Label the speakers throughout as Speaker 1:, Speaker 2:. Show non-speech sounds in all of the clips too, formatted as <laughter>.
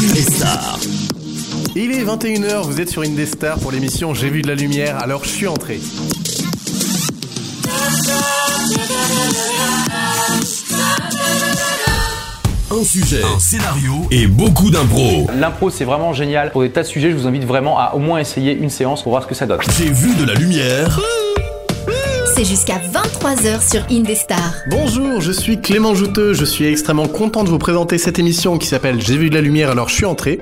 Speaker 1: Indestar.
Speaker 2: Il est 21h, vous êtes sur Indestar pour l'émission J'ai vu de la lumière, alors je suis entré.
Speaker 3: Un sujet, un scénario et beaucoup d'impro.
Speaker 4: L'impro, c'est vraiment génial. Pour des tas de sujets, je vous invite vraiment à au moins essayer une séance pour voir ce que ça donne.
Speaker 3: J'ai vu de la lumière
Speaker 5: C'est jusqu'à 23h sur Indestar.
Speaker 2: Bonjour, je suis Clément Jouteux, je suis extrêmement content de vous présenter cette émission qui s'appelle J'ai vu de la lumière, alors je suis entré.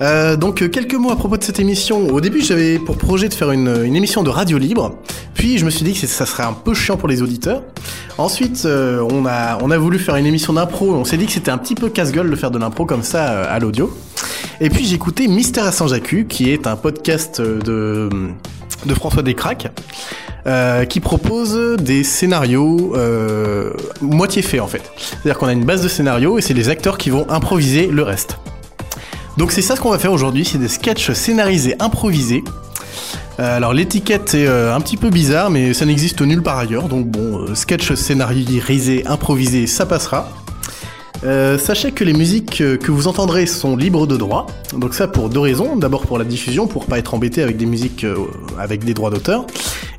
Speaker 2: Euh, donc euh, quelques mots à propos de cette émission. Au début, j'avais pour projet de faire une, une émission de radio libre. Puis je me suis dit que c'est- ça serait un peu chiant pour les auditeurs. Ensuite, euh, on a on a voulu faire une émission d'impro. On s'est dit que c'était un petit peu casse-gueule de faire de l'impro comme ça euh, à l'audio. Et puis j'ai écouté Mystère à Saint-Jacques, qui est un podcast euh, de de François Descraques, euh, qui propose des scénarios euh, moitié faits en fait. C'est-à-dire qu'on a une base de scénario et c'est les acteurs qui vont improviser le reste. Donc c'est ça ce qu'on va faire aujourd'hui, c'est des sketchs scénarisés, improvisés. Euh, alors l'étiquette est euh, un petit peu bizarre, mais ça n'existe nulle part ailleurs, donc bon, euh, sketch scénarisé, improvisé, ça passera. Euh, sachez que les musiques euh, que vous entendrez sont libres de droit, donc ça pour deux raisons. D'abord pour la diffusion, pour pas être embêté avec des musiques euh, avec des droits d'auteur,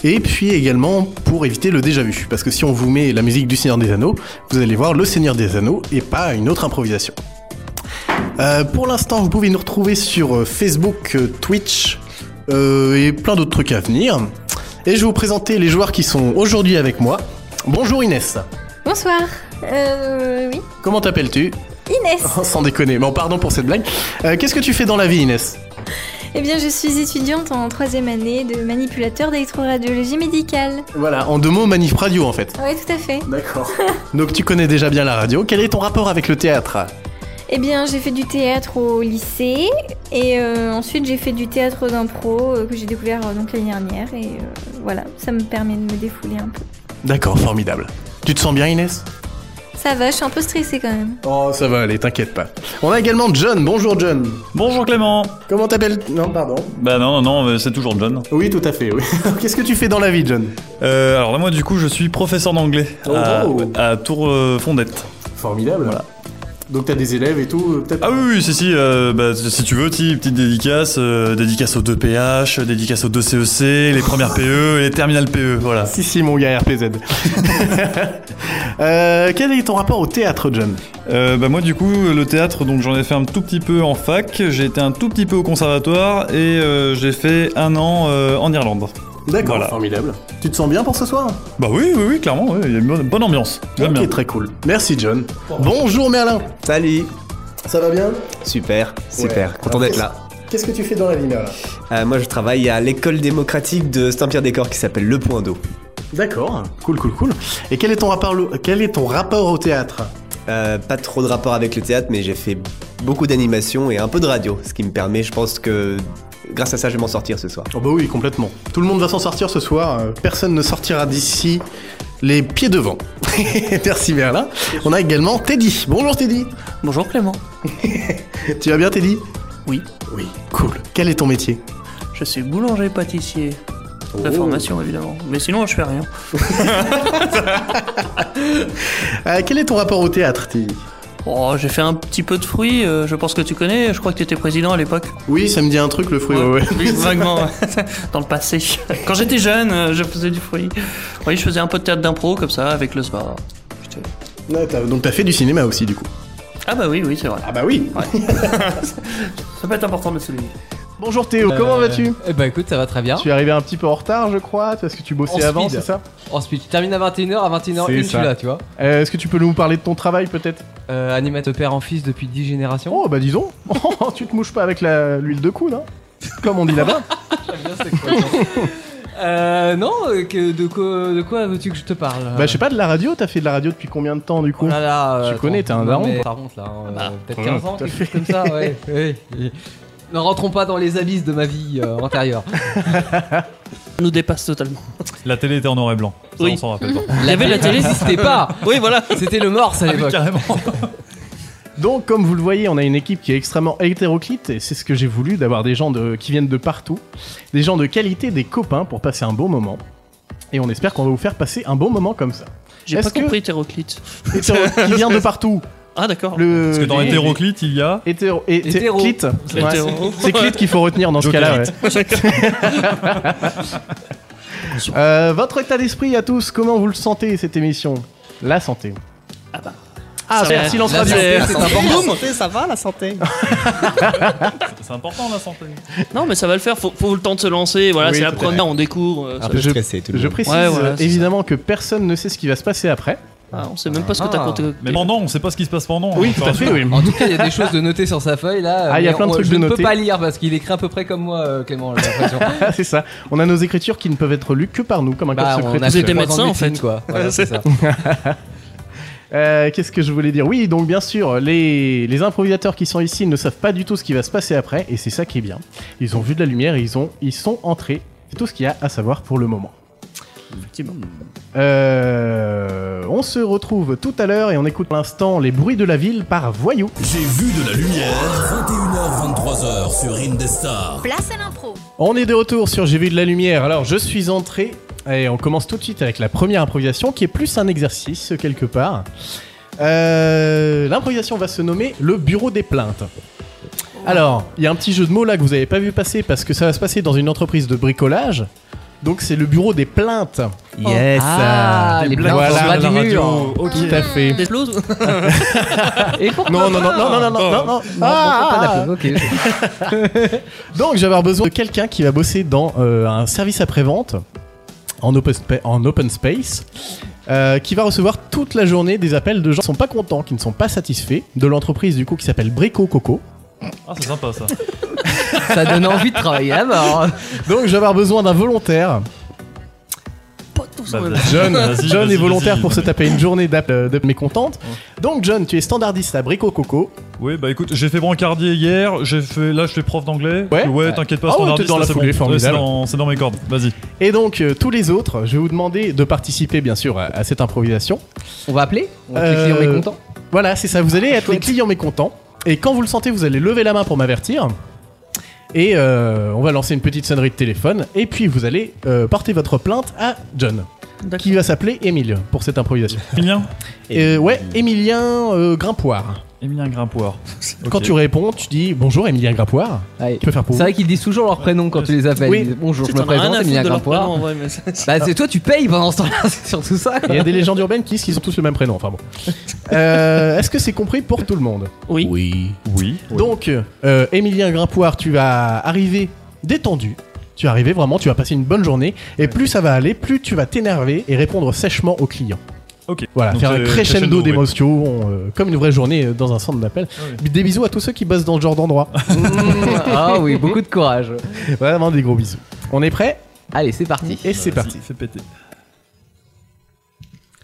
Speaker 2: et puis également pour éviter le déjà vu, parce que si on vous met la musique du Seigneur des Anneaux, vous allez voir le Seigneur des Anneaux et pas une autre improvisation. Euh, pour l'instant, vous pouvez nous retrouver sur euh, Facebook, euh, Twitch euh, et plein d'autres trucs à venir. Et je vais vous présenter les joueurs qui sont aujourd'hui avec moi. Bonjour Inès.
Speaker 6: Bonsoir. Euh, oui.
Speaker 2: Comment t'appelles-tu <laughs>
Speaker 6: Inès.
Speaker 2: Oh, Sans déconner. Bon, pardon pour cette blague. Euh, Qu'est-ce que tu fais dans la vie, Inès
Speaker 6: Eh bien, je suis étudiante en troisième année de manipulateur d'électroradiologie médicale.
Speaker 2: Voilà, en deux mots, manif radio en fait.
Speaker 6: Oui, tout à fait.
Speaker 2: D'accord. <laughs> Donc tu connais déjà bien la radio. Quel est ton rapport avec le théâtre
Speaker 6: Eh bien, j'ai fait du théâtre au lycée et euh, ensuite j'ai fait du théâtre d'impro euh, que j'ai découvert euh, donc l'année dernière et euh, voilà, ça me permet de me défouler un peu.
Speaker 2: D'accord, formidable. Tu te sens bien, Inès
Speaker 6: Ça va, je suis un peu stressée quand même.
Speaker 2: Oh, ça va aller, t'inquiète pas. On a également John. Bonjour John.
Speaker 7: Bonjour Clément
Speaker 2: Comment t'appelles Non, pardon.
Speaker 7: Bah non, non, non, c'est toujours John.
Speaker 2: Oui, tout à fait, oui. <laughs> Qu'est-ce que tu fais dans la vie, John
Speaker 7: Euh, alors là, moi, du coup, je suis professeur d'anglais à,
Speaker 2: Oh.
Speaker 7: à Tour euh, Fondette.
Speaker 2: Formidable. Voilà. Donc t'as des élèves et tout, peut-être
Speaker 7: Ah oui, oui, si, si, euh, bah, si tu veux, ti, petite dédicace, euh, dédicace aux 2PH, dédicace aux 2CEC, E les premières PE et les terminales PE, voilà.
Speaker 2: Ah, Si, si, mon gars <laughs> RPZ. Euh, quel est ton rapport au théâtre, John
Speaker 7: Euh, bah moi, du coup, le théâtre, donc j'en ai fait un tout petit peu en fac, j'ai été un tout petit peu au conservatoire et euh, j'ai fait un an euh, en Irlande.
Speaker 2: D'accord,
Speaker 7: Voilà.
Speaker 2: formidable. Tu te sens bien pour ce soir
Speaker 7: Bah oui, oui, oui, clairement, oui, il y a une bonne, bonne ambiance. J'aime
Speaker 2: Ok,
Speaker 7: bien.
Speaker 2: très cool. Merci, John. Bonjour, Merlin.
Speaker 8: Salut
Speaker 2: Ça va bien
Speaker 8: Super, super,
Speaker 2: Ouais.
Speaker 8: content d'être là.
Speaker 2: Qu'est-ce que tu fais dans la vie, Merlin
Speaker 8: Euh, moi je travaille à l'école démocratique de Saint-Pierre-des-Corps qui s'appelle Le Point d'eau.
Speaker 2: D'accord, cool, cool, cool. Et quel est ton rapport, quel est ton rapport au théâtre
Speaker 8: Euh, pas trop de rapport avec le théâtre mais j'ai fait beaucoup d'animation et un peu de radio, ce qui me permet je pense que grâce à ça je vais m'en sortir ce soir.
Speaker 2: Oh bah oui, complètement. Tout le monde va s'en sortir ce soir. euh, Personne ne sortira d'ici les pieds devant. <laughs> Merci Merlin. On a également Teddy. Bonjour Teddy.
Speaker 9: Bonjour Clément,
Speaker 2: Tu vas bien Teddy
Speaker 9: Oui.
Speaker 2: Oui, cool. Quel est ton métier
Speaker 9: je suis boulanger-pâtissier. De formation Oh, évidemment, mais sinon je fais rien.
Speaker 2: Euh, Quel est ton rapport au théâtre Teddy
Speaker 9: Oh, j'ai fait un petit peu de fruits, euh, je pense que tu connais, je crois que tu étais président à l'époque.
Speaker 2: Oui, ça me dit un truc le fruit. ouais, ouais.
Speaker 9: Oui, vaguement, ouais. <laughs> dans le passé. Quand j'étais jeune, euh, je faisais du fruit. Oui, je faisais un peu de théâtre d'impro comme ça avec le soir. J'étais-
Speaker 2: Ouais, t'as- Donc t'as fait du cinéma aussi du coup.
Speaker 9: Ah bah oui, oui, c'est vrai.
Speaker 2: Ah bah oui.
Speaker 9: Ça peut être important de le souligner.
Speaker 2: Bonjour Théo, comment vas-tu
Speaker 10: Eh ben écoute, ça va très bien.
Speaker 2: Tu es arrivé un petit peu en retard je crois, parce que tu bossais
Speaker 10: En
Speaker 2: avant, c'est
Speaker 10: speed.
Speaker 2: ça
Speaker 10: Ensuite, je termine à 21h, à 21h01,
Speaker 2: C'est
Speaker 10: je suis
Speaker 2: ça.
Speaker 10: là, tu vois.
Speaker 2: Euh, Est-ce que tu peux nous parler de ton travail peut-être
Speaker 10: Euh, animateur père en fils depuis 10 générations.
Speaker 2: Oh bah disons, <laughs> tu te mouches pas avec la- l'huile de coude, hein comme on dit là-bas.
Speaker 10: <laughs> Euh, non, euh, que- de quoi, de quoi veux-tu que je te parle
Speaker 2: Bah je sais pas de la radio, t'as fait de la radio depuis combien de temps du coup
Speaker 10: Oh là là,
Speaker 2: Tu
Speaker 10: attends,
Speaker 2: connais, t'es un
Speaker 10: non,
Speaker 2: daron,
Speaker 10: mais
Speaker 2: toi.
Speaker 10: Ça remonte là, hein,
Speaker 9: bah.
Speaker 10: euh, peut-être
Speaker 2: Ouais,
Speaker 10: 15 ans,
Speaker 2: tout à
Speaker 10: quelque chose comme
Speaker 2: <laughs>
Speaker 10: ça, ouais. ouais, ouais. Ne rentrons pas dans les abysses de ma vie euh, antérieure.
Speaker 9: Nous dépasse totalement.
Speaker 7: La télé était en noir et blanc, ça,
Speaker 9: Oui.
Speaker 7: on s'en rappelle pas.
Speaker 2: Mhm.
Speaker 9: Il y avait la télé, Ah,
Speaker 10: n'existait <laughs> pas
Speaker 9: Oui, voilà.
Speaker 10: C'était le morse à
Speaker 2: <laughs>
Speaker 10: l'époque.
Speaker 7: Carrément.
Speaker 2: Donc, comme vous le voyez, on a une équipe qui est extrêmement hétéroclite, et c'est ce que j'ai voulu, d'avoir des gens de- qui viennent de partout, des gens de qualité, des copains, pour passer un bon moment. Et on espère qu'on va vous faire passer un bon moment comme ça.
Speaker 9: J'ai
Speaker 2: Est-ce
Speaker 9: pas
Speaker 2: que-
Speaker 9: compris, hétéroclite.
Speaker 2: Hétéro- qui vient de partout
Speaker 9: Ah, d'accord.
Speaker 2: Le,
Speaker 7: Parce que dans
Speaker 2: les-
Speaker 7: hétéroclite, il y a.
Speaker 2: hétéro- hé- hé-
Speaker 10: Hétéro.
Speaker 2: clite. Ouais,
Speaker 9: Hétéro.
Speaker 2: c'est- c'est clite qu'il faut retenir dans ce
Speaker 7: Joker.
Speaker 2: cas-là. ouais. Euh, votre état d'esprit à tous, comment vous le sentez cette émission La santé.
Speaker 9: Ah bah.
Speaker 2: Ah,
Speaker 9: Ça
Speaker 2: c'est
Speaker 9: va.
Speaker 2: un silence
Speaker 9: La
Speaker 2: radio.
Speaker 9: santé.
Speaker 2: <laughs> C'est
Speaker 9: important.
Speaker 8: ça va la santé
Speaker 7: C'est important la santé.
Speaker 9: Non, mais ça va le faire, faut, faut le temps de se lancer. Voilà,
Speaker 2: Oui,
Speaker 9: c'est la
Speaker 2: tout à
Speaker 9: première, on découvre. euh, ça-
Speaker 8: Un peu
Speaker 2: Je-
Speaker 8: stressé tout le
Speaker 2: Je
Speaker 8: monde.
Speaker 2: précise
Speaker 9: Ouais, voilà,
Speaker 2: euh,
Speaker 9: c'est
Speaker 2: évidemment que personne ne sait ce qui va se passer après. <laughs>
Speaker 9: ah, on sait même pas ce que t'as euh,
Speaker 10: Ah.
Speaker 9: compté.
Speaker 7: Mais pendant, on sait pas ce qui se passe pendant.
Speaker 2: Oui,
Speaker 7: hein,
Speaker 2: tout à fait,
Speaker 7: enfin,
Speaker 2: oui.
Speaker 10: En tout cas, il y a des choses de noter sur sa feuille là.
Speaker 2: Ah, il y a
Speaker 10: mais
Speaker 2: plein de
Speaker 10: on-
Speaker 2: trucs
Speaker 10: je
Speaker 2: de
Speaker 10: ne
Speaker 2: noter.
Speaker 10: peux pas lire parce qu'il écrit à peu près comme moi, euh, Clément. J'ai l'impression.
Speaker 2: Ah, c'est ça. On a nos écritures qui ne peuvent être lues que par nous, comme un
Speaker 10: Bah,
Speaker 2: code
Speaker 10: on
Speaker 2: secret.
Speaker 10: a
Speaker 9: Vous
Speaker 10: fait
Speaker 9: êtes des
Speaker 10: trois ans de
Speaker 9: médecins, en
Speaker 10: médecine,
Speaker 9: fait.
Speaker 10: quoi.
Speaker 2: <laughs>
Speaker 10: Voilà, c'est ça.
Speaker 2: Euh, Qu'est-ce que je voulais dire Oui, donc bien sûr, les, les improvisateurs qui sont ici ne savent pas du tout ce qui va se passer après, et c'est ça qui est bien. Ils ont vu de la lumière, et ils, ont, ils sont entrés. C'est tout ce qu'il y a à savoir pour le moment.
Speaker 9: Effectivement.
Speaker 2: Euh, on se retrouve tout à l'heure et on écoute pour l'instant les bruits de la ville par voyou.
Speaker 11: J'ai vu de la lumière. 21h23h sur Indestar.
Speaker 5: Place à l'impro.
Speaker 2: On est de retour sur J'ai vu de la lumière. Alors, je suis entré et on commence tout de suite avec la première improvisation qui est plus un exercice euh, quelque part. Euh, L'improvisation va se nommer le bureau des plaintes. Alors, il y a un petit jeu de mots là que vous n'avez pas vu passer parce que ça va se passer dans une entreprise de bricolage. Donc, c'est le bureau des plaintes.
Speaker 8: Yes
Speaker 10: Ah, les
Speaker 2: Eh, blagues
Speaker 10: blagues
Speaker 2: sur
Speaker 10: en
Speaker 2: la Oh.
Speaker 10: bas du mur.
Speaker 2: Tout à fait.
Speaker 9: Des flots
Speaker 10: <laughs> Et pourquoi
Speaker 2: Non, non, non,
Speaker 10: pas
Speaker 2: non, non, non, non, non, non.
Speaker 10: Non,
Speaker 2: Ah,
Speaker 10: pourquoi
Speaker 2: ah,
Speaker 10: pas d'appeler, ok.
Speaker 2: Donc j'avais besoin de quelqu'un qui va bosser dans euh, un service après-vente en open, spa- en open space. euh, qui va recevoir toute la journée des appels de gens qui ne sont pas contents, qui ne sont pas satisfaits de l'entreprise du coup qui s'appelle Brico Coco.
Speaker 7: Ah, c'est sympa ça.
Speaker 10: Ça donne envie de travailler à mort.
Speaker 2: Donc je vais avoir besoin d'un volontaire.
Speaker 9: Pas tous en
Speaker 7: Bah,
Speaker 9: même temps.
Speaker 7: vas-y,
Speaker 2: John,
Speaker 7: Ah, vas-y,
Speaker 2: John
Speaker 7: vas-y,
Speaker 2: est volontaire
Speaker 7: vas-y.
Speaker 2: pour se taper une journée d'appels de mécontente. Donc John, tu es standardiste à Brico Coco.
Speaker 7: Oui, bah écoute, j'ai fait brancardier hier, j'ai fait. Là, je fais prof d'anglais.
Speaker 2: Ouais.
Speaker 7: Ouais, t'inquiète pas,
Speaker 2: Ah ouais,
Speaker 7: standardiste,
Speaker 2: t'es dans la
Speaker 7: c'est
Speaker 2: foulée,
Speaker 7: bon.
Speaker 2: formidable.
Speaker 7: Ouais, c'est dans- C'est dans mes cordes, vas-y.
Speaker 2: Et donc euh, tous les autres, je vais vous demander de participer bien sûr à- à cette improvisation.
Speaker 10: On va appeler On va appeler
Speaker 2: Euh,
Speaker 10: le client mécontent
Speaker 2: Voilà, c'est ça. Vous allez être les clients mécontents. Et quand vous le sentez, vous allez lever la main pour m'avertir. Et euh, on va lancer une petite sonnerie de téléphone. Et puis vous allez euh, porter votre plainte à John,
Speaker 9: D'accord.
Speaker 2: qui va s'appeler Émile pour cette improvisation.
Speaker 7: Emilien
Speaker 2: Euh, ouais, Émilien euh, Grimpoire.
Speaker 7: Emilien Grimpoir.
Speaker 2: Quand tu réponds, tu dis bonjour Émilien Grimpoir.
Speaker 10: Allez.
Speaker 2: Tu peux faire pour
Speaker 10: C'est vrai qu'ils disent toujours leur prénom quand tu les appelles.
Speaker 2: Oui.
Speaker 10: Ils disent, Bonjour, je me
Speaker 9: T'en as rien
Speaker 10: présente,
Speaker 9: à
Speaker 10: Emilien
Speaker 9: foutre de leur
Speaker 10: Grimpoir.
Speaker 9: prénom, en vrai, mais c'est- c'est-
Speaker 10: Bah c'est toi, tu payes pendant ce temps-là, <laughs> c'est surtout ça.
Speaker 2: Il y a des légendes urbaines qui disent qu'ils ont tous le même prénom. Enfin bon. Euh, Est-ce que c'est compris pour tout le monde
Speaker 9: Oui.
Speaker 7: Oui.
Speaker 2: Donc, euh, Émilien Grimpoire, tu vas arriver détendu. Tu vas arriver vraiment, tu vas passer une bonne journée. Et plus ça va aller, plus tu vas t'énerver et répondre sèchement aux clients.
Speaker 7: Ok.
Speaker 2: Voilà,
Speaker 7: Donc,
Speaker 2: faire un
Speaker 7: euh,
Speaker 2: crescendo,
Speaker 7: ouais. Ah
Speaker 2: d'émotions, euh, comme une vraie journée euh, dans un centre d'appel. Des bisous à tous ceux qui bossent dans ce genre
Speaker 7: <laughs>
Speaker 2: d'endroit.
Speaker 10: <laughs> ah oui, beaucoup de courage.
Speaker 2: Vraiment des gros bisous. On est prêt
Speaker 10: Allez, c'est parti.
Speaker 2: Et c'est
Speaker 7: Vas-y,
Speaker 2: parti.
Speaker 7: Fais péter.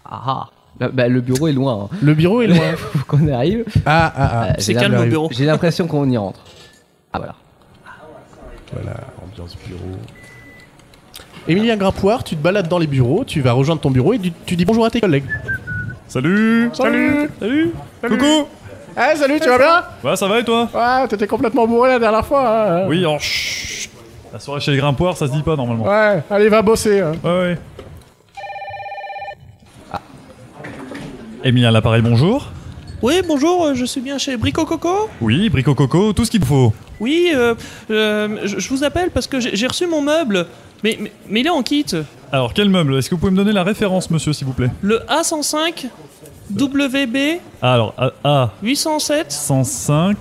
Speaker 10: Ah, ah. Là, bah, le bureau est loin. hein.
Speaker 2: Le bureau est
Speaker 7: <laughs>
Speaker 2: loin.
Speaker 10: <laughs> Faut qu'on y arrive.
Speaker 2: Ah, ah, ah.
Speaker 10: Euh, j'ai
Speaker 9: calme
Speaker 10: l'impression-
Speaker 9: au bureau.
Speaker 10: J'ai l'impression qu'on y rentre. Ah voilà.
Speaker 2: Voilà, ambiance bureau. Émilien Grimpoire, tu te balades dans les bureaux, tu vas rejoindre ton bureau et tu- tu dis bonjour à tes collègues.
Speaker 7: Salut
Speaker 2: Salut
Speaker 7: Salut Coucou
Speaker 2: Ah, salut, tu vas bien
Speaker 7: Ouais, ça va et toi
Speaker 2: Ouais, t'étais complètement bourré la dernière fois. hein.
Speaker 7: Oui, alors chut. La soirée chez les Grimpoirs, ça se dit pas normalement.
Speaker 2: Ouais, allez, va bosser. hein.
Speaker 7: Ouais, ouais. Emilien à l'appareil, bonjour.
Speaker 9: Oui, bonjour, euh, je suis bien chez Brico Coco.
Speaker 7: Oui, Brico Coco, tout ce qu'il faut.
Speaker 9: Oui, euh, euh, je je vous appelle parce que j'ai j'ai reçu mon meuble. Mais, mais, mais il est en kit.
Speaker 7: Alors, quel meuble Est-ce que vous pouvez me donner la référence, monsieur, s'il vous plaît
Speaker 9: Le A105 WB
Speaker 7: Ah, Alors, A,
Speaker 9: 807.
Speaker 7: 105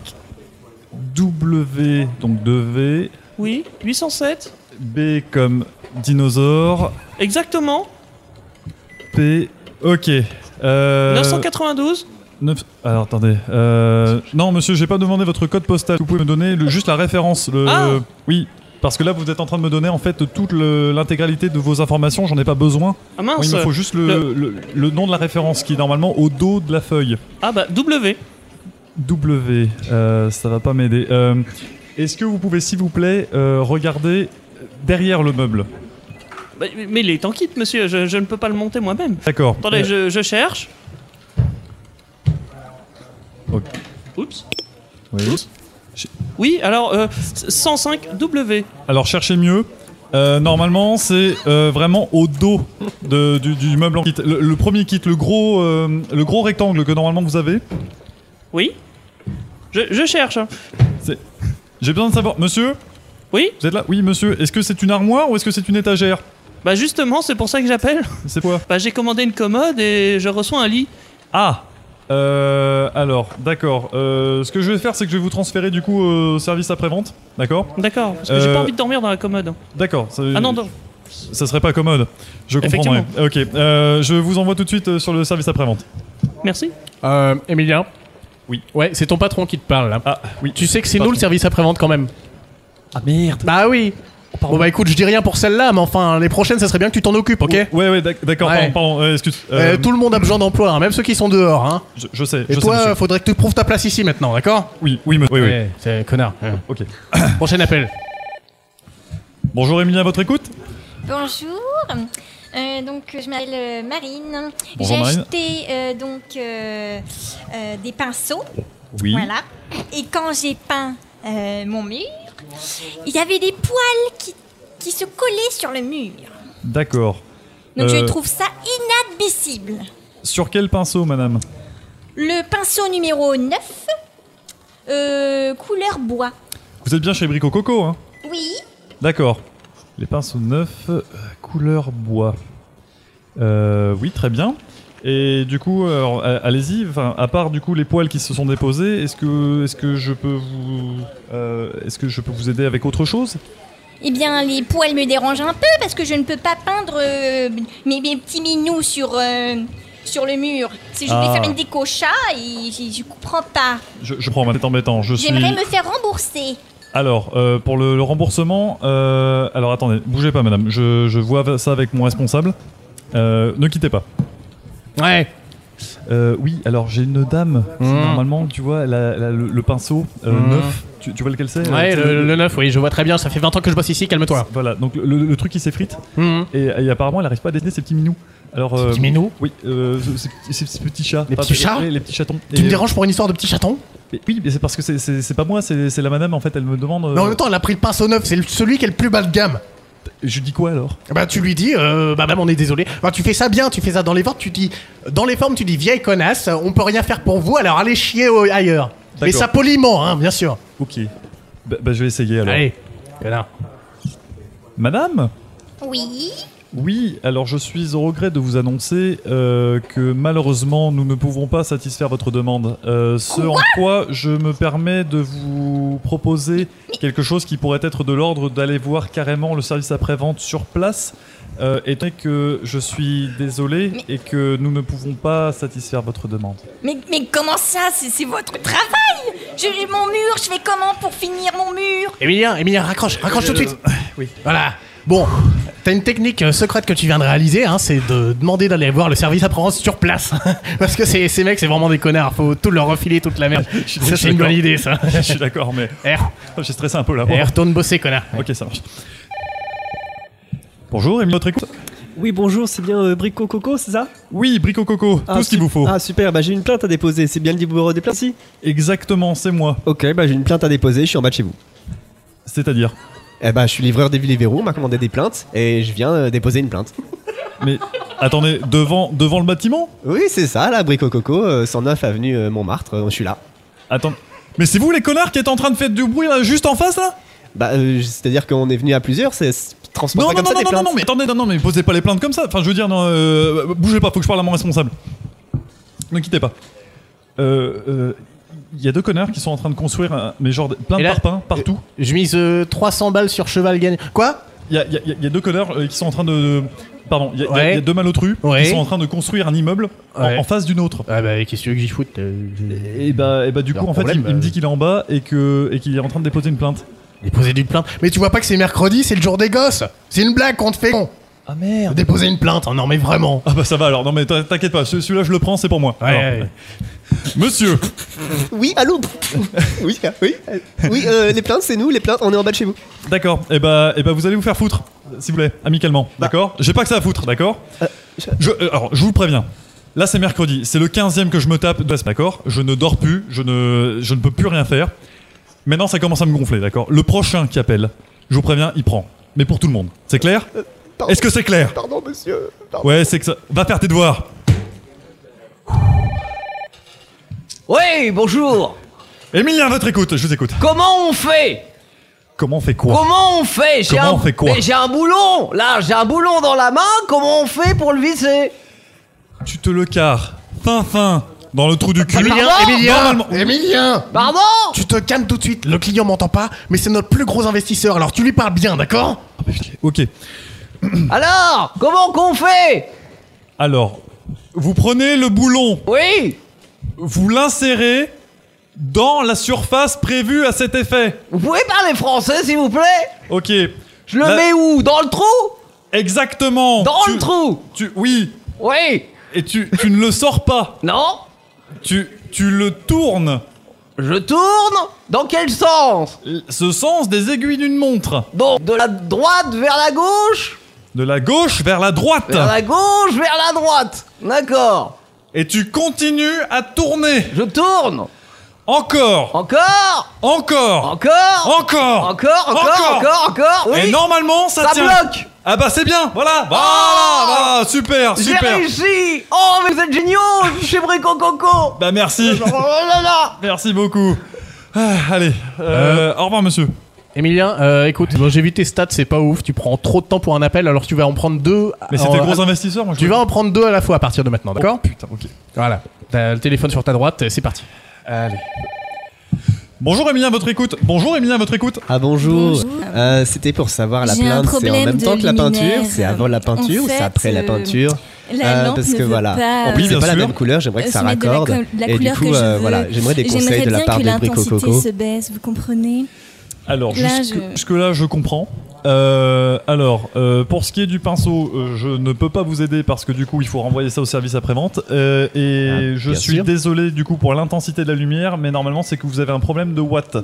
Speaker 7: W, donc 2V,
Speaker 9: Oui, 807.
Speaker 7: B comme dinosaure,
Speaker 9: Exactement.
Speaker 7: P. Ok. Euh,
Speaker 9: 992.
Speaker 7: neuf- Alors, attendez. Euh, Non, monsieur, j'ai pas demandé votre code postal. Vous pouvez me donner le- juste la référence. Le...
Speaker 9: Ah
Speaker 7: Oui. Parce que là, vous êtes en train de me donner en fait toute le- l'intégralité de vos informations. J'en ai pas besoin.
Speaker 9: Ah mince.
Speaker 7: Oui, il me faut juste le, le- le nom de la référence qui est normalement au dos de la feuille.
Speaker 9: Ah bah W.
Speaker 7: W, euh, ça va pas m'aider. Euh, Est-ce que vous pouvez, s'il vous plaît, euh, regarder derrière le meuble
Speaker 9: Bah, mais il est en kit, monsieur. Je, je ne peux pas le monter moi-même.
Speaker 7: D'accord.
Speaker 9: Attendez,
Speaker 7: Euh,
Speaker 9: je, je cherche.
Speaker 7: Ok.
Speaker 9: Oups.
Speaker 7: oui.
Speaker 9: Oui, alors euh, 105 W.
Speaker 7: Alors cherchez mieux. Euh, normalement, c'est euh, vraiment au dos de- du, du meuble en kit. Le, le premier kit, le gros, euh, le gros rectangle que normalement vous avez,
Speaker 9: Oui je, je cherche. hein.
Speaker 7: J'ai besoin de savoir, monsieur,
Speaker 9: Oui
Speaker 7: vous êtes là Oui, monsieur, est-ce que c'est une armoire ou est-ce que c'est une étagère
Speaker 9: Bah justement, c'est pour ça que j'appelle.
Speaker 7: C'est quoi
Speaker 9: Bah j'ai commandé une commode et je reçois un lit.
Speaker 7: Ah euh, alors, d'accord. Euh, ce que je vais faire, c'est que je vais vous transférer du coup au service après-vente. D'accord
Speaker 9: D'accord. Parce que j'ai
Speaker 7: Euh,
Speaker 9: pas envie de dormir dans la commode. hein.
Speaker 7: D'accord. ça-
Speaker 9: Ah non, non.
Speaker 2: euh,
Speaker 7: Ça serait pas commode. Je comprends. ouais. Ok. euh, je vous envoie tout de suite euh, sur le service après-vente.
Speaker 9: Merci.
Speaker 2: Euh, Emilien
Speaker 7: Oui.
Speaker 2: Ouais, c'est ton patron qui te parle là.
Speaker 7: Ah, oui.
Speaker 2: Tu sais que c'est nous le service après-vente quand même.
Speaker 12: Ah merde.
Speaker 2: Bah oui.
Speaker 7: Oh,
Speaker 2: Bon bah écoute, je dis rien pour celle-là, mais enfin, les prochaines, ça serait bien que tu t'en occupes, ok
Speaker 7: Ouais, ouais, d'ac- d'accord.
Speaker 2: Ouais.
Speaker 7: Pardon, pardon, euh, excuse.
Speaker 2: Euh,
Speaker 7: euh,
Speaker 2: Tout le monde a besoin d'emploi, hein, même ceux qui sont dehors. Hein.
Speaker 7: je, je sais.
Speaker 2: Et
Speaker 7: je
Speaker 2: toi,
Speaker 7: sais, monsieur.
Speaker 2: euh, faudrait que tu prouves ta place ici maintenant, d'accord
Speaker 7: oui, oui, monsieur. Oui, oui.
Speaker 2: Ouais, C'est connard. ouais.
Speaker 7: Ok.
Speaker 2: <coughs> Prochain appel.
Speaker 7: Bonjour Emilie, à votre écoute.
Speaker 6: Bonjour. Euh, donc je m'appelle euh, Marine.
Speaker 7: Bonjour,
Speaker 6: J'ai
Speaker 7: Marine.
Speaker 6: acheté euh, donc euh, euh, des pinceaux,
Speaker 7: Oui.
Speaker 6: voilà. Et quand j'ai peint euh, mon mur, il y avait des poils qui, qui se collaient sur le mur.
Speaker 7: D'accord.
Speaker 6: Donc
Speaker 7: Euh,
Speaker 6: je trouve ça inadmissible.
Speaker 7: Sur quel pinceau, madame
Speaker 6: Le pinceau numéro 9, euh, couleur bois.
Speaker 7: Vous êtes bien chez Brico Coco, hein
Speaker 6: Oui,
Speaker 7: D'accord. Les pinceaux neufs, euh, couleur bois. Euh, oui, très bien. Et du coup, alors, a- allez-y. Enfin, à part du coup les poils qui se sont déposés, est-ce que, est-ce que je peux vous, euh, est-ce que je peux vous aider avec autre chose
Speaker 6: Eh bien, les poils me dérangent un peu parce que je ne peux pas peindre euh, mes, mes petits minous sur, euh, sur le mur. Si je
Speaker 7: Ah.
Speaker 6: vais faire une déco chat, et je, je comprends pas.
Speaker 7: Je, je prends, c'est embêtant. Je suis.
Speaker 6: J'aimerais me faire rembourser.
Speaker 7: Alors, euh, pour le, le remboursement, euh, alors attendez, bougez pas, madame. Je, je vois ça avec mon responsable. Euh, ne quittez pas.
Speaker 2: Ouais.
Speaker 7: Euh, oui, alors j'ai une dame. qui,
Speaker 2: Mm.
Speaker 7: Normalement, tu vois, elle a- elle a le, le pinceau euh,
Speaker 2: Mm.
Speaker 7: neuf. Tu, tu vois lequel c'est
Speaker 2: Ouais,
Speaker 7: Euh, tu-
Speaker 2: le, le 9, oui, je vois très bien, ça fait 20 ans que je bosse ici, calme-toi.
Speaker 7: Voilà, donc le, le- le truc il s'effrite
Speaker 2: Mhm.
Speaker 7: et, et apparemment elle arrive pas à dessiner ses petits minous. Alors, euh,
Speaker 2: Petit minou
Speaker 7: Oui, euh, ce- ces petits- ces ces petits chats.
Speaker 2: Les
Speaker 7: Pas-
Speaker 2: petits chats
Speaker 7: oui, Les petits chatons.
Speaker 2: Tu
Speaker 7: Et-
Speaker 2: me déranges pour une histoire de petit chaton
Speaker 7: mais Oui, mais c'est parce que c'est- c'est c'est pas moi, c'est c'est la madame en fait, elle me demande. euh,
Speaker 2: Mais en même temps, elle a pris le pinceau neuf, c'est le- celui qui est le plus bas de gamme.
Speaker 7: Je dis quoi alors
Speaker 2: Bah tu lui dis, euh, bah madame, on est désolé. Bah tu fais ça bien, tu fais ça dans les formes, tu dis, dans les formes, tu dis vieille connasse, on peut rien faire pour vous, alors allez chier au- ailleurs. Mais
Speaker 7: D'accord.
Speaker 2: ça poliment, hein, bien sûr.
Speaker 7: Ok. Bah, bah, je vais essayer alors.
Speaker 2: Allez, connard.
Speaker 7: Madame
Speaker 6: Oui,
Speaker 7: Oui, alors je suis au regret de vous annoncer euh, que malheureusement nous ne pouvons pas satisfaire votre demande. Euh, ce en quoi je me permets de vous proposer quelque chose qui pourrait être de l'ordre d'aller voir carrément le service après-vente sur place, euh, étant donné que je suis désolé et que nous ne pouvons pas satisfaire votre demande. <laughs>
Speaker 6: mais, mais comment ça C'est c'est votre travail J'ai mon mur, je fais comment pour finir mon mur
Speaker 2: Emilien, Emilien, raccroche, raccroche tout de suite.
Speaker 7: oui.
Speaker 2: Voilà. Bon, t'as une technique euh, secrète que tu viens de réaliser, hein, c'est de demander d'aller voir le service après-vente sur place. <laughs> Parce que ces, ces mecs, c'est vraiment des connards, faut tout leur refiler toute la
Speaker 7: <laughs>
Speaker 2: merde.
Speaker 7: suis
Speaker 2: ça, c'est une
Speaker 7: d'accord.
Speaker 2: bonne idée,
Speaker 7: <laughs>
Speaker 2: ça.
Speaker 7: je suis d'accord, mais
Speaker 2: Eh,
Speaker 7: j'ai stressé un peu là.
Speaker 2: eh, retourne bosser, connard.
Speaker 7: Ok, ça marche. Bonjour, Emile, votre écoute
Speaker 13: Oui, bonjour, c'est bien euh, Brico Coco, c'est ça
Speaker 7: Oui, Brico Coco,
Speaker 13: Ah,
Speaker 7: tout ce qu'il
Speaker 13: su-
Speaker 7: vous faut.
Speaker 13: Ah, super, bah j'ai une plainte à déposer. C'est bien le numéro des plaintes si
Speaker 7: Exactement, c'est moi.
Speaker 13: Ok, bah j'ai une plainte à déposer, je suis en bas de chez vous.
Speaker 7: C'est-à-dire
Speaker 8: Eh bah, je suis livreur des villes et verrous, on m'a commandé des plaintes et je viens euh, déposer une plainte.
Speaker 7: Mais attendez, devant, devant le bâtiment
Speaker 8: Oui, c'est ça, là, Brico Coco, euh, 109 avenue euh, Montmartre, euh, je suis là.
Speaker 7: Attends. Mais c'est vous les connards qui êtes en train de faire du bruit là, juste en face là
Speaker 8: Bah, euh, c'est-à-dire qu'on est venu à plusieurs, c'est c'est- transporte
Speaker 7: Non,
Speaker 8: pas
Speaker 7: non,
Speaker 8: comme
Speaker 7: non,
Speaker 8: ça
Speaker 7: non,
Speaker 8: des
Speaker 7: non,
Speaker 8: plaintes.
Speaker 7: non, non, mais attendez, non, non, mais posez pas les plaintes comme ça. Enfin, je veux dire, non, euh, bougez pas, faut que je parle à mon responsable. Ne quittez pas. Euh. euh, Il y a deux connards qui sont en train de construire, un- mais genre plein
Speaker 2: Et
Speaker 7: de
Speaker 2: là-
Speaker 7: parpaings partout.
Speaker 2: Je mise euh, 300 balles sur cheval gagnant. Quoi
Speaker 7: Il y a, il y a- il y a deux connards euh, qui sont en train de. de- pardon, il y, a- il y a-
Speaker 2: Ouais.
Speaker 7: il y a deux malotrus
Speaker 2: Ouais.
Speaker 7: qui sont en train de construire un immeuble en-
Speaker 2: Ouais.
Speaker 7: en, face d'une autre.
Speaker 2: Ah bah, qu'est-ce que tu veux que j'y foute euh, je-
Speaker 8: Eh
Speaker 7: Et bah, et bah du
Speaker 2: Leur
Speaker 7: coup, en fait, il,
Speaker 2: problème,
Speaker 7: il me
Speaker 2: euh,
Speaker 7: dit qu'il est en bas et que et qu'il est en train de déposer une plainte.
Speaker 2: Déposer une plainte. Mais tu vois pas que c'est mercredi, c'est le jour des gosses C'est une blague qu'on te fait con.
Speaker 7: Ah merde.
Speaker 2: Déposer une plainte, oh non mais vraiment.
Speaker 7: Ah bah ça va alors, non mais t'in- t'inquiète pas, ce- celui-là je le prends, c'est pour moi.
Speaker 8: Ah,
Speaker 2: Ouais,
Speaker 7: Alors,
Speaker 2: ouais.
Speaker 7: Monsieur,
Speaker 8: Oui, allô Oui,
Speaker 13: hein.
Speaker 8: ah, oui, euh, oui, euh, les plaintes, c'est nous, les plaintes, on est en bas de chez vous.
Speaker 7: d'accord, et bah, et bah vous allez vous faire foutre, s'il vous plaît, amicalement, d'accord J'ai pas que ça à foutre, d'accord
Speaker 8: Bah. Euh, je-
Speaker 7: je, euh, Alors, je vous préviens, là c'est mercredi, c'est le 15ème que je me tape, de la semaine, d'accord Je ne dors plus, je ne, je ne peux plus rien faire. Maintenant ça commence à me gonfler, d'accord Le prochain qui appelle, je vous préviens, il prend. Mais pour tout le monde, c'est clair
Speaker 8: Euh, pardon.
Speaker 7: Est-ce que c'est clair
Speaker 8: Pardon, monsieur. Pardon.
Speaker 7: Ouais, c'est que ça. Va faire tes devoirs.
Speaker 10: Oui, bonjour
Speaker 7: Emilien, à votre écoute, je vous écoute.
Speaker 10: Comment on fait
Speaker 7: Comment on fait quoi
Speaker 10: Comment on fait J'ai
Speaker 7: Comment
Speaker 10: un-
Speaker 7: on fait quoi
Speaker 10: Mais J'ai un boulon Là, j'ai un boulon dans la main, comment on fait pour le visser
Speaker 7: Tu te le carres, fin fin, dans le trou du cul.
Speaker 2: Emilien,
Speaker 10: Pardon
Speaker 2: Emilien,
Speaker 10: Normalement-
Speaker 2: Emilien
Speaker 10: Pardon
Speaker 2: Tu te calmes tout de suite, le client m'entend pas, mais c'est notre plus gros investisseur, alors tu lui parles bien, d'accord
Speaker 7: Ok.
Speaker 10: Alors, comment qu'on fait
Speaker 7: Alors, vous prenez le boulon.
Speaker 10: Oui.
Speaker 7: Vous l'insérez dans la surface prévue à cet effet.
Speaker 10: Vous pouvez parler français, s'il vous plaît
Speaker 7: Ok.
Speaker 10: Je le mets où Dans le trou
Speaker 7: Exactement.
Speaker 10: Dans
Speaker 7: Tu-
Speaker 10: le trou
Speaker 7: Tu, oui.
Speaker 10: Oui.
Speaker 7: Et tu, tu ne le sors pas.
Speaker 10: Non.
Speaker 7: Tu, tu le tournes.
Speaker 10: Je tourne Dans quel sens
Speaker 7: Ce sens des aiguilles d'une montre.
Speaker 10: Donc, de la droite vers la gauche
Speaker 7: De la gauche vers la droite.
Speaker 10: Vers la gauche, vers la droite D'accord
Speaker 7: Et tu continues à tourner.
Speaker 10: Je tourne.
Speaker 7: Encore.
Speaker 10: Encore.
Speaker 7: Encore.
Speaker 10: Encore.
Speaker 7: Encore.
Speaker 10: Encore, encore, encore, encore, oui.
Speaker 7: Et normalement, ça,
Speaker 10: Ça
Speaker 7: tient.
Speaker 10: bloque. Ah.
Speaker 7: Ah bah c'est bien. Voilà. Voilà. voilà, super.
Speaker 10: J'ai
Speaker 7: Super.
Speaker 10: réussi Oh, mais vous êtes géniaux Chez Brico Coco
Speaker 7: Bah merci.
Speaker 10: Oh là là
Speaker 7: Merci beaucoup. Ah, allez, euh, au revoir monsieur.
Speaker 2: Emilien, euh, écoute, bon, j'ai vu tes stats, c'est pas ouf, tu prends trop de temps pour un appel, alors tu vas en prendre deux.
Speaker 7: Mais
Speaker 2: en-
Speaker 7: c'était gros
Speaker 2: à-
Speaker 7: investisseur, moi je
Speaker 2: euh, Tu vas en prendre deux à la fois à partir de maintenant, d'accord
Speaker 7: Putain, ok.
Speaker 2: Voilà, t'as le téléphone sur ta droite, c'est parti. Allez.
Speaker 7: Bonjour Emilien, votre écoute. Bonjour Emilien, votre écoute.
Speaker 13: Ah bonjour.
Speaker 7: Bonjour.
Speaker 13: Euh, C'était pour savoir la
Speaker 14: J'ai un
Speaker 13: plainte, c'est en
Speaker 14: problème
Speaker 13: même
Speaker 14: de
Speaker 13: temps que la
Speaker 14: luminaire.
Speaker 13: peinture, c'est avant la peinture
Speaker 14: En
Speaker 13: ou c'est
Speaker 14: fait,
Speaker 13: après la
Speaker 14: euh,
Speaker 13: peinture Euh,
Speaker 7: Euh,
Speaker 14: la lampe
Speaker 13: parce
Speaker 14: ne
Speaker 13: que
Speaker 14: veut
Speaker 13: voilà,
Speaker 14: pas,
Speaker 13: c'est
Speaker 14: Oui, bien
Speaker 13: pas la
Speaker 14: sûr.
Speaker 13: même couleur, j'aimerais que
Speaker 14: Euh,
Speaker 13: ça
Speaker 14: se mettre de la
Speaker 13: raccorde.
Speaker 14: col- de la
Speaker 13: et du
Speaker 14: couleur
Speaker 13: coup,
Speaker 14: que je
Speaker 13: euh,
Speaker 14: veux.
Speaker 13: voilà, j'aimerais des
Speaker 14: J'aimerais
Speaker 13: conseils de la
Speaker 14: bien
Speaker 13: part
Speaker 14: que
Speaker 13: de Brico
Speaker 14: l'intensité
Speaker 13: Coco.
Speaker 14: se baisse, vous comprenez
Speaker 7: Alors,
Speaker 14: Là,
Speaker 7: jusque,
Speaker 14: je-
Speaker 7: là je comprends. Euh, alors, euh, pour ce qui est du pinceau, euh, je ne peux pas vous aider parce que du coup, il faut renvoyer ça au service après-vente. Euh, et
Speaker 13: Ah,
Speaker 7: je
Speaker 13: bien
Speaker 7: suis
Speaker 13: sûr.
Speaker 7: désolé du coup pour l'intensité de la lumière, mais normalement, c'est que vous avez un problème de watt.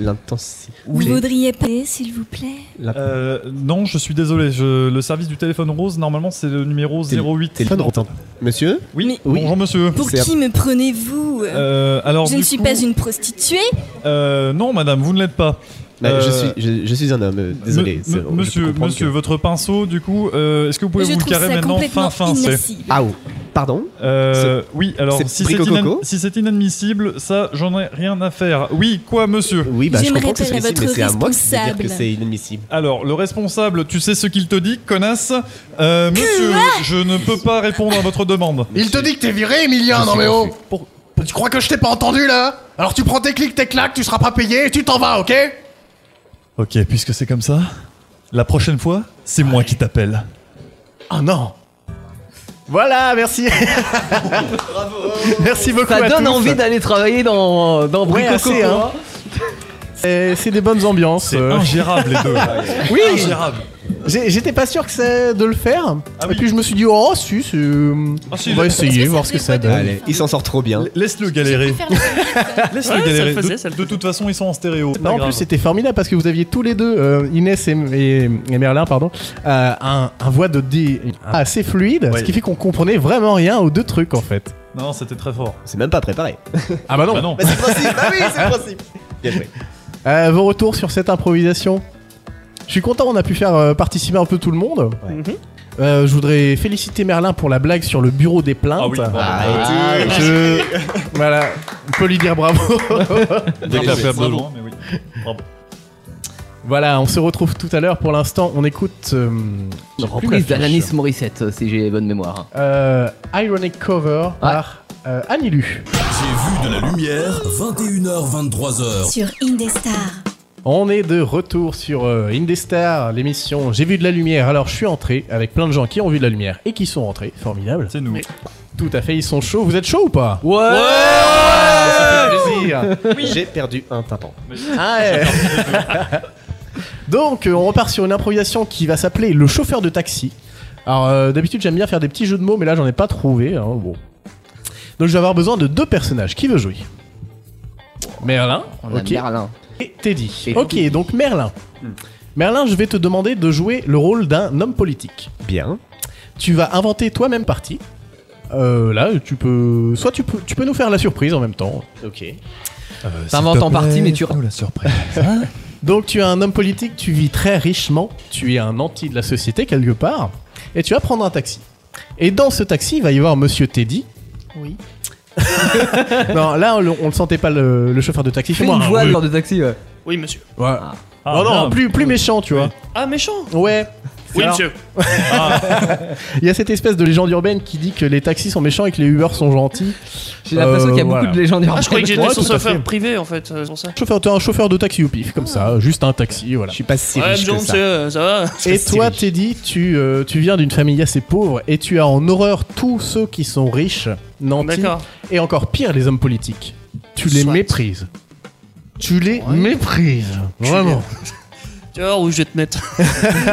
Speaker 13: L'intensité.
Speaker 14: Vous voudriez pas, s'il vous plaît
Speaker 7: Euh, non, je suis désolé. je- le service du téléphone rose, normalement, c'est le numéro 08.
Speaker 13: Téléphone rose. Monsieur
Speaker 7: Oui. Bonjour, monsieur.
Speaker 14: Pour qui me prenez-vous
Speaker 7: Euh, alors,
Speaker 14: Je ne
Speaker 7: du
Speaker 14: suis
Speaker 7: coup-
Speaker 14: pas une prostituée.
Speaker 7: Euh, non, madame, vous ne l'êtes pas.
Speaker 13: Bah, je,
Speaker 7: Euh,
Speaker 13: suis, je, je suis un homme, euh, désolé.
Speaker 7: me-
Speaker 13: c'est- je peux
Speaker 7: monsieur,
Speaker 13: comprendre
Speaker 7: monsieur
Speaker 13: que-
Speaker 7: votre pinceau, du coup, euh, est-ce que vous pouvez
Speaker 14: Je
Speaker 7: vous le
Speaker 14: trouve
Speaker 7: carrer
Speaker 14: ça
Speaker 7: maintenant
Speaker 14: complètement
Speaker 7: fin fin c'est-
Speaker 14: inadmissible.
Speaker 13: Ah, oh. pardon
Speaker 7: Euh,
Speaker 13: C'est-
Speaker 7: oui, alors
Speaker 13: c'est
Speaker 7: si c'est,
Speaker 13: Brico
Speaker 7: inan-
Speaker 13: Coco
Speaker 7: si c'est inadmissible, ça j'en ai rien à faire. Oui, quoi, monsieur
Speaker 13: Oui,
Speaker 14: bah, je J'aimerais comprends que c'est appeler inadmissible, votre mais c'est à moi que de dire responsable. que c'est
Speaker 13: inadmissible.
Speaker 7: Alors, le responsable, tu sais ce qu'il te dit, connasse Euh, Monsieur, je ne peux pas répondre à votre demande.
Speaker 2: Il te dit que t'es viré, Emilien,
Speaker 7: Je
Speaker 2: non
Speaker 7: suis
Speaker 2: mais oh
Speaker 7: confus. Pour-
Speaker 2: Tu crois que je t'ai pas entendu là Alors tu prends tes clics, tes claques, tu seras pas payé et tu t'en vas, ok
Speaker 7: Ok, puisque c'est comme ça, la prochaine fois, c'est moi qui t'appelle.
Speaker 2: Oh non Voilà, merci Merci beaucoup
Speaker 10: Ça
Speaker 2: à
Speaker 10: donne
Speaker 2: tous.
Speaker 10: envie d'aller travailler dans, dans
Speaker 2: Ouais,
Speaker 10: Brico
Speaker 2: assez,
Speaker 10: Coco,
Speaker 2: hein. C'est c'est des bonnes ambiances.
Speaker 7: C'est
Speaker 2: euh.
Speaker 7: ingérable les
Speaker 13: <laughs>
Speaker 7: deux. là.
Speaker 2: Oui.
Speaker 7: Ingérable.
Speaker 2: J'ai- J'étais pas sûr que c'est de le faire. Et puis je me suis dit, oh si, c'est-
Speaker 7: si,
Speaker 2: on va
Speaker 7: je-
Speaker 2: essayer, voir ce que ça donne.
Speaker 13: Allez, il s'en sort trop bien.
Speaker 7: Laisse-le galérer. Laisse-le
Speaker 2: Ouais, ça
Speaker 7: galérer.
Speaker 2: le faisait,
Speaker 7: de, de toute façon, ils sont en stéréo.
Speaker 2: Non, en plus, c'était formidable parce que vous aviez tous les deux, euh, Inès et, et- et Merlin, pardon, euh, un, un voix de dé assez fluide,
Speaker 7: Ouais.
Speaker 2: ce qui fait qu'on comprenait vraiment rien aux deux trucs en fait.
Speaker 7: Non, c'était très fort.
Speaker 13: C'est même pas préparé.
Speaker 2: Ah bah non.
Speaker 7: Bah non.
Speaker 13: c'est le principe. Bah oui, c'est le principe. Bien joué.
Speaker 2: Euh, vos retours sur cette improvisation Je suis content, on a pu faire euh, participer un peu tout le monde. Euh, je voudrais féliciter Merlin pour la blague sur le bureau des plaintes.
Speaker 7: Ah oui, bravo.
Speaker 13: Arrêtez.
Speaker 2: je... <laughs> Voilà, on peut lui dire bravo.
Speaker 7: Bien
Speaker 13: Bien
Speaker 7: que la
Speaker 13: joué.
Speaker 7: flamme de
Speaker 13: Bravo.
Speaker 7: loin, mais oui. Bravo.
Speaker 2: voilà, on se retrouve tout à l'heure. Pour l'instant, on écoute. euh, j'ai plus
Speaker 10: Reprise
Speaker 2: l'affiche.
Speaker 10: d'Alanis Morissette, si j'ai bonne mémoire.
Speaker 2: Euh, Ironic Cover par euh, Annie Lu.
Speaker 3: J'ai vu de la lumière, 21h, 23h.
Speaker 5: Sur Indestar.
Speaker 2: On est de retour sur euh, Indestar, l'émission J'ai vu de la lumière, alors je suis entré avec plein de gens qui ont vu de la lumière et qui sont rentrés, formidable.
Speaker 7: C'est nous.
Speaker 2: Tout à fait, ils sont chauds, vous êtes chauds ou pas
Speaker 10: Ouais,
Speaker 2: Ça fait plaisir.
Speaker 13: J'ai perdu un tympan.
Speaker 2: Ah ouais. Donc euh, on repart sur une improvisation qui va s'appeler Le chauffeur de taxi. Alors euh, d'habitude j'aime bien faire des petits jeux de mots mais là j'en ai pas trouvé. hein, bon. Donc je vais avoir besoin de deux personnages. Qui veut jouer Merlin.
Speaker 10: On a
Speaker 2: Ok.
Speaker 10: Merlin.
Speaker 2: Et Teddy.
Speaker 10: Et
Speaker 2: ok,
Speaker 10: Teddy.
Speaker 2: donc Merlin. Merlin, je vais te demander de jouer le rôle d'un homme politique.
Speaker 13: Bien.
Speaker 2: Tu vas inventer toi-même parti. Euh, là, tu peux. Soit tu peux, tu peux nous faire la surprise en même temps.
Speaker 13: Ok.
Speaker 10: T'inventes en partie, mais tu.
Speaker 7: la surprise.
Speaker 2: Donc tu es un homme politique, tu vis très richement, tu es un anti de la société quelque part, et tu vas prendre un taxi. Et dans ce taxi, il va y avoir Monsieur Teddy,
Speaker 10: Oui.
Speaker 2: <laughs> non, là, on, le- on le sentait pas le, le chauffeur de taxi.
Speaker 15: Fais une voix de genre de taxi. Ouais.
Speaker 9: Oui, monsieur.
Speaker 2: Ouais.
Speaker 9: Ah,
Speaker 2: non, non,
Speaker 9: bien.
Speaker 2: plus, plus méchant, tu vois.
Speaker 9: Ah, méchant
Speaker 2: Ouais.
Speaker 9: Oui,
Speaker 2: Alors-
Speaker 9: monsieur.
Speaker 2: Il y a cette espèce de légende urbaine qui dit que les taxis sont méchants et que les Uber sont gentils.
Speaker 15: J'ai l'impression qu'il y a beaucoup de légendes
Speaker 9: Ah, je croyais que j'étais
Speaker 2: Ouais,
Speaker 9: son
Speaker 2: tout à
Speaker 9: chauffeur
Speaker 2: fait.
Speaker 9: privé en fait, euh, c'est pour ça.
Speaker 2: Chauffeur, t'es un chauffeur de taxi au pif, comme ça, juste un taxi, voilà. Je suis pas si
Speaker 9: Ouais, bonjour monsieur, euh, ça va
Speaker 2: Et toi, Teddy, tu, euh, tu viens d'une famille assez pauvre et tu as en horreur tous ceux qui sont riches, nantis,
Speaker 9: D'accord.
Speaker 2: et encore pire, les hommes politiques. Tu les méprises. Tu les méprises,
Speaker 9: Tu
Speaker 2: vraiment.
Speaker 9: Tu vois où je vais te
Speaker 2: <laughs>
Speaker 9: mettre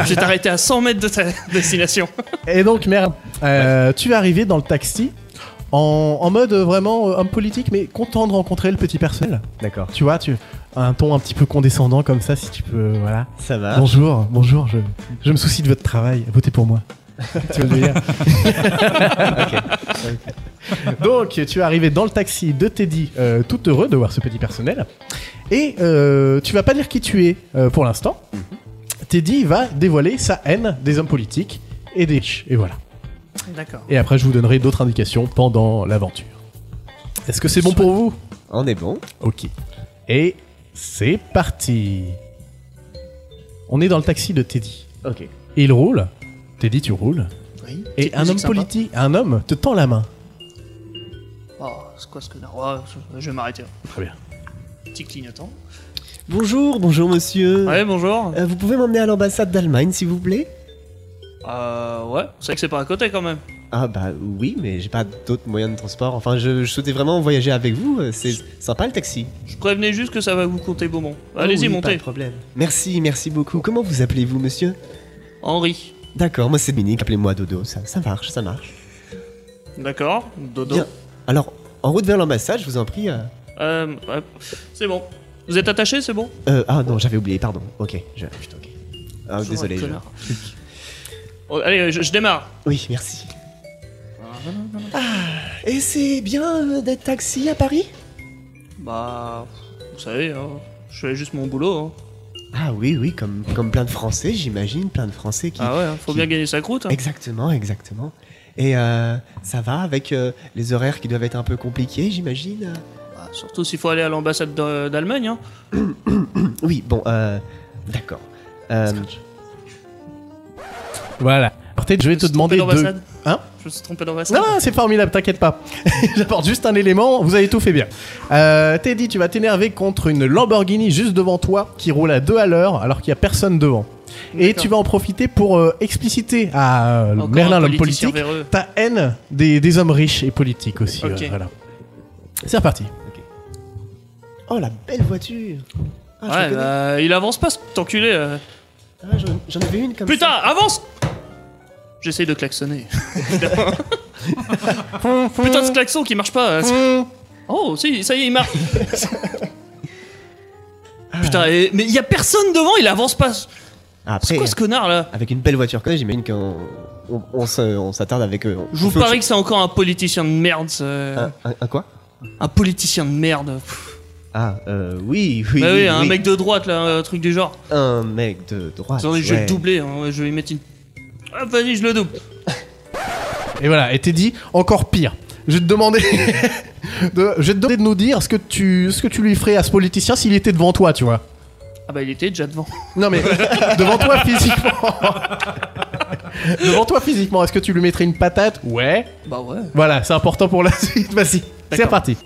Speaker 9: Je vais t'arrêter à 100 mètres de ta destination.
Speaker 2: Et donc, merde, euh, tu vas arriver dans le taxi en, en mode euh, vraiment euh, homme politique, mais content de rencontrer le petit personnel.
Speaker 8: D'accord.
Speaker 2: Tu vois, tu un ton un petit peu condescendant comme ça, si tu peux, euh, voilà.
Speaker 8: Ça va.
Speaker 2: Bonjour, bonjour, je, je me soucie de votre travail, votez pour moi. tu vois le délire Donc, tu es arrivé dans le taxi de Teddy, euh, tout heureux de voir ce petit personnel. Et euh, tu vas pas dire qui tu es euh, pour l'instant. Teddy va dévoiler sa haine des hommes politiques et des riches. Et voilà.
Speaker 9: D'accord.
Speaker 2: Et après, je vous donnerai d'autres indications pendant l'aventure. Est-ce que c'est bon pour vous
Speaker 16: On est bon.
Speaker 2: Ok. Et c'est parti. On est dans le taxi de Teddy.
Speaker 8: Ok.
Speaker 2: Et il roule. Teddy, tu roules.
Speaker 9: Oui.
Speaker 2: Et
Speaker 9: Petite
Speaker 2: un
Speaker 9: musique
Speaker 2: homme
Speaker 9: sympa.
Speaker 2: politique, un homme te tend la main.
Speaker 9: Oh, c'est quoi ce connard Ouais, je- Je vais m'arrêter.
Speaker 2: Très bien.
Speaker 9: Petit clignotant.
Speaker 8: Bonjour, bonjour monsieur.
Speaker 9: Ouais, bonjour.
Speaker 8: Euh, vous pouvez m'emmener à l'ambassade d'Allemagne, s'il vous plaît
Speaker 9: Euh, ouais, c'est vrai que c'est pas à côté quand même.
Speaker 8: Ah bah oui, mais j'ai pas d'autres moyens de transport. Enfin, je, je souhaitais vraiment voyager avec vous. euh, C'est sympa le taxi.
Speaker 9: Je prévenais juste que ça va vous compter Beaumont.
Speaker 8: Oh
Speaker 9: Allez-y,
Speaker 8: oui, Pas
Speaker 9: montez.
Speaker 8: de problème. Merci, merci beaucoup. Comment vous appelez-vous, monsieur
Speaker 9: Henri.
Speaker 8: D'accord, moi c'est Dominique. Appelez-moi Dodo. Ça, ça marche, ça marche.
Speaker 9: D'accord, dodo.
Speaker 8: Bien. Alors, en route vers l'ambassade, je vous en prie. euh,
Speaker 9: Euh, ouais, c'est bon. Vous êtes attaché, c'est bon
Speaker 8: euh, ah non, j'avais oublié, pardon. Ok, je. Putain, ok. Ah,
Speaker 9: Toujours
Speaker 8: désolé.
Speaker 9: un
Speaker 8: je-
Speaker 9: connard. Oh, Allez, je, je démarre.
Speaker 8: Oui, merci. Ah, Et c'est bien euh, d'être taxi à Paris
Speaker 9: Bah, vous savez, hein, je fais juste mon boulot. hein.
Speaker 8: Ah oui, oui, comme, comme plein de Français, j'imagine, plein de Français qui.
Speaker 9: Ah ouais, hein, faut
Speaker 8: qui-
Speaker 9: bien gagner sa croûte. hein.
Speaker 8: Exactement, exactement. Et euh, ça va avec euh, les horaires qui doivent être un peu compliqués, j'imagine euh
Speaker 9: Bah, surtout s'il faut aller à l'ambassade d'A- d'Allemagne. Hein.
Speaker 8: Oui, bon, euh, d'accord. Euh,
Speaker 2: Voilà. Alors, Teddy, je vais te demander de.
Speaker 9: l'ambassade
Speaker 2: Hein
Speaker 9: Je me suis trompé d'ambassade.
Speaker 8: Ah
Speaker 2: Non, non, c'est formidable, t'inquiète pas. <laughs> J'apporte juste un élément, vous avez tout fait bien. Euh, Teddy, tu vas t'énerver contre une Lamborghini juste devant toi qui roule à deux à l'heure alors qu'il y a personne devant. Et tu vas en profiter pour euh, expliciter à euh,
Speaker 9: Encore
Speaker 2: Merlin,
Speaker 9: un
Speaker 2: l'homme
Speaker 9: politicien
Speaker 2: politique,
Speaker 9: véreux.
Speaker 2: ta haine des, des hommes riches et politiques aussi.
Speaker 9: Ok.
Speaker 2: euh, voilà. C'est reparti.
Speaker 8: Oh, la belle voiture Ah, je
Speaker 9: ouais,
Speaker 8: reconnais.
Speaker 9: bah, il avance pas, cet enculé. euh.
Speaker 8: Ah, j'en- J'en avais une comme
Speaker 9: Putain,
Speaker 8: ça.
Speaker 9: avance J'essaye de
Speaker 8: <laughs>
Speaker 9: klaxonner. évidemment. Putain, ce klaxon qui marche pas. euh, c'est- Oh, si, ça y est, il marche. <laughs> Putain, et- mais il y a personne devant, il avance pas.
Speaker 8: Ah, Après,
Speaker 9: C'est quoi ce connard là
Speaker 8: avec une belle voiture comme ça, j'imagine qu'on on, on se- on s'attarde avec eux.
Speaker 9: Je vous parie que c'est encore un politicien de merde. ce-
Speaker 8: Un, un- un quoi
Speaker 9: Un politicien de merde. Pff.
Speaker 8: Ah, euh, oui, oui.
Speaker 9: Bah oui,
Speaker 8: oui,
Speaker 9: un
Speaker 8: oui.
Speaker 9: mec de droite là, un truc du genre.
Speaker 8: Un mec de droite.
Speaker 9: Attendez, je vais
Speaker 8: ouais.
Speaker 9: le doubler, hein, je vais y mettre une. Ah, vas-y, je le double.
Speaker 2: Et voilà, et Teddy, encore pire. Je vais te demander <laughs> de, je vais te demander de nous dire ce que, tu, ce que tu lui ferais à ce politicien s'il était devant toi, tu vois.
Speaker 9: Ah bah il était déjà devant.
Speaker 2: Non mais <laughs> devant toi
Speaker 8: <laughs>
Speaker 2: physiquement. devant toi physiquement, est-ce que tu lui mettrais une patate Ouais.
Speaker 9: Bah ouais.
Speaker 2: Voilà, c'est important pour la suite. Vas-y, c'est
Speaker 9: D'accord.
Speaker 2: reparti.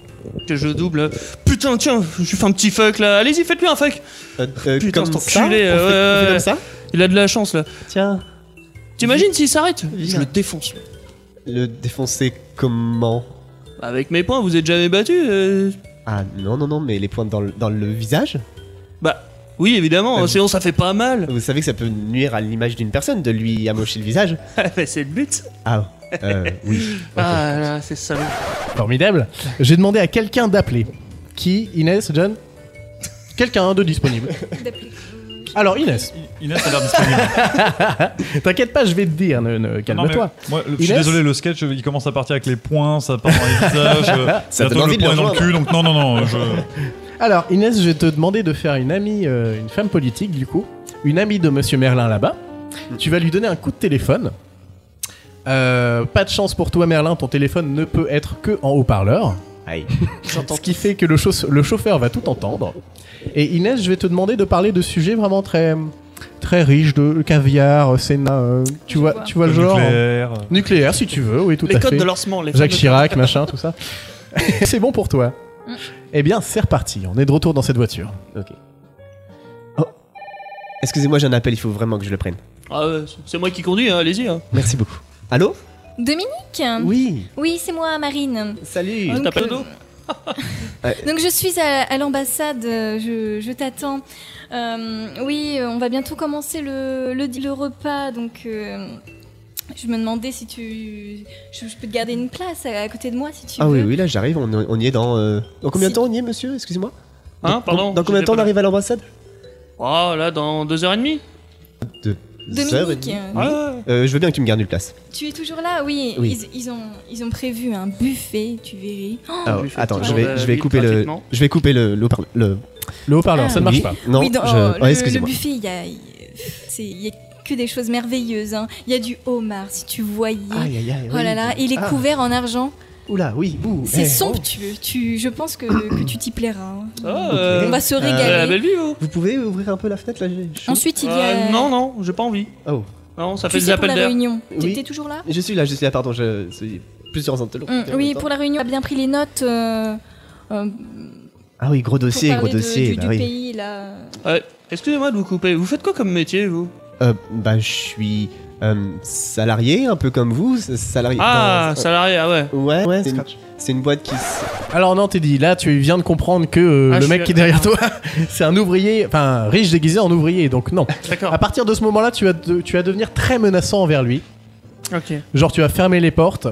Speaker 9: Que je double. Putain, tiens, je lui fais un petit fuck là. Allez-y, faites-lui un fuck.
Speaker 8: Euh, euh,
Speaker 9: Putain,
Speaker 8: comme
Speaker 9: cet
Speaker 8: ça,
Speaker 9: enculé.
Speaker 8: on fait-
Speaker 9: euh,
Speaker 8: on fait
Speaker 9: ouais,
Speaker 8: comme
Speaker 9: ouais.
Speaker 8: ça
Speaker 9: Il a de la chance là.
Speaker 8: Tiens.
Speaker 9: T'imagines s'il s'arrête Je le défonce.
Speaker 8: Le défoncer comment
Speaker 9: Avec mes points, vous êtes jamais battu euh,
Speaker 8: Ah non, non, non, mais les pointes dans le, dans le visage
Speaker 9: Bah oui, évidemment, sinon ça fait pas <laughs> mal.
Speaker 8: Vous savez que ça peut nuire à l'image d'une personne de lui amocher le visage
Speaker 9: Bah, c'est le but.
Speaker 8: Ah, euh, oui.
Speaker 9: Ah là, c'est salaud.
Speaker 2: Formidable. J'ai demandé à quelqu'un d'appeler. Qui Inès, John Quelqu'un de disponible. Alors Inès.
Speaker 7: Inès a l'air disponible.
Speaker 2: T'inquiète pas, je vais te dire, ne- ne-
Speaker 7: Non, mais
Speaker 2: calme-toi.
Speaker 7: moi, le- je suis
Speaker 2: Inès
Speaker 7: désolé, le sketch, il commence à partir avec les points, ça part dans
Speaker 2: <laughs>
Speaker 7: les visages. euh,
Speaker 2: Ça
Speaker 7: bientôt,
Speaker 2: donne
Speaker 7: le
Speaker 2: envie de
Speaker 7: poing
Speaker 2: le
Speaker 7: dans le
Speaker 2: rejoindre.
Speaker 7: cul, donc non, non, non. Je...
Speaker 2: Alors Inès, je vais te demander de faire une amie, euh, une femme politique du coup, une amie de Monsieur Merlin là-bas. Tu vas lui donner un coup de téléphone. Euh, pas de chance pour toi, Merlin, ton téléphone ne peut être que en haut-parleur. Ce qui fait que le, chausse- le chauffeur va tout entendre. Et Inès, je vais te demander de parler de sujets vraiment très très riches, de caviar, Sénat, euh, tu vois, tu vois le
Speaker 7: Le
Speaker 2: genre.
Speaker 7: nucléaire.
Speaker 2: Nucléaire, si tu veux, oui, tout
Speaker 9: Les
Speaker 2: à
Speaker 9: codes
Speaker 2: fait.
Speaker 9: de Hmm. lancement, les
Speaker 2: Jacques
Speaker 9: fameux-
Speaker 2: Chirac, machin, tout ça. <laughs> c'est bon pour toi. Eh bien, c'est reparti. On est de retour dans cette voiture.
Speaker 8: Ok. Oh. Excusez-moi, j'ai un appel, il faut vraiment que je le prenne.
Speaker 9: Ah, ouais, c'est moi qui conduis, hein, allez-y. hein.
Speaker 8: Merci beaucoup. Allô
Speaker 6: Dominique
Speaker 8: Oui.
Speaker 6: Oui, c'est moi, Marine.
Speaker 8: Salut
Speaker 9: Je t'appelle hein,
Speaker 6: euh,
Speaker 9: dos.
Speaker 6: Donc je suis à, à l'ambassade, euh, je, je t'attends. Euh, oui, euh, on va bientôt commencer le, le, le repas, donc euh, je me demandais si tu... Je, je peux te garder une place à, à côté de moi si tu
Speaker 8: Ah
Speaker 6: veux.
Speaker 8: oui, oui, là j'arrive, on, on y est dans. euh, Dans combien de temps on y est, monsieur Excusez-moi
Speaker 9: Hein,
Speaker 8: Dans-
Speaker 9: pardon,
Speaker 8: Dans, dans combien de
Speaker 9: j'étais
Speaker 8: temps on
Speaker 9: pas là.
Speaker 8: arrive à l'ambassade
Speaker 9: Oh là, dans deux heures et demie
Speaker 6: Dominique,
Speaker 8: Heure et demie.
Speaker 6: euh,
Speaker 8: Euh, Je veux bien que tu me gardes une place.
Speaker 6: Tu es toujours là Oui,
Speaker 8: Oui.
Speaker 6: Ils, ils ont, ils ont prévu un buffet, tu verrais. Oh
Speaker 8: Ah, attends, je
Speaker 9: effectivement,
Speaker 8: vais,
Speaker 9: la
Speaker 8: je vais
Speaker 9: ville
Speaker 8: couper le,
Speaker 9: gratuitement.
Speaker 8: je vais couper le, le haut-parleur. Le,
Speaker 2: haut-parleur, ça ne marche
Speaker 8: Oui,
Speaker 2: pas.
Speaker 8: Non,
Speaker 6: Oui, dans-
Speaker 8: je-
Speaker 6: oh,
Speaker 8: ouais,
Speaker 6: le- le,
Speaker 8: excusez-moi.
Speaker 6: buffet, il y a, c'est- il y a que des choses merveilleuses. hein. Il y a du homard, si tu voyais.
Speaker 8: Aïe, aïe, aïe,
Speaker 6: oh là
Speaker 8: oui.
Speaker 6: là, il est
Speaker 8: Ah.
Speaker 6: couvert en argent.
Speaker 8: Oula, oui, ouh,
Speaker 6: C'est
Speaker 8: eh, oh.
Speaker 6: somptueux. Tu, je pense que, que tu t'y plairas. hein.
Speaker 8: Ah,
Speaker 9: euh,
Speaker 6: On va se
Speaker 9: euh,
Speaker 6: régaler.
Speaker 9: la belle vie, vous.
Speaker 8: Vous pouvez ouvrir un peu la fenêtre là j'ai chaud.
Speaker 6: Ensuite, il y a.
Speaker 9: Euh, non, non, j'ai pas envie.
Speaker 8: Oh.
Speaker 9: Non, ça
Speaker 6: Tu
Speaker 9: fait
Speaker 6: sais,
Speaker 9: des
Speaker 6: pour
Speaker 9: appels
Speaker 6: la
Speaker 9: d'air.
Speaker 6: réunion. T'es-
Speaker 8: Oui.
Speaker 6: T'es toujours là
Speaker 8: Je suis là, je suis là, pardon, je suis plusieurs interlocuteurs.
Speaker 6: Hum,
Speaker 8: en même
Speaker 6: Oui,
Speaker 8: temps.
Speaker 6: pour la réunion, on a bien pris les notes. euh, euh,
Speaker 8: Ah oui, gros
Speaker 6: pour
Speaker 8: dossier,
Speaker 6: parler
Speaker 8: gros
Speaker 6: de-
Speaker 8: dossier,
Speaker 6: du,
Speaker 8: bah
Speaker 6: du
Speaker 8: oui.
Speaker 6: pays là.
Speaker 9: Euh, Excusez-moi de vous couper, vous faites quoi comme métier, vous
Speaker 8: Euh, bah, je suis euh, salarié, un peu comme vous, s- salarié.
Speaker 9: Ah,
Speaker 8: dans-
Speaker 9: salarié, ah ouais.
Speaker 8: Ouais, ouais, c'est une, c'est une boîte qui. s-
Speaker 2: Alors non, Teddy, là tu viens de comprendre que euh,
Speaker 8: Ah, je
Speaker 2: le mec
Speaker 8: suis-
Speaker 2: qui est derrière toi, <laughs> c'est un ouvrier, enfin riche déguisé en ouvrier, donc non.
Speaker 9: D'accord.
Speaker 2: À partir de ce moment-là, tu vas, de- tu vas devenir très menaçant envers lui.
Speaker 8: Ah.
Speaker 9: Ok.
Speaker 2: Genre tu vas fermer les
Speaker 8: <laughs>
Speaker 2: portes,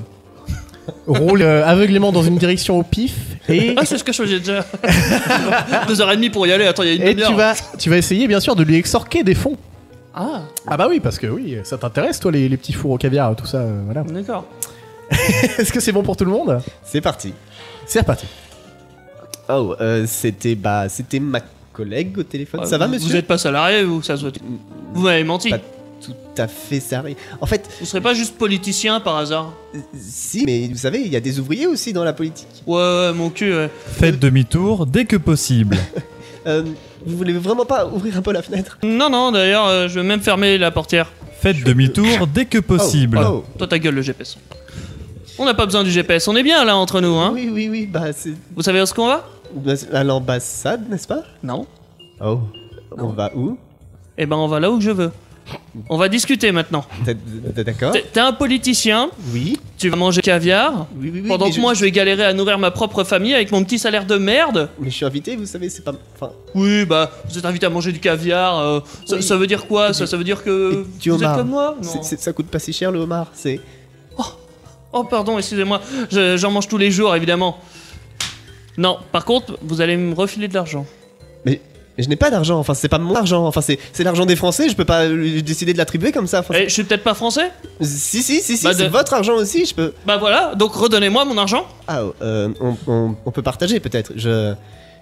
Speaker 2: rouler euh, aveuglément dans une direction au pif,
Speaker 8: <laughs>
Speaker 2: et,
Speaker 9: Ah, c'est ce que je faisais déjà. <laughs> Deux heures et demie pour y aller, attends, il y a une
Speaker 2: et
Speaker 9: demi-heure.
Speaker 2: tu, vas, tu vas essayer bien sûr de lui extorquer des fonds.
Speaker 9: Ah,
Speaker 2: Ah bah oui, parce que oui, ça t'intéresse toi les, les petits fours au caviar, tout ça, euh,
Speaker 8: <laughs>
Speaker 2: voilà.
Speaker 9: d'accord.
Speaker 2: Est-ce que c'est bon pour tout le monde
Speaker 8: C'est parti.
Speaker 2: C'est reparti.
Speaker 8: Oh, euh, c'était bah, c'était ma collègue au téléphone.
Speaker 9: Ah,
Speaker 8: ça va,
Speaker 9: vous-
Speaker 8: monsieur
Speaker 9: Vous êtes pas salarié, vous, ça se voit. Vous m'avez menti.
Speaker 8: Pas tout à fait salarié. En fait,
Speaker 9: Vous serez pas juste politicien par hasard
Speaker 8: si, mais vous savez, il y a des ouvriers aussi dans la politique.
Speaker 9: Ouais, ouais, mon cul, ouais.
Speaker 7: Faites demi-tour dès que possible.
Speaker 8: Euh, vous voulez vraiment pas ouvrir un peu la fenêtre
Speaker 9: Non, non, d'ailleurs, euh, je vais même fermer la portière.
Speaker 7: Faites demi-tour dès que possible.
Speaker 8: Oh,
Speaker 9: Toi, ta gueule, le GPS. On n'a pas besoin du GPS, on est bien là entre nous, hein
Speaker 8: Oui, oui, oui, bah, c'est
Speaker 9: Vous savez où est-ce qu'on va
Speaker 8: bah, c'est à l'ambassade, n'est-ce pas
Speaker 9: Non.
Speaker 8: Oh, on va où
Speaker 9: Eh ben, on va là où je veux. On va discuter maintenant.
Speaker 8: T'es- t'es D'accord.
Speaker 9: T'es t'es un politicien,
Speaker 8: Oui.
Speaker 9: tu vas manger caviar,
Speaker 8: Oui, oui, oui,
Speaker 9: pendant
Speaker 8: mais
Speaker 9: que
Speaker 8: je-
Speaker 9: moi je vais galérer à nourrir ma propre famille avec mon petit salaire de merde.
Speaker 8: Mais je suis invité, vous savez, c'est pas. Enfin,
Speaker 9: Oui, bah, vous êtes invité à manger du caviar, euh, ça,
Speaker 8: Oui.
Speaker 9: ça veut dire quoi ça, ça veut dire que
Speaker 8: du
Speaker 9: vous êtes
Speaker 8: homard.
Speaker 9: comme moi Non.
Speaker 8: c'est- c'est- ça coûte pas si cher le homard. C'est.
Speaker 9: Oh, pardon, excusez-moi, Je- j'en mange tous les jours, évidemment. Non, par contre, vous allez me refiler de l'argent.
Speaker 8: Mais, mais je n'ai pas d'argent. Enfin, c'est pas mon argent. Enfin, c'est c'est l'argent des Français. Je peux pas euh, décider de l'attribuer comme ça. Enfin,
Speaker 9: Eh, je suis peut-être pas français
Speaker 8: c'est- si, si, si, si.
Speaker 9: Bah,
Speaker 8: c'est
Speaker 9: de-
Speaker 8: votre argent aussi. Je peux.
Speaker 9: Bah voilà, donc redonnez-moi mon argent.
Speaker 8: Ah, euh, on, on- on peut partager peut-être. Je,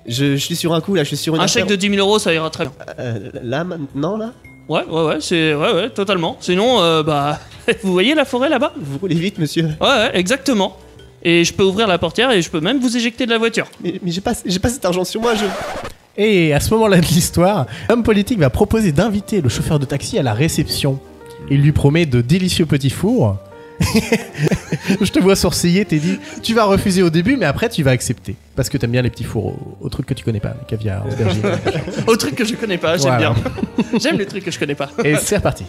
Speaker 8: je, je suis sur un coup là. Je suis sur une.
Speaker 9: Un chèque de 10 000 euros, ça ira très bien.
Speaker 8: Euh, là maintenant là.
Speaker 9: Ouais, ouais, ouais, c'est. Ouais, ouais, totalement. Sinon, euh, bah. <laughs> vous voyez la forêt là-bas
Speaker 8: Vous roulez vite, monsieur.
Speaker 9: Ouais, ouais, exactement. Et je peux ouvrir la portière et je peux même vous éjecter de la voiture.
Speaker 8: Mais, mais j'ai pas, j'ai pas cet argent sur moi. Je.
Speaker 2: Et à ce moment-là de l'histoire, l'homme politique va proposer d'inviter le chauffeur de taxi à la réception. Il lui promet de délicieux petits fours. <laughs> Je te vois sourciller, t'es dit, tu vas refuser au début, mais après tu vas accepter. Parce que t'aimes bien les petits fours au, au truc que tu connais pas, le caviar,
Speaker 8: <laughs>
Speaker 2: aubergine.
Speaker 9: <laughs> Au truc que je connais pas, j'aime
Speaker 2: Voilà.
Speaker 9: bien. <laughs> j'aime les trucs que je connais pas.
Speaker 2: Et c'est reparti.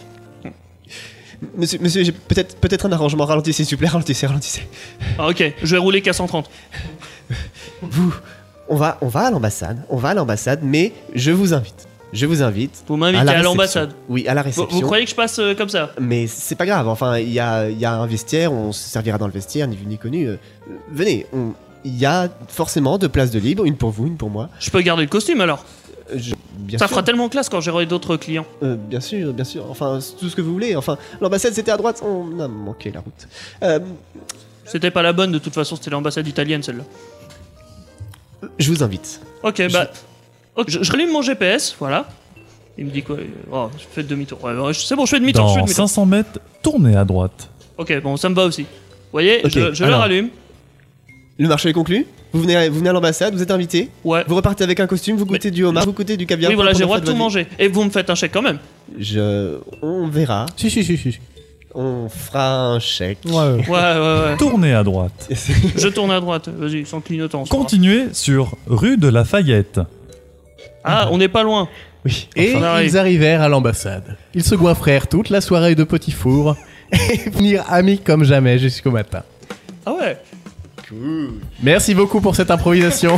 Speaker 8: Monsieur, monsieur, j'ai peut-être, peut-être un arrangement. Ralentissez, s'il vous plaît. Ralentissez, ralentissez.
Speaker 9: Ah, ok, je vais rouler qu'à 130.
Speaker 8: Vous, on va, on va à l'ambassade, on va à l'ambassade, mais je vous invite. Je vous invite.
Speaker 9: Vous m'invitez
Speaker 8: la
Speaker 9: à
Speaker 8: réception.
Speaker 9: l'ambassade
Speaker 8: Oui, à la
Speaker 9: Vous,
Speaker 8: réception.
Speaker 9: vous croyez que je passe euh, comme ça
Speaker 8: Mais c'est pas grave, enfin, il y a, il y a un vestiaire, on se servira dans le vestiaire, ni vu ni connu. euh, euh, venez, on- il y a forcément deux places de libre, une pour vous, une pour moi.
Speaker 9: Je peux garder le costume alors
Speaker 8: Euh, je- bien
Speaker 9: Ça
Speaker 8: sûr.
Speaker 9: fera tellement classe quand j'aurai d'autres clients.
Speaker 8: Euh, bien sûr, bien sûr, enfin, c'est tout ce que vous voulez. Enfin, l'ambassade c'était à droite, on a manqué la route. Euh,
Speaker 9: C'était pas la bonne, de toute façon, c'était l'ambassade italienne celle-là.
Speaker 8: je vous invite.
Speaker 9: Ok, bah. ok, je, je rallume mon GPS, voilà. Il me dit quoi euh, Oh, je fais demi-tour. Ouais, ouais, c'est bon, je fais demi-tour, je fais
Speaker 7: Dans
Speaker 9: demi-tour.
Speaker 7: 500 mètres, tournez à droite.
Speaker 9: Ok, bon, ça me va aussi. Vous voyez,
Speaker 8: Ok,
Speaker 9: je, je
Speaker 8: alors.
Speaker 9: le rallume.
Speaker 8: Le marché est conclu. Vous venez, vous venez à l'ambassade, vous êtes invité.
Speaker 9: Ouais.
Speaker 8: Vous repartez avec un costume, vous goûtez du homard, vous goûtez du caviar.
Speaker 9: oui,
Speaker 8: pour
Speaker 9: voilà,
Speaker 8: la
Speaker 9: j'ai le droit
Speaker 8: première
Speaker 9: de tout
Speaker 8: fois
Speaker 9: manger. Et vous me faites un chèque quand même.
Speaker 8: vie. Je. On verra.
Speaker 2: Si, si, si, si.
Speaker 8: On fera un chèque. <laughs>
Speaker 9: Ouais, ouais, ouais.
Speaker 7: Tournez à droite.
Speaker 9: Je tourne à droite, vas-y, sans clignotant. on se fera.
Speaker 7: Continuez sur rue de Lafayette.
Speaker 9: Ah, on n'est pas loin.
Speaker 2: Oui. Et
Speaker 9: Enfin, on arrive.
Speaker 2: ils arrivèrent à l'ambassade. Ils se goinfrèrent toute la soirée de petits fours <laughs> et venir amis comme jamais jusqu'au matin.
Speaker 9: Ah ouais.
Speaker 2: Merci beaucoup pour cette improvisation.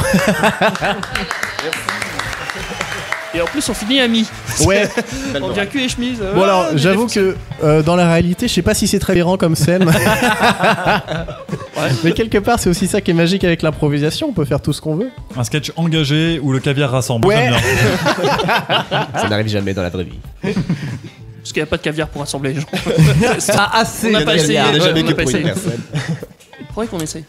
Speaker 9: Et en plus, on finit amis.
Speaker 2: Ouais.
Speaker 9: on vient cul et chemise. euh,
Speaker 2: <laughs> Bon
Speaker 9: ah,
Speaker 2: alors,
Speaker 9: des-
Speaker 2: j'avoue que euh, dans la réalité, je sais pas si c'est très gérant comme scène. Mais quelque part, c'est aussi ça qui est magique avec l'improvisation. On peut faire tout ce qu'on veut.
Speaker 7: Un sketch engagé où le caviar rassemble.
Speaker 2: Ouais.
Speaker 7: Très bien.
Speaker 8: Ça n'arrive jamais dans la vraie vie.
Speaker 9: Parce qu'il n'y a pas de caviar pour rassembler les gens.
Speaker 12: Pas Ah, assez. Il y
Speaker 9: On n'a
Speaker 12: en
Speaker 9: pas
Speaker 12: a- il y
Speaker 9: essayé.
Speaker 12: en a
Speaker 9: ouais,
Speaker 12: jamais
Speaker 9: on
Speaker 12: que
Speaker 9: n'a pas
Speaker 12: pour une
Speaker 9: essayé.
Speaker 12: personne.
Speaker 9: Faudrait qu'on essaye.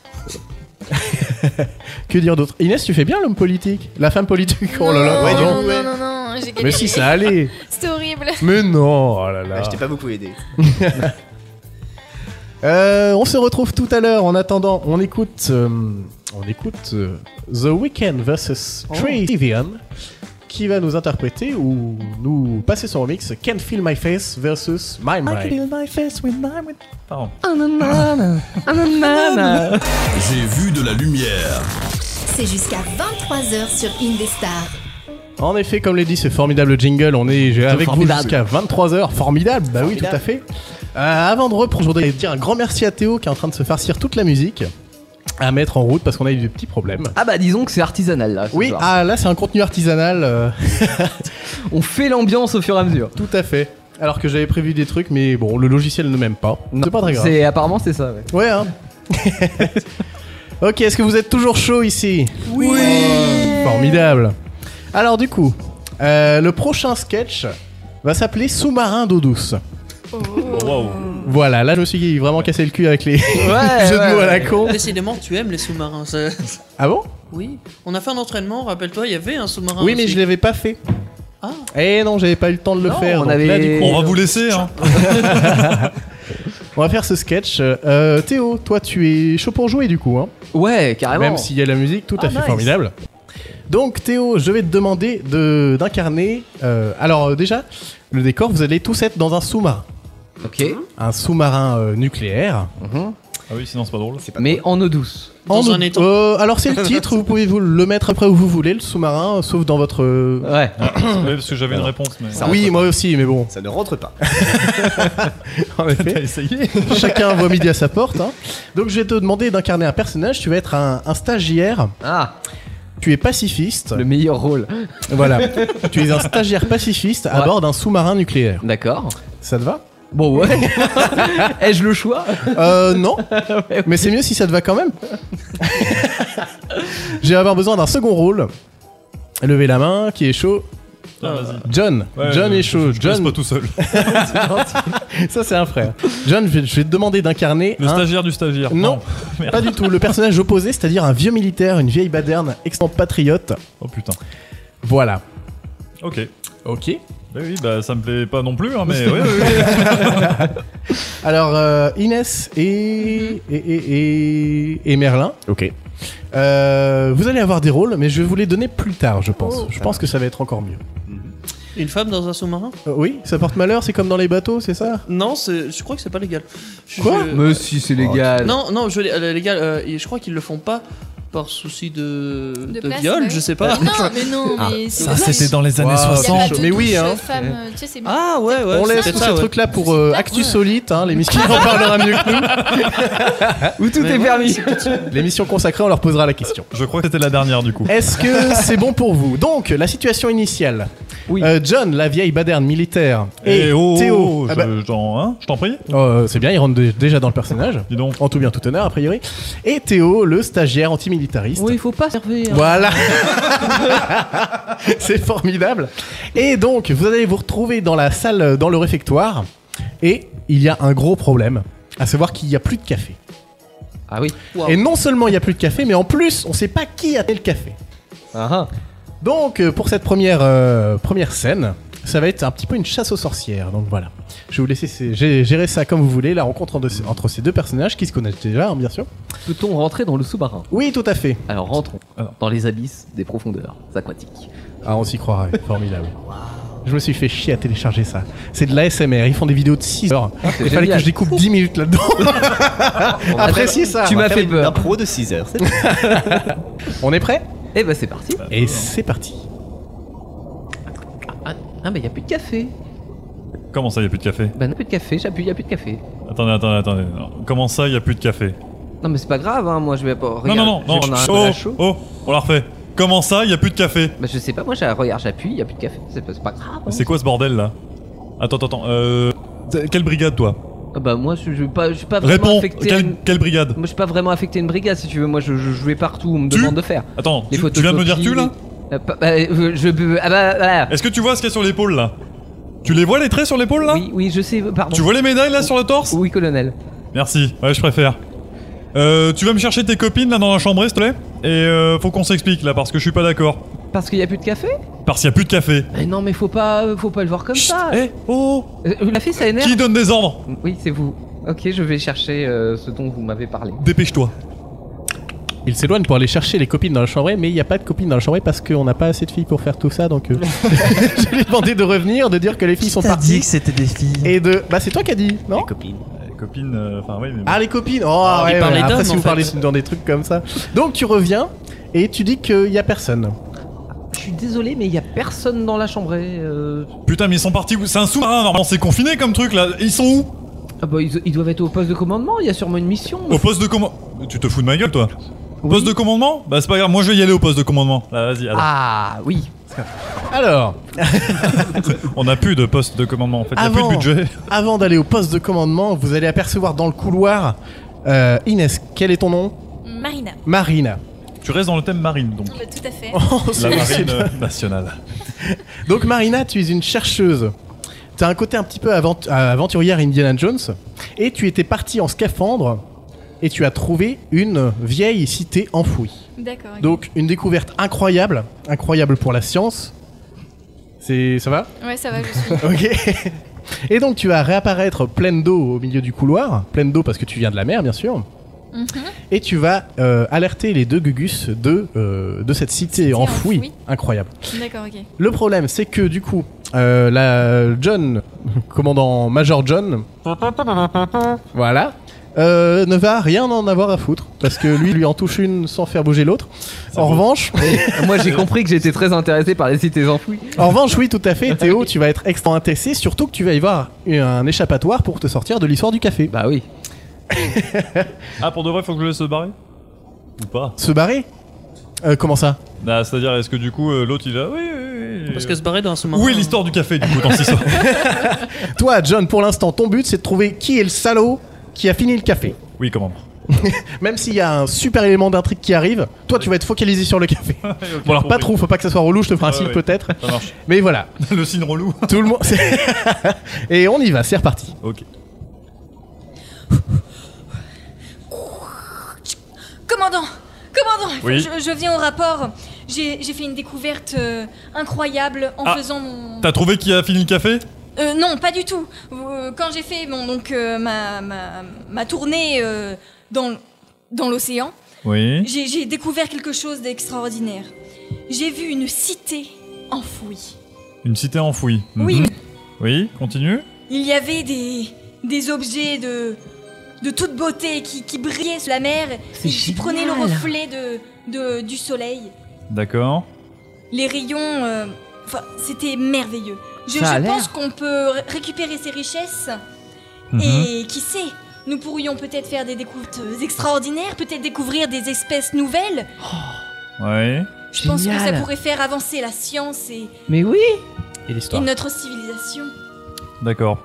Speaker 2: Que dire d'autre Inès, tu fais bien l'homme politique, la femme politique. Oh là là,
Speaker 6: non,
Speaker 2: voyons.
Speaker 6: non, non, non, non, j'ai
Speaker 2: Mais
Speaker 6: galéré.
Speaker 2: si, ça allait.
Speaker 6: C'était horrible.
Speaker 2: Mais non, oh là là.
Speaker 8: Ah, je t'ai pas beaucoup aidé.
Speaker 2: Euh, on se retrouve tout à l'heure. En attendant, on écoute, euh, on écoute euh, The Weeknd versus Trey Divian, qui va nous interpréter ou nous passer son remix Can't Feel My Face versus My Mind.
Speaker 10: my face with mine.
Speaker 7: Pardon.
Speaker 6: Ah,
Speaker 3: J'ai vu de la lumière.
Speaker 5: C'est jusqu'à 23h sur Indestar.
Speaker 2: En effet, comme l'a dit ce formidable jingle, on est avec
Speaker 5: formidable.
Speaker 2: vous jusqu'à 23h. Formidable, bah oui, tout à fait. Euh, avant de reprendre, je voudrais dire un grand merci à Théo qui est en train de se farcir toute la musique à mettre en route parce qu'on a eu des petits problèmes.
Speaker 12: Ah bah disons que c'est artisanal là.
Speaker 2: Oui, ah là c'est un contenu artisanal. euh.
Speaker 12: On fait l'ambiance au fur et à mesure.
Speaker 2: Tout à fait. Alors que j'avais prévu des trucs, mais bon, le logiciel ne m'aime pas. C'est pas très grave.
Speaker 12: C'est apparemment c'est ça. Ouais.
Speaker 2: Ouais, hein. <laughs> ok, est-ce que vous êtes toujours chaud ici Oui Formidable. Alors du coup, euh, le prochain sketch va s'appeler Sous-marin d'eau douce.
Speaker 7: Oh,
Speaker 2: Voilà, là je me suis vraiment cassé le cul avec les <laughs> jeux de mots à la con.
Speaker 17: Décidément, tu aimes les sous-marins. ça.
Speaker 2: Ah bon
Speaker 17: Oui. On a fait un entraînement, rappelle-toi, il y avait un sous-marin.
Speaker 9: Ah,
Speaker 2: Oui, mais
Speaker 17: aussi.
Speaker 2: je l'avais pas fait. Eh non, j'avais pas eu le temps de le
Speaker 17: Non,
Speaker 2: faire.
Speaker 17: on
Speaker 2: donc
Speaker 17: avait-
Speaker 2: là, du coup-
Speaker 7: On va vous laisser. Hein.
Speaker 2: On va faire ce sketch. Euh, Théo, toi, tu es chaud pour jouer du coup. Hein
Speaker 12: ouais, carrément.
Speaker 2: Même s'il y a la musique, tout
Speaker 12: Ah,
Speaker 2: à fait
Speaker 12: nice.
Speaker 2: formidable. Donc, Théo, je vais te demander de- d'incarner. euh, alors, euh, déjà, le décor, vous allez tous être dans un sous-marin.
Speaker 12: Ok.
Speaker 2: Un sous-marin euh, nucléaire.
Speaker 7: Ah oui, sinon c'est pas drôle.
Speaker 12: Mais en eau douce.
Speaker 2: En eau- euh, alors, c'est le titre, vous pouvez vous le mettre après où vous voulez, le sous-marin, euh, sauf dans votre. euh,
Speaker 12: Ouais.
Speaker 7: Ouais, parce que j'avais une
Speaker 2: Alors.
Speaker 7: réponse. Mais... <laughs>
Speaker 2: oui, moi aussi, mais bon.
Speaker 8: Ah,
Speaker 2: <laughs>
Speaker 8: Ça ne rentre pas. <laughs>
Speaker 2: En effet. <laughs> Chacun voit midi à sa porte. hein. Donc je vais te demander d'incarner un personnage. Tu vas être un, un stagiaire.
Speaker 12: Ah.
Speaker 2: Tu es pacifiste. Le
Speaker 12: meilleur rôle.
Speaker 2: Voilà. tu es un stagiaire pacifiste à
Speaker 12: Ouais.
Speaker 2: bord d'un sous-marin nucléaire.
Speaker 12: D'accord.
Speaker 2: Ça te va
Speaker 12: Bon ouais. Ai-je le choix
Speaker 2: Euh non. Mais c'est mieux si ça te va quand même. je vais avoir besoin d'un second rôle. Levez la main, qui est chaud
Speaker 7: Ah, vas-y.
Speaker 2: John,
Speaker 7: Ouais,
Speaker 2: John
Speaker 7: je-
Speaker 2: est chaud.
Speaker 7: je- je
Speaker 2: John
Speaker 7: reste pas
Speaker 2: <laughs>
Speaker 7: tout seul.
Speaker 2: Ça c'est un frère. John, je vais, je vais te demander d'incarner
Speaker 7: Le
Speaker 2: un-
Speaker 7: stagiaire du stagiaire.
Speaker 2: Non,
Speaker 7: Merde.
Speaker 2: pas du tout. Le personnage opposé, c'est-à-dire un vieux militaire, une vieille baderne, extrêmement patriote.
Speaker 7: Oh putain.
Speaker 2: Voilà.
Speaker 7: Ok.
Speaker 2: Ok.
Speaker 7: Bah oui, bah ça me plaît pas non plus, hein,
Speaker 2: <laughs>
Speaker 7: mais oui, oui, oui.
Speaker 2: Alors euh, Inès et, et, et, et- et Merlin.
Speaker 8: Ok.
Speaker 2: Euh, vous allez avoir des rôles, mais je vais vous les donner plus tard, je pense. je pense que ça va être encore mieux.
Speaker 17: Une femme dans un sous-marin
Speaker 2: Euh, oui, ça porte malheur, c'est comme dans les bateaux, c'est ça
Speaker 17: Non, c'est- je crois que c'est pas légal. Je-
Speaker 2: Quoi
Speaker 17: je-
Speaker 12: Mais si c'est légal.
Speaker 17: Non, non, je, euh, légal. euh, et je crois qu'ils le font pas par souci de, de
Speaker 6: place,
Speaker 17: viol,
Speaker 6: ouais.
Speaker 17: je sais pas.
Speaker 6: Euh, Non, mais non, mais c'est
Speaker 7: ça, c'était dans les années
Speaker 2: Waouh,
Speaker 7: 60.
Speaker 2: Mais oui, hein.
Speaker 6: euh, Femme, tu sais, c'est
Speaker 17: Ah ouais, ouais.
Speaker 2: On laisse
Speaker 17: c'est
Speaker 2: tous
Speaker 17: ça,
Speaker 2: ces
Speaker 17: ouais.
Speaker 2: trucs-là pour euh, Actu Solite, hein, <laughs> l'émission qui en parlera mieux que nous.
Speaker 12: Où tout est permis.
Speaker 2: L'émission consacrée, on leur posera la question.
Speaker 7: Je crois que c'était la dernière du coup.
Speaker 2: Est-ce <laughs> que c'est bon pour vous Donc, la situation initiale. Euh, John, la vieille baderne militaire. Et,
Speaker 7: Eh oh,
Speaker 2: Théo.
Speaker 7: je,
Speaker 2: Ah bah,
Speaker 7: je t'en- hein, je t'en prie.
Speaker 2: euh, c'est bien, il rentre dé- déjà dans le personnage. En tout bien, tout honneur, a priori. Et Théo, le stagiaire antimilitariste.
Speaker 12: Oui, il faut pas servir.
Speaker 2: Voilà. <laughs> c'est formidable. Et donc, vous allez vous retrouver dans la salle, euh, dans le réfectoire. Et il y a un gros problème, à savoir qu'il n'y a plus de café.
Speaker 12: Ah oui.
Speaker 2: Et non seulement il n'y a plus de café, mais en plus, on ne sait pas qui a fait le café.
Speaker 12: Ah, ah.
Speaker 2: Donc, euh, pour cette première, euh, première scène, Ça va être un petit peu une chasse aux sorcières. Donc voilà. Je vais vous laisser ces- gé- gérer ça comme vous voulez, la rencontre entre, entre ces deux personnages qui se connaissent déjà, hein, bien sûr.
Speaker 12: Peut-on rentrer dans le sous-marin
Speaker 2: Oui, tout à fait.
Speaker 12: Alors rentrons dans les abysses des profondeurs aquatiques.
Speaker 2: Ah, on s'y croirait. Formidable. Je me suis fait chier à télécharger ça. C'est de l'ASMR. Ils font des vidéos de 6 heures.
Speaker 12: Ah,
Speaker 8: c'est
Speaker 2: Il fallait que
Speaker 8: génial.
Speaker 2: je découpe 10
Speaker 12: <laughs>
Speaker 2: minutes là-dedans. <laughs> Appréciez ça.
Speaker 8: Tu
Speaker 2: On va
Speaker 8: m'as
Speaker 2: faire
Speaker 8: fait
Speaker 2: une
Speaker 8: peur.
Speaker 2: impro.
Speaker 8: pro de 6 heures. c'est-
Speaker 2: On est prêt
Speaker 12: Eh ben c'est parti.
Speaker 2: Et c'est parti.
Speaker 12: Ah, ah, mais y a plus de café.
Speaker 7: Comment ça, il n'y a plus de café
Speaker 12: Bah, non, plus de café, j'appuie, y a plus de café.
Speaker 7: Attendez, attendez, attendez. Non. Comment ça, il n'y a plus de café
Speaker 12: Non, mais c'est pas grave, hein, moi je vais pas.
Speaker 7: Non,
Speaker 12: Regarde,
Speaker 7: non, non, non.
Speaker 12: je vais prendre un
Speaker 7: Oh,
Speaker 12: cola chaud.
Speaker 7: oh, on la refait. Comment ça, il n'y a plus de café
Speaker 12: Bah, je sais pas, moi j'ai- regarde, j'appuie, y a plus de café. C'est pas, c'est pas grave.
Speaker 7: Mais C'est quoi ce bordel là Attends, attends, attends. Euh, t- quelle brigade toi
Speaker 12: Ah Bah, moi je, je, suis pas, je
Speaker 10: Ah
Speaker 12: suis pas
Speaker 10: bah,
Speaker 12: vraiment
Speaker 7: Réponds,
Speaker 12: affecté. à
Speaker 7: quelle-
Speaker 12: une-
Speaker 7: quelle brigade
Speaker 12: Moi je suis pas vraiment affecté à une brigade si tu veux, moi je, je jouais partout, on me demande de faire.
Speaker 7: Attends,
Speaker 12: Les
Speaker 7: tu, tu viens de me dire tu là
Speaker 12: Euh, pa- bah, euh, je. Ah bah, voilà.
Speaker 7: Est-ce que tu vois ce qu'il y a sur l'épaule là Tu les vois les traits sur l'épaule là
Speaker 12: Oui, oui, je sais, pardon.
Speaker 7: Tu vois les médailles là sur le torse
Speaker 12: Oui, colonel.
Speaker 7: Merci, ouais, je préfère. Euh, tu vas me chercher tes copines là dans la chambre, s'il te plaît Et euh, faut qu'on s'explique là parce que je suis pas d'accord.
Speaker 12: Parce qu'il y a plus de café
Speaker 7: Parce qu'il y a plus de café.
Speaker 12: Mais non, mais faut pas, euh, faut pas le voir comme ça. Euh,
Speaker 7: Eh, oh
Speaker 12: La fille, ça énerve.
Speaker 7: Qui donne des ordres
Speaker 12: Oui, c'est vous. Ok, je vais chercher euh, ce dont vous m'avez parlé.
Speaker 7: Dépêche-toi.
Speaker 2: Il s'éloigne pour aller chercher les copines dans la chambre, mais il n'y a pas de copines dans la chambre parce qu'on n'a pas assez de filles pour faire tout ça. Donc euh, <laughs> je lui ai demandé de revenir, de dire que les filles sont parties. dit que
Speaker 7: c'était des filles.
Speaker 2: Et de. Bah c'est toi qui as dit, non
Speaker 7: Les copines, euh, enfin oui, mais.
Speaker 2: Ah les copines Oh
Speaker 7: Ah, il
Speaker 2: ouais,
Speaker 7: parlait
Speaker 2: ouais, après
Speaker 7: d'hommes,
Speaker 2: si
Speaker 7: en
Speaker 2: vous
Speaker 7: fait.
Speaker 2: parlez dans des trucs comme ça. Donc tu reviens et tu dis qu'il n'y a personne.
Speaker 12: Je suis désolé, mais il y a personne dans la chambre. et, euh,
Speaker 7: Putain, mais ils sont partis où C'est un sous-marin, normalement, c'est confiné comme truc là. Ils sont où
Speaker 12: Ah bah, ils, ils doivent être au poste de commandement. Il y a sûrement une mission.
Speaker 7: Au poste de commandement. Tu te fous de ma gueule, toi Poste de commandement Bah, c'est pas grave, moi je vais y aller au poste de commandement. Là, vas-y, allez.
Speaker 12: Ah oui.
Speaker 2: Alors,
Speaker 7: On a plus de poste de commandement en fait, il a plus de
Speaker 2: avant,
Speaker 7: budget.
Speaker 2: avant d'aller au poste de commandement, vous allez apercevoir dans le couloir euh, Inès. Quel est ton nom
Speaker 6: Marina.
Speaker 2: Marina.
Speaker 7: Tu restes dans le thème marine
Speaker 12: Oh,
Speaker 7: donc.
Speaker 6: Ah, bah, tout à fait.
Speaker 7: La
Speaker 2: c'est-
Speaker 7: marine
Speaker 2: c'est-
Speaker 7: euh, nationale.
Speaker 2: Donc Marina, tu es une chercheuse. T'as un côté un petit peu avant- euh, aventurière Indiana Jones. Et tu étais partie en scaphandre et tu as trouvé une vieille cité enfouie.
Speaker 6: D'accord. ok.
Speaker 2: Donc une découverte incroyable, incroyable pour la science. C'est ça va
Speaker 6: Ouais, ça va, je suis.
Speaker 2: <laughs> Ok. Et donc tu vas réapparaître pleine d'eau au milieu du couloir, pleine d'eau parce que tu viens de la mer bien sûr.
Speaker 6: Mhm.
Speaker 2: Et tu vas euh, alerter les deux Gugus de, euh, de cette cité enfouie.
Speaker 6: enfouie.
Speaker 2: Incroyable.
Speaker 6: D'accord, ok.
Speaker 2: Le problème, c'est que du coup, euh, la John, commandant Major John, voilà, euh, ne va rien en avoir à foutre parce que lui, lui en touche une sans faire bouger l'autre. En revanche,
Speaker 12: Moi, j'ai compris que j'étais très intéressé par les cités enfouies.
Speaker 2: en revanche, oui, tout à fait, Théo, tu vas être extrêmement intéressé, surtout que tu vas y voir un échappatoire pour te sortir de l'histoire du café.
Speaker 12: Bah oui.
Speaker 7: Ah, pour de vrai, faut que je laisse se barrer Ou pas
Speaker 2: Se barrer Euh, Comment ça
Speaker 7: Ah, C'est-à-dire, est-ce que du coup, euh, l'autre il a. Oui, oui, oui.
Speaker 9: Parce que se barrer dans un sous-marin.
Speaker 7: Où est l'histoire du café du coup dans <laughs> cette histoire
Speaker 2: Toi, John, pour l'instant, ton but, c'est de trouver qui est le salaud qui a fini le café.
Speaker 7: Oui, comment
Speaker 2: Même s'il y a un super élément d'intrigue qui arrive, toi tu vas être focalisé sur le
Speaker 7: <laughs>
Speaker 2: café. bon alors pas trop, faut pas que ça soit relou, je te ferai un
Speaker 7: Ouais,
Speaker 2: signe
Speaker 7: ouais.
Speaker 2: peut-être.
Speaker 7: Ça marche.
Speaker 2: Mais voilà.
Speaker 7: Le signe relou.
Speaker 2: Tout le monde. <laughs> Et on y va, c'est reparti.
Speaker 7: Ok.
Speaker 6: Commandant Commandant
Speaker 2: Oui.
Speaker 6: je, je viens au rapport. J'ai j'ai fait une découverte euh, incroyable en
Speaker 7: Ah.
Speaker 6: faisant mon.
Speaker 7: T'as trouvé qui a fini le café
Speaker 6: Euh, non, pas du tout. Euh, Quand j'ai fait mon, donc, euh, ma, ma, ma tournée euh, dans, l- dans l'océan,
Speaker 7: Oui.
Speaker 6: j'ai j'ai découvert quelque chose d'extraordinaire. J'ai vu une cité enfouie.
Speaker 7: Une cité enfouie.
Speaker 6: Oui.
Speaker 7: Mhm. Oui, continue.
Speaker 6: Il y avait des, des objets de, de toute beauté qui, qui brillaient sur la mer,
Speaker 7: C'est
Speaker 6: qui, qui prenaient le
Speaker 7: génial.
Speaker 6: reflet de, de- du soleil.
Speaker 7: D'accord.
Speaker 6: Les rayons, euh, enfin, c'était merveilleux. Je,
Speaker 7: Ça a
Speaker 6: je
Speaker 7: l'air.
Speaker 6: pense qu'on peut ré- récupérer ces richesses
Speaker 7: Mhm.
Speaker 6: et qui sait, nous pourrions peut-être faire des découvertes extraordinaires, peut-être découvrir des espèces nouvelles.
Speaker 7: Ouais.
Speaker 6: Je pense que ça pourrait faire avancer la science et,
Speaker 12: Mais oui
Speaker 2: Et
Speaker 6: et
Speaker 2: l'histoire
Speaker 6: notre civilisation.
Speaker 7: D'accord.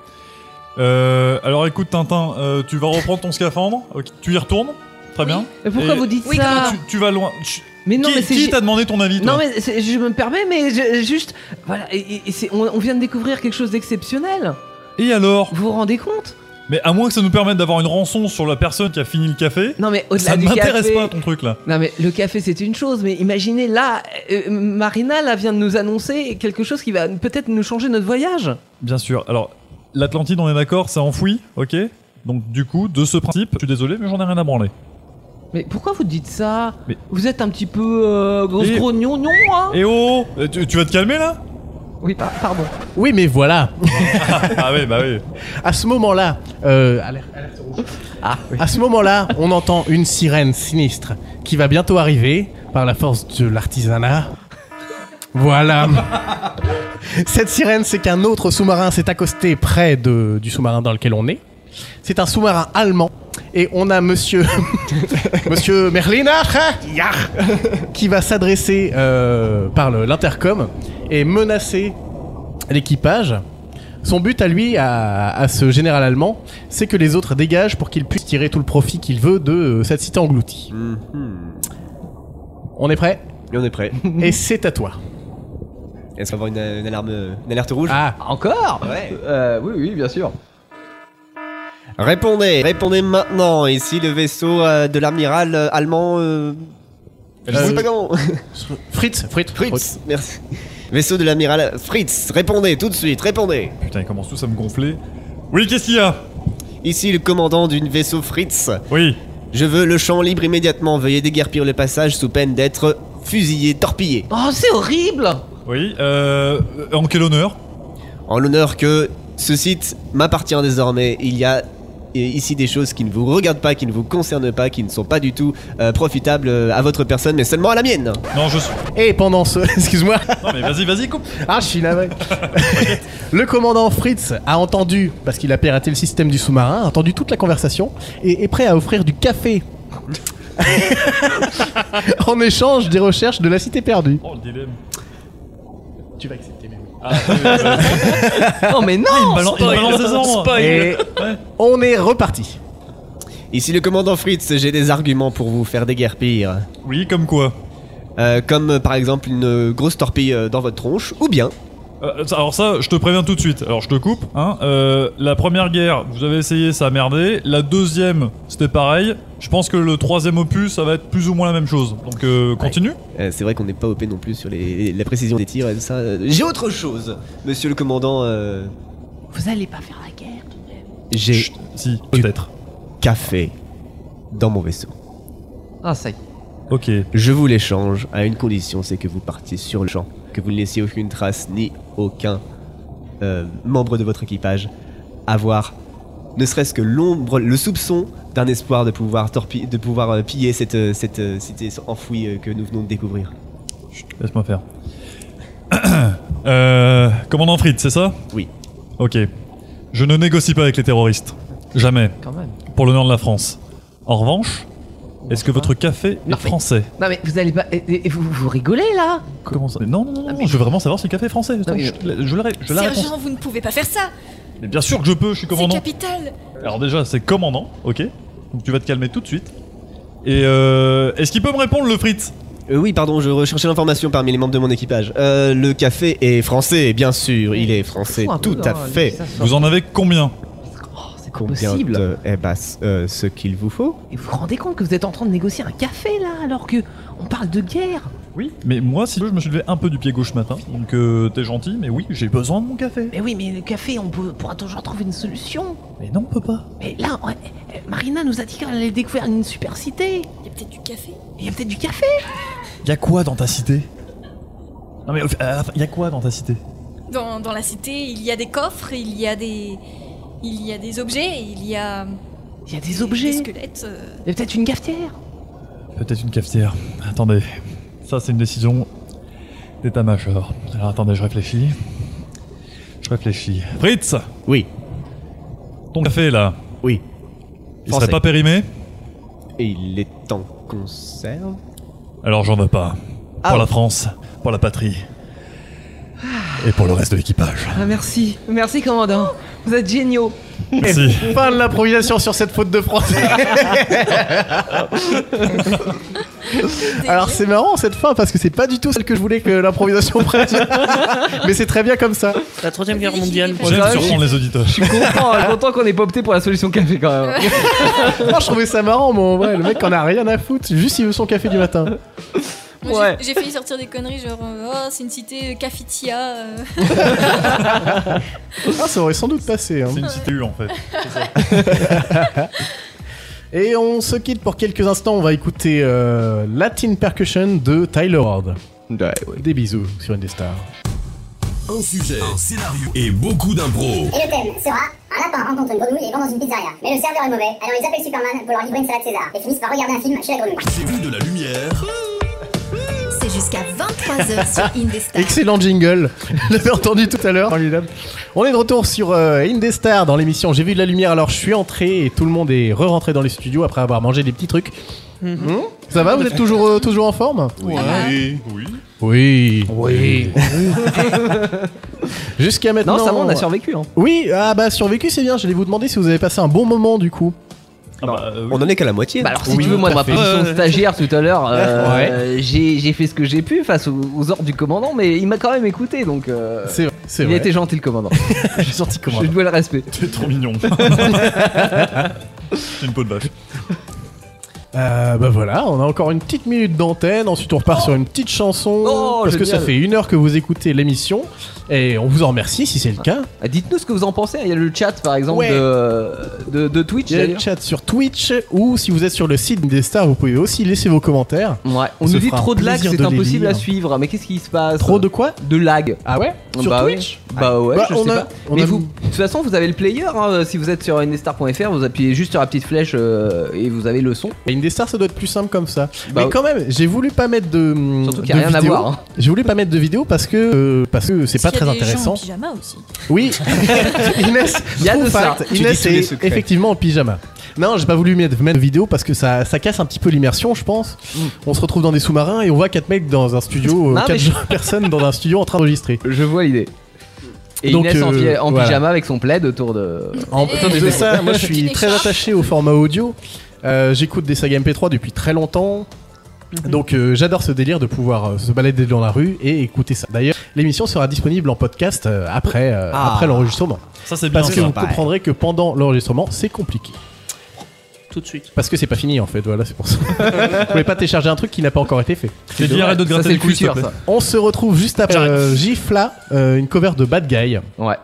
Speaker 7: Euh, alors écoute Tintin, euh, tu vas reprendre ton scaphandre, ok, tu y retournes, très bien.
Speaker 12: Mais pourquoi
Speaker 7: Et
Speaker 12: vous dites
Speaker 7: tu-
Speaker 12: ça
Speaker 7: tu, tu vas loin. Tu-
Speaker 12: Mais non,
Speaker 7: qui,
Speaker 12: mais c'est
Speaker 7: qui
Speaker 12: gé-
Speaker 7: t'a demandé ton avis toi
Speaker 12: Non mais c'est- je me permets, mais je- juste voilà, et, et- et c'est- on, on vient de découvrir quelque chose d'exceptionnel.
Speaker 7: Et alors
Speaker 12: Vous vous rendez compte
Speaker 7: Mais à moins que ça nous permette d'avoir une rançon sur la personne qui a fini le café.
Speaker 10: Non mais au-delà
Speaker 7: ça
Speaker 10: du
Speaker 7: m'intéresse
Speaker 10: café-
Speaker 7: pas ton truc là.
Speaker 10: Non mais le café c'est une chose, mais imaginez là, euh, Marina là vient de nous annoncer quelque chose qui va peut-être nous changer notre voyage.
Speaker 7: Bien sûr. Alors, l'Atlantide, on est d'accord, c'est enfoui, ok Donc, du coup, de ce principe, je suis désolé, mais j'en ai rien à branler.
Speaker 10: Mais pourquoi vous dites ça
Speaker 7: Mais-
Speaker 10: Vous êtes un petit peu euh, grosse
Speaker 7: Et-
Speaker 10: grognon, non hein
Speaker 7: Eh oh Euh, tu, tu vas te calmer là
Speaker 10: Oui, pardon.
Speaker 2: Oui, mais voilà.
Speaker 7: ah oui, bah oui.
Speaker 2: À ce moment-là, euh, alerte- alerte rouge. à ce moment-là, on entend une sirène sinistre qui va bientôt arriver par la force de l'artisanat. Voilà. Cette sirène, c'est qu'un autre sous-marin s'est accosté près de- du sous-marin dans lequel on est. C'est un sous-marin allemand. Et on a monsieur. monsieur Merlina qui va s'adresser euh, par le- l'intercom et menacer l'équipage. Son but à lui, à, à ce général allemand, c'est que les autres dégagent pour qu'il puisse tirer tout le profit qu'il veut de euh, cette cité engloutie. On est prêt
Speaker 8: Et on est prêt.
Speaker 2: Et c'est à toi.
Speaker 8: Est-ce qu'on va avoir une, une alarme, une alerte rouge
Speaker 2: Ah,
Speaker 10: encore
Speaker 8: Ouais.
Speaker 12: Euh, oui, oui, bien sûr.
Speaker 8: Répondez, répondez maintenant. Ici le vaisseau euh, de l'amiral euh, allemand. euh, je sais pas <laughs> comment.
Speaker 2: Euh, Fritz, Fritz,
Speaker 8: Euh, Fritz. Merci. Vaisseau de l'amiral Fritz. Répondez tout de suite, répondez.
Speaker 7: Putain, ils commencent tous à me gonfler. Oui, qu'est-ce qu'il y a
Speaker 8: Ici le commandant d'une vaisseau Fritz.
Speaker 7: Oui.
Speaker 8: Je veux le champ libre immédiatement. Veuillez déguerpir le passage sous peine d'être fusillé, torpillé.
Speaker 10: Oh, c'est horrible
Speaker 7: Oui, euh. En quel honneur
Speaker 8: En l'honneur que ce site m'appartient désormais. Il y a et ici des choses qui ne vous regardent pas, qui ne vous concernent pas, qui ne sont pas du tout euh, profitables euh, à votre personne, mais seulement à la mienne.
Speaker 7: Non, je suis.
Speaker 2: Et pendant ce. <laughs> Excuse-moi.
Speaker 7: Non, mais vas-y, vas-y, coupe.
Speaker 2: Ah, je suis navré. le commandant Fritz a entendu, parce qu'il a piraté le système du sous-marin, a entendu toute la conversation et est prêt à offrir du café. <laughs> en échange des recherches de la cité perdue.
Speaker 7: Oh, le dilemme.
Speaker 2: Tu vas accepter, mais oui.
Speaker 7: Ah, oui, oui, oui.
Speaker 10: <laughs> Non, mais non
Speaker 7: Ah, il me balance, il me
Speaker 10: Spoil.
Speaker 7: balance des ordres.
Speaker 10: Spoil.
Speaker 2: Et on est reparti.
Speaker 8: Ici le commandant Fritz, j'ai des arguments pour vous faire déguerpir.
Speaker 7: Oui, comme quoi
Speaker 8: Comme euh, par exemple une euh, grosse torpille euh, dans votre tronche, ou bien
Speaker 7: Euh, ça- alors ça, je te préviens tout de suite. Alors je te coupe. Hein. Euh, la première guerre, vous avez essayé, ça a merdé. La deuxième, c'était pareil. Je pense que le troisième opus, ça va être plus ou moins la même chose. Donc euh, continue.
Speaker 8: Euh, c'est vrai qu'on n'est pas OP non plus sur les- la précision des tirs et tout ça. Euh, J'ai autre chose, monsieur le commandant. euh,
Speaker 10: Vous allez pas faire la guerre.
Speaker 8: J'ai.
Speaker 7: si, peut-être.
Speaker 8: Café dans mon vaisseau.
Speaker 10: Ah, ça y est.
Speaker 7: Ok.
Speaker 8: Je vous l'échange à une condition c'est que vous partiez sur le champ, que vous ne laissiez aucune trace ni aucun euh, membre de votre équipage avoir ne serait-ce que l'ombre, le soupçon d'un espoir de pouvoir, torpi- de pouvoir euh, piller cette, euh, cette euh, cité enfouie euh, que nous venons de découvrir.
Speaker 7: Laisse-moi faire. <coughs> euh, commandant Fritz, c'est ça
Speaker 8: Oui.
Speaker 7: Ok. Je ne négocie pas avec les terroristes. Jamais.
Speaker 10: Quand même.
Speaker 7: Pour l'honneur de la France. En revanche, est-ce que votre café est
Speaker 10: Non, mais-
Speaker 7: français
Speaker 10: Non mais vous allez pas... et- et vous, vous rigolez là
Speaker 7: Comment ça Mais Non, non, non, non, je veux vraiment savoir si le café est français. Attends,
Speaker 10: mais-
Speaker 7: je, la- je la, je la réponse.
Speaker 14: Sergent, vous ne pouvez pas faire ça.
Speaker 7: Mais bien sûr que je peux, je suis
Speaker 14: C'est
Speaker 7: commandant.
Speaker 14: capital.
Speaker 7: Alors déjà, c'est commandant, ok. Donc tu vas te calmer tout de suite. Et euh, est-ce qu'il peut me répondre le Fritz
Speaker 8: Euh, oui, pardon, je recherchais l'information parmi les membres de mon équipage. Euh, le café est français, bien sûr, il est français,
Speaker 10: Faut un peu,
Speaker 8: tout à
Speaker 10: hein,
Speaker 8: fait.
Speaker 10: ça sort.
Speaker 7: Vous en avez combien
Speaker 10: C'est pas
Speaker 8: Combien
Speaker 10: possible.
Speaker 8: de- Eh bah, c- euh, ce qu'il vous faut.
Speaker 10: Et vous vous rendez compte que vous êtes en train de négocier un café là alors que on parle de guerre
Speaker 7: Oui. Mais moi, si tu veux, je me suis levé un peu du pied gauche ce matin. Donc euh, t'es gentil, mais oui, j'ai besoin de mon café.
Speaker 10: Mais oui, mais le café, on peut- pourra toujours trouver une solution.
Speaker 7: Mais non, on peut pas.
Speaker 10: Mais là, on- euh, Marina nous a dit qu'elle allait découvrir une super cité.
Speaker 14: Il y a peut-être du café.
Speaker 10: Il y a peut-être du café.
Speaker 7: Y a quoi dans ta cité Non mais euh, y a quoi dans ta cité
Speaker 14: Dans, dans la cité, il y a des coffres, il y a des, il y a des objets, il y a
Speaker 10: Il y a des objets.
Speaker 14: des squelettes. euh,
Speaker 10: Il y a peut-être une cafetière.
Speaker 7: Peut-être une cafetière. Attendez, ça c'est une décision d'état-major. Alors attendez, je réfléchis. Je réfléchis. Fritz
Speaker 8: Oui.
Speaker 7: Ton café là
Speaker 8: Oui.
Speaker 7: Il
Speaker 8: Français.
Speaker 7: serait pas périmé
Speaker 8: Et il est en conserve.
Speaker 7: Alors j'en veux pas.
Speaker 8: Ah
Speaker 7: Pour la
Speaker 8: oui.
Speaker 7: France, pour la patrie. Et pour le reste de l'équipage.
Speaker 10: Ah, merci. Merci, commandant. Vous êtes géniaux.
Speaker 7: Merci.
Speaker 2: Fin de l'improvisation sur cette faute de français. Alors c'est marrant cette fin parce que c'est pas du tout celle que je voulais que l'improvisation prenne. Mais c'est très bien comme ça.
Speaker 9: La troisième guerre mondiale.
Speaker 7: auditeurs.
Speaker 10: Je suis content, <laughs> euh, content qu'on ait pas opté pour la solution café quand même.
Speaker 2: Moi je trouvais ça marrant, mais en vrai, le mec en a rien à foutre. Juste il veut son café du matin.
Speaker 14: Moi, j'ai- J'ai failli sortir des conneries, genre, euh, oh, c'est une cité euh, cafetia.
Speaker 7: <laughs>
Speaker 14: euh.
Speaker 2: Ah, ça aurait sans doute passé. hein.
Speaker 7: C'est une cité U en fait.
Speaker 2: Et on se quitte pour quelques instants. On va écouter euh, Latin Percussion de Tyler Ward. Des bisous sur une des stars.
Speaker 3: Un sujet, un scénario et beaucoup d'impro.
Speaker 18: Et le thème sera un lapin rencontre une grenouille et vend dans une pizzeria. Mais le serveur est mauvais, alors ils appellent Superman pour leur livrer une salade César et finissent par regarder un film chez la grenouille.
Speaker 3: J'ai vu de la lumière.
Speaker 5: C'est jusqu'à 23h sur Indestar.
Speaker 2: Excellent jingle, <laughs> je l'avais entendu tout à l'heure. Formidable. On est de retour sur euh, Indestar dans l'émission J'ai vu de la lumière alors je suis entré et tout le monde est re-rentré dans les studios après avoir mangé des petits trucs.
Speaker 10: Mm-hmm.
Speaker 2: Ça va, vous êtes toujours, euh, toujours en forme
Speaker 7: Oui.
Speaker 2: Oui. Oui. Jusqu'à maintenant. euh,
Speaker 10: Non, ça va, on a survécu, hein.
Speaker 2: Oui, ah bah survécu c'est bien, j'allais vous demander si vous avez passé un bon moment du coup.
Speaker 7: Ah euh,
Speaker 8: On en est qu'à la moitié.
Speaker 10: Bah alors si tu veux, moi, dans ma position
Speaker 9: Euh.
Speaker 10: de stagiaire tout à l'heure, euh, j'ai j'ai fait ce que j'ai pu face aux, aux ordres du commandant, mais il m'a quand même écouté, donc... euh,
Speaker 2: C'est vrai, c'est
Speaker 10: Il
Speaker 2: vrai.
Speaker 10: était gentil, le commandant.
Speaker 2: J'ai sorti commandant.
Speaker 10: Je dois le respect.
Speaker 2: Oh,
Speaker 7: Tu es trop <laughs> mignon. C'est une peau de vache.
Speaker 2: Euh, bah voilà, on a encore une petite minute d'antenne, ensuite on repart sur une petite chanson,
Speaker 10: Oh,
Speaker 2: parce que ça
Speaker 10: génial.
Speaker 2: fait une heure que vous écoutez l'émission, et on vous en remercie si c'est le cas.
Speaker 10: Ah, Dites-nous ce que vous en pensez. Il y a le chat, par exemple,
Speaker 2: Ouais.
Speaker 10: de, de, de Twitch.
Speaker 2: Il y a le
Speaker 10: d'ailleurs.
Speaker 2: chat sur Twitch, ou si vous êtes sur le site des stars, vous pouvez aussi laisser vos commentaires.
Speaker 10: Ouais, on
Speaker 2: se
Speaker 10: nous dit
Speaker 2: fera un
Speaker 10: trop de lag,
Speaker 2: plaisir
Speaker 10: c'est
Speaker 2: de les
Speaker 10: impossible à
Speaker 2: lire.
Speaker 10: suivre. Mais qu'est-ce qui se passe
Speaker 2: Trop de quoi
Speaker 10: De lag.
Speaker 2: Ah ouais Sur
Speaker 10: bah
Speaker 2: Twitch
Speaker 10: ouais. Bah ouais,
Speaker 2: Bah,
Speaker 10: je
Speaker 2: on
Speaker 10: sais
Speaker 2: a-
Speaker 10: pas.
Speaker 2: on
Speaker 10: Mais
Speaker 2: a-
Speaker 10: vous, de toute façon, vous avez le player. hein, si vous êtes sur indestar.fr, vous appuyez juste sur la petite flèche euh, et vous avez le son.
Speaker 2: Et Indestar, ça doit être plus simple comme ça.
Speaker 10: Bah,
Speaker 2: Mais quand même, j'ai voulu pas mettre de. Surtout
Speaker 10: qu'il y a rien à voir, hein.
Speaker 2: J'ai voulu pas mettre de vidéo parce que euh, parce que c'est pas
Speaker 14: Parce qu'il
Speaker 2: très
Speaker 14: y a des gens
Speaker 2: intéressant.
Speaker 14: en pyjama aussi. <laughs>
Speaker 2: Oui, <laughs> Inès,
Speaker 10: Il y a
Speaker 2: true
Speaker 10: de ça.
Speaker 2: fact,
Speaker 10: Tu dis
Speaker 2: Inès
Speaker 10: tous les
Speaker 2: est
Speaker 10: secrets.
Speaker 2: effectivement en pyjama. Non, j'ai pas voulu mettre, mettre de vidéo parce que ça, ça casse un petit peu l'immersion, je pense. On se retrouve dans des sous-marins et on voit quatre mecs dans un studio, euh,
Speaker 10: Mm. Non, mais
Speaker 2: quatre
Speaker 10: je-
Speaker 2: <laughs> personnes dans un studio en train d'enregistrer.
Speaker 10: Je vois l'idée. Et
Speaker 2: Donc,
Speaker 10: Inès en, pi-
Speaker 2: euh,
Speaker 10: en
Speaker 2: voilà.
Speaker 10: pyjama avec son plaid autour de.
Speaker 2: En
Speaker 10: autour
Speaker 2: plus
Speaker 10: des
Speaker 2: de ça,
Speaker 10: écrans.
Speaker 2: moi je suis très attaché au format audio. Euh, J'écoute des sagas MP3 depuis très longtemps. Donc euh, j'adore ce délire de pouvoir euh, se balader dans la rue et écouter ça. D'ailleurs, l'émission sera disponible en podcast euh, après, euh,
Speaker 7: Ah.
Speaker 2: après l'enregistrement.
Speaker 7: Ça, c'est
Speaker 2: Parce
Speaker 7: bien,
Speaker 2: que
Speaker 7: ça.
Speaker 2: vous comprendrez que pendant l'enregistrement, c'est compliqué.
Speaker 9: Tout de suite.
Speaker 2: Parce que c'est pas fini en fait, voilà, c'est pour ça. vous pouvez pas télécharger un truc qui n'a pas encore été fait.
Speaker 7: J'ai dit arrête de gratter le cul, s'il te plaît.
Speaker 2: On se retrouve juste après euh, Gifla, euh, une cover de Bad Guy.
Speaker 10: Ouais.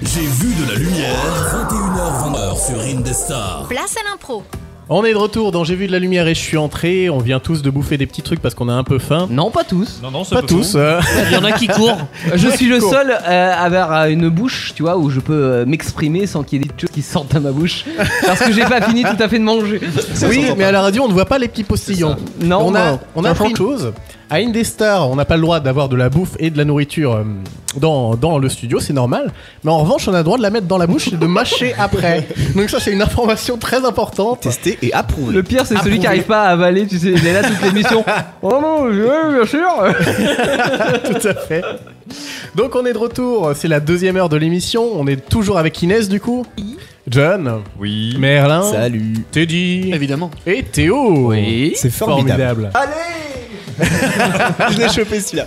Speaker 3: J'ai vu de la lumière. 21h20 heure sur Indestar.
Speaker 5: Place à l'impro.
Speaker 2: On est de retour dans J'ai vu de la lumière et je suis entré. On vient tous de bouffer des petits trucs parce qu'on a un peu faim.
Speaker 10: Non, pas tous.
Speaker 7: Non, non,
Speaker 2: c'est Pas pas tous, tout. euh. Il y en a qui courent.
Speaker 10: Je suis le
Speaker 2: Courent.
Speaker 10: seul euh, à avoir euh, une bouche, tu vois, où je peux euh, m'exprimer sans qu'il y ait des choses qui sortent de ma bouche. Parce que j'ai pas fini tout à fait de manger.
Speaker 2: Oui, mais à la radio, on ne voit pas les petits postillons.
Speaker 10: Non,
Speaker 2: on a,
Speaker 10: non.
Speaker 2: on a
Speaker 10: T'as
Speaker 2: appris
Speaker 10: raison.
Speaker 2: une chose. À Indestar, on n'a pas le droit d'avoir de la bouffe et de la nourriture euh, dans, dans le studio, c'est normal. Mais en revanche, on a le droit de la mettre dans la bouche et de mâcher après. Donc ça, c'est une information très importante.
Speaker 8: Tester et approuver.
Speaker 10: Le pire, c'est celui qui arrive pas à avaler, tu sais, il est là toute l'émission. Oh non, oui, bien sûr
Speaker 2: Tout à fait. Donc on est de retour, c'est la deuxième heure de l'émission. On est toujours avec Inès du coup. John.
Speaker 7: Oui.
Speaker 2: Merlin.
Speaker 8: Salut.
Speaker 2: Teddy.
Speaker 9: Évidemment.
Speaker 2: Et Théo.
Speaker 10: Oui.
Speaker 8: C'est formidable.
Speaker 2: Allez
Speaker 8: Ah, Je l'ai chopé celui-là.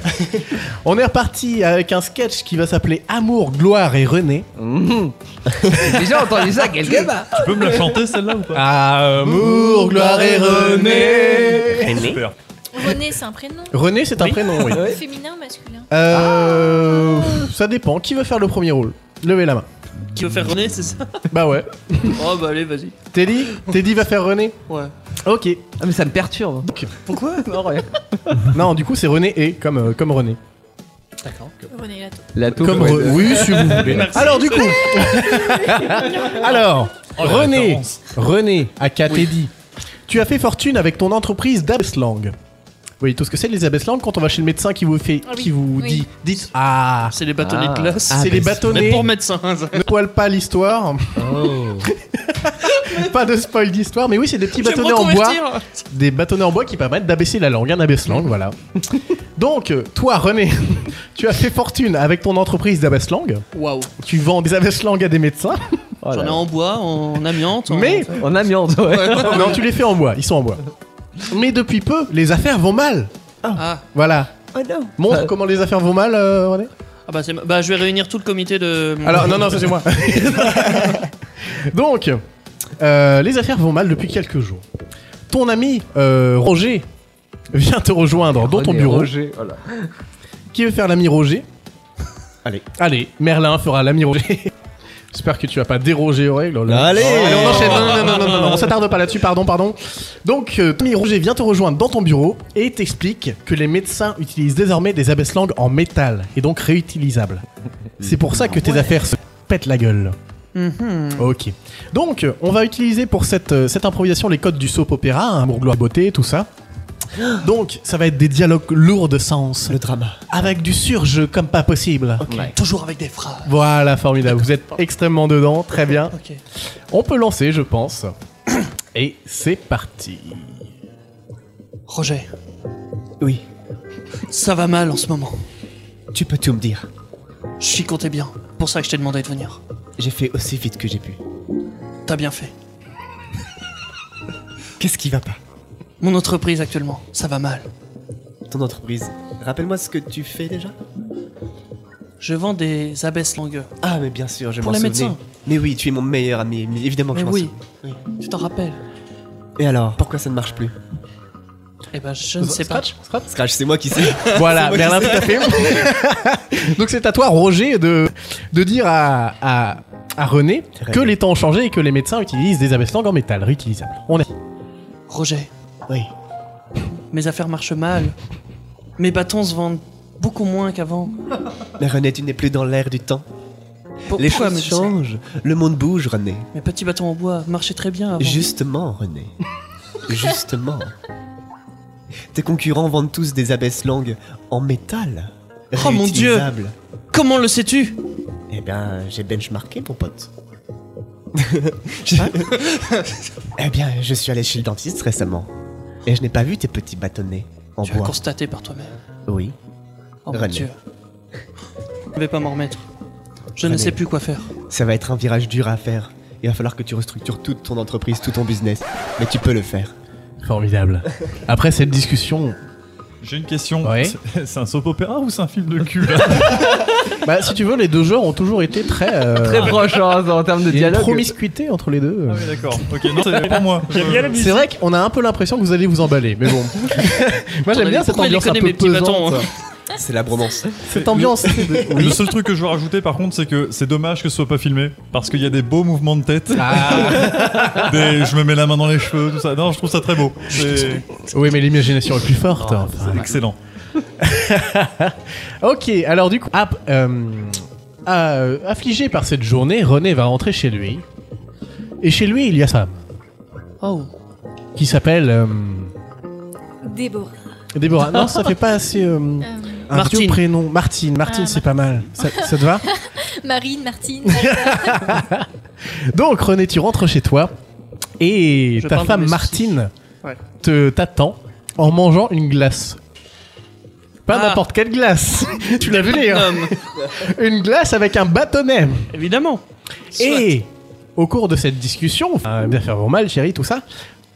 Speaker 2: On est reparti avec un sketch qui va s'appeler Amour, gloire et René.
Speaker 10: J'ai <laughs> déjà entendu ça quelque part.
Speaker 7: Tu peux me
Speaker 2: <laughs>
Speaker 7: la chanter celle-là ou pas
Speaker 2: Ah, Amour, gloire et René.
Speaker 7: Super.
Speaker 14: René, c'est un prénom.
Speaker 2: René, c'est un prénom, oui.
Speaker 14: Féminin, masculin.
Speaker 2: Euh, Ça dépend. Qui veut faire le premier rôle Levez la main.
Speaker 9: Qui veut faire René, c'est ça
Speaker 2: Bah ouais.
Speaker 9: Oh bah allez, vas-y.
Speaker 2: Teddy Teddy va faire René
Speaker 9: Ouais.
Speaker 2: Ok.
Speaker 10: Ah mais ça me perturbe. <laughs>
Speaker 9: Pourquoi
Speaker 2: Non, du coup, c'est René et, comme, euh, comme René.
Speaker 9: D'accord.
Speaker 14: René Lato.
Speaker 2: Comme Re- Oui, si vous voulez. Alors, du coup. Alors,
Speaker 7: Oh, la
Speaker 2: René,
Speaker 7: référence.
Speaker 2: René, aka Teddy, tu as fait fortune avec ton entreprise d'Abslang. Vous voyez tout ce que c'est l'Elizabeth Land quand on va chez le médecin qui vous fait,
Speaker 9: Ah oui,
Speaker 2: qui vous
Speaker 9: oui.
Speaker 2: dit, dites ah.
Speaker 9: C'est les bâtonnets de glace.
Speaker 2: C'est les bâtonnets.
Speaker 9: Mais pour médecin. ça.
Speaker 2: Ne poil pas l'histoire. <laughs> pas de spoil d'histoire, mais oui, c'est des petits
Speaker 9: Oh. Je vais me
Speaker 2: bâtonnets en bois.
Speaker 9: reconvertir.
Speaker 2: Des bâtonnets en bois qui permettent d'abaisser la langue, un abaisse-langue, voilà. Donc, euh, toi, René, <laughs> tu as fait fortune avec ton entreprise d'abaisse-langue.
Speaker 9: Waouh.
Speaker 2: Tu vends des abaisse-langues à des médecins.
Speaker 9: J'en ai en bois, en amiante. en-
Speaker 2: Mais
Speaker 10: en <laughs> amiante,
Speaker 9: ouais.
Speaker 2: non, tu les fais en bois, ils sont en bois. Mais depuis peu, les affaires vont mal.
Speaker 9: Ah.
Speaker 2: Voilà.
Speaker 10: Oh
Speaker 2: Montre comment les affaires vont mal, euh, René.
Speaker 9: Ah bah, c'est ma- bah, je vais réunir tout le comité de.
Speaker 2: Alors, non, non, ça c'est moi. <laughs> Donc, euh, les affaires vont mal depuis quelques jours. Ton ami euh, Roger vient te rejoindre dans ton
Speaker 12: René
Speaker 2: bureau.
Speaker 12: Roger, voilà.
Speaker 2: Qui veut faire l'ami Roger Allez. Allez, Merlin fera l'ami Roger. <laughs> J'espère que tu vas pas déroger aux règles. oh là là.
Speaker 8: Allez
Speaker 2: on enchaîne. Non, non, non, non, non, non, on s'attarde pas là-dessus, pardon, pardon. Donc, euh, ton ami Roger vient te rejoindre dans ton bureau et t'explique que les médecins utilisent désormais des abaisse-langues en métal et donc réutilisables. C'est pour ça que tes affaires se pètent la gueule.
Speaker 9: Mhm.
Speaker 2: Ok. Donc, euh, on va utiliser pour cette, euh, cette improvisation les codes du soap opéra, hein, pour gloire beauté, tout ça. Donc, ça va être des dialogues lourds de sens. Le drama. Avec du surjeu comme pas possible.
Speaker 9: Toujours avec des phrases.
Speaker 2: Voilà, formidable. Vous êtes extrêmement dedans, très bien.
Speaker 9: Ok.
Speaker 2: On peut lancer,
Speaker 13: <coughs>
Speaker 2: je pense. Et c'est parti.
Speaker 9: Roger,
Speaker 13: Oui,
Speaker 9: ça va mal en ce moment.
Speaker 13: tu peux tout me dire.
Speaker 9: Je suis comptais bien. Pour ça que je t'ai demandé de venir.
Speaker 13: J'ai fait aussi vite que j'ai pu.
Speaker 9: T'as bien fait.
Speaker 13: Qu'est-ce qui va pas
Speaker 9: Mon entreprise actuellement, ça va mal.
Speaker 13: Ton entreprise. Rappelle-moi ce que tu fais déjà.
Speaker 9: Je vends des abaisse langues.
Speaker 13: Ah, mais bien sûr, je
Speaker 9: Pour
Speaker 13: m'en
Speaker 9: les
Speaker 13: souvenais.
Speaker 9: médecins.
Speaker 13: Mais oui, tu es mon meilleur ami. mais évidemment que
Speaker 9: Mais
Speaker 13: je m'en
Speaker 9: oui.
Speaker 13: souviens.
Speaker 9: Tu t'en rappelles
Speaker 13: Et alors, pourquoi ça ne marche plus
Speaker 9: Eh ben, je ne sais pas.
Speaker 13: Scratch, c'est moi qui
Speaker 8: <laughs>
Speaker 13: sais.
Speaker 2: Voilà,
Speaker 13: C'est moi
Speaker 2: Berlin,
Speaker 13: qui
Speaker 2: tout à
Speaker 13: sais.
Speaker 2: fait.
Speaker 13: <laughs>
Speaker 2: Donc c'est à toi, Roger, de, de dire à, à, à René que les temps ont changé et que les médecins utilisent des abaisse-langues en métal réutilisables. On est...
Speaker 9: Roger.
Speaker 13: Oui.
Speaker 9: Mes affaires marchent mal. Mes bâtons se vendent beaucoup moins qu'avant.
Speaker 13: Mais René, tu n'es plus dans l'air du temps.
Speaker 9: Pour-
Speaker 13: Les
Speaker 9: pourquoi,
Speaker 13: choses
Speaker 9: monsieur
Speaker 13: changent, le monde bouge, René.
Speaker 9: Mes petits bâtons en bois marchaient très bien avant.
Speaker 13: Justement, René. Justement. Tes concurrents vendent tous des abaisse langues en métal.
Speaker 9: Oh mon Dieu.
Speaker 13: réutilisables.
Speaker 9: Comment le sais-tu
Speaker 13: Eh bien, j'ai benchmarké, mon pote. <laughs> eh bien, je suis allé chez le dentiste récemment. Et je n'ai pas vu tes petits bâtonnets en
Speaker 9: Tu as
Speaker 13: bois.
Speaker 9: constaté par toi-même.
Speaker 13: Oui.
Speaker 9: Oh mon
Speaker 13: René.
Speaker 9: Dieu. Je vais pas m'en remettre. Je ne
Speaker 13: René.
Speaker 9: sais plus quoi faire.
Speaker 13: Ça va être un virage dur à faire. Il va falloir que tu restructures toute ton entreprise, tout ton business. Mais tu peux le faire.
Speaker 2: Formidable. Après cette discussion...
Speaker 7: J'ai une question.
Speaker 2: Ouais.
Speaker 7: C'est- C'est un soap opéra ou c'est un film de cul là
Speaker 2: Bah, si tu veux, les deux joueurs ont toujours été très...
Speaker 9: <laughs>
Speaker 2: euh,
Speaker 10: Très proche hein, en termes de
Speaker 2: Il y a une
Speaker 10: dialogue.
Speaker 2: promiscuité entre les deux.
Speaker 7: Ah Oui, d'accord. Ok, non, c'est pour <laughs> moi. Je-
Speaker 2: C'est vrai qu'on a un peu l'impression que vous allez vous emballer,
Speaker 9: <laughs>
Speaker 2: mais bon. Moi j'aime bien cette
Speaker 9: Pourquoi il
Speaker 2: ambiance un
Speaker 9: connaît
Speaker 2: peu
Speaker 9: mes petits bâtons,
Speaker 2: pesante.
Speaker 9: hein
Speaker 13: C'est la bromance.
Speaker 2: Cette ambiance.
Speaker 9: <laughs>
Speaker 7: Le, le seul truc que je veux rajouter par contre, c'est que c'est dommage que ce soit pas filmé parce qu'il y a des beaux mouvements de <laughs> tête.
Speaker 9: Ah.
Speaker 2: Ah.
Speaker 7: Des- je me mets la main dans les cheveux, tout ça. Non, je trouve ça très beau. C'est-
Speaker 2: Oui, mais l'imagination est plus forte.
Speaker 7: Ah, c'est excellent.
Speaker 2: ok, alors du coup, ah, euh, euh, affligé par cette journée, René va rentrer chez lui. Et chez lui, il y a Sam,
Speaker 9: Oh.
Speaker 2: qui s'appelle euh,
Speaker 6: Déborah.
Speaker 2: Déborah. Non, ça <laughs> fait pas assez. euh, un
Speaker 9: Martine.
Speaker 2: vieux prénom. Martine, Martine, c'est pas mal. Ça, ça te <laughs> va
Speaker 6: Marine, Martine.
Speaker 2: Donc, René, tu rentres chez toi et
Speaker 9: Je
Speaker 2: ta
Speaker 9: parle de
Speaker 2: femme
Speaker 9: mes
Speaker 2: Martine
Speaker 9: Ouais.
Speaker 2: te t'attend en mangeant une glace. Pas
Speaker 9: Ah.
Speaker 2: n'importe quelle
Speaker 9: <laughs>
Speaker 2: glace. tu l'as vu venir.
Speaker 9: Platinum.
Speaker 2: Une glace avec un bâtonnet.
Speaker 9: Évidemment.
Speaker 2: Et au cours de cette discussion, enfin, bien faire mal, chérie, tout ça,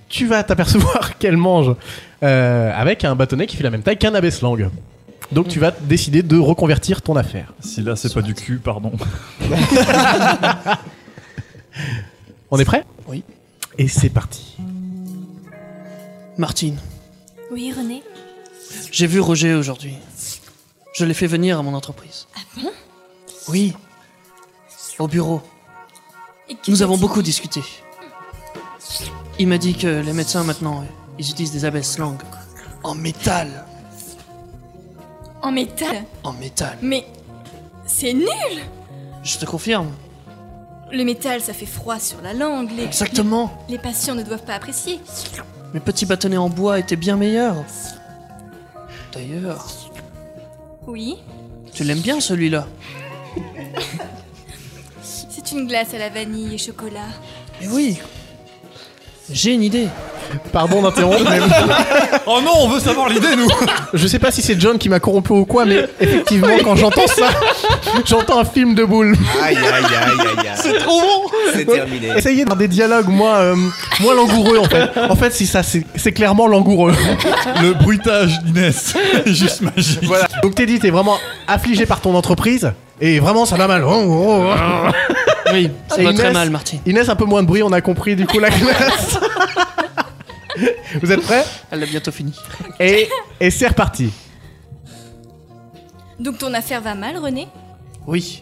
Speaker 2: tu vas t'apercevoir <laughs> qu'elle mange euh, avec un bâtonnet qui fait la même taille qu'un abaisse-langue. Donc tu vas décider de reconvertir ton affaire.
Speaker 7: Si là c'est pas du cul, pardon.
Speaker 2: On est prêt
Speaker 9: Oui.
Speaker 2: Et c'est parti.
Speaker 9: Martine,
Speaker 6: Oui, René.
Speaker 9: j'ai vu Roger aujourd'hui. Je l'ai fait venir à mon entreprise.
Speaker 6: Ah bon
Speaker 9: Oui. Au bureau. Nous avons beaucoup discuté. Il m'a dit que les médecins maintenant, ils utilisent des abaisse langues. En métal.
Speaker 6: En métal.
Speaker 9: En métal.
Speaker 6: Mais c'est nul
Speaker 9: Je te confirme.
Speaker 6: Le métal, ça fait froid sur la langue. Les,
Speaker 9: Exactement.
Speaker 6: Les, les patients ne doivent pas apprécier.
Speaker 9: Mes petits bâtonnets en bois étaient bien meilleurs. D'ailleurs,
Speaker 6: Oui.
Speaker 9: tu l'aimes bien celui-là
Speaker 6: C'est une glace à la vanille et chocolat.
Speaker 9: Mais oui J'ai une idée.
Speaker 2: Pardon d'interrompre, mais.
Speaker 7: <laughs> oh non, on veut savoir l'idée, nous
Speaker 2: Je sais pas si c'est John qui m'a corrompu ou quoi, mais effectivement, quand j'entends ça, <laughs> j'entends un film de boule.
Speaker 13: Aïe, aïe, aïe, aïe, aïe.
Speaker 2: C'est trop bon
Speaker 13: C'est terminé.
Speaker 2: Essayez d'avoir des dialogues moins, euh, moins langoureux, en fait. En fait, si ça, c'est c'est clairement langoureux.
Speaker 7: <laughs> Le bruitage <laughs> d'Inès, juste magique.
Speaker 2: Voilà. Donc, Teddy, t'es vraiment affligé par ton entreprise, et vraiment, ça va mal. Oh, <laughs>
Speaker 9: Oui, ça
Speaker 2: Ah,
Speaker 9: va très mal,
Speaker 2: Martin. Inès, un peu moins de bruit, on a compris, du <laughs> coup, la classe. Vous êtes prêts
Speaker 9: Elle l'a bientôt fini.
Speaker 2: Et, et c'est reparti.
Speaker 6: Donc ton affaire va mal, René
Speaker 9: Oui.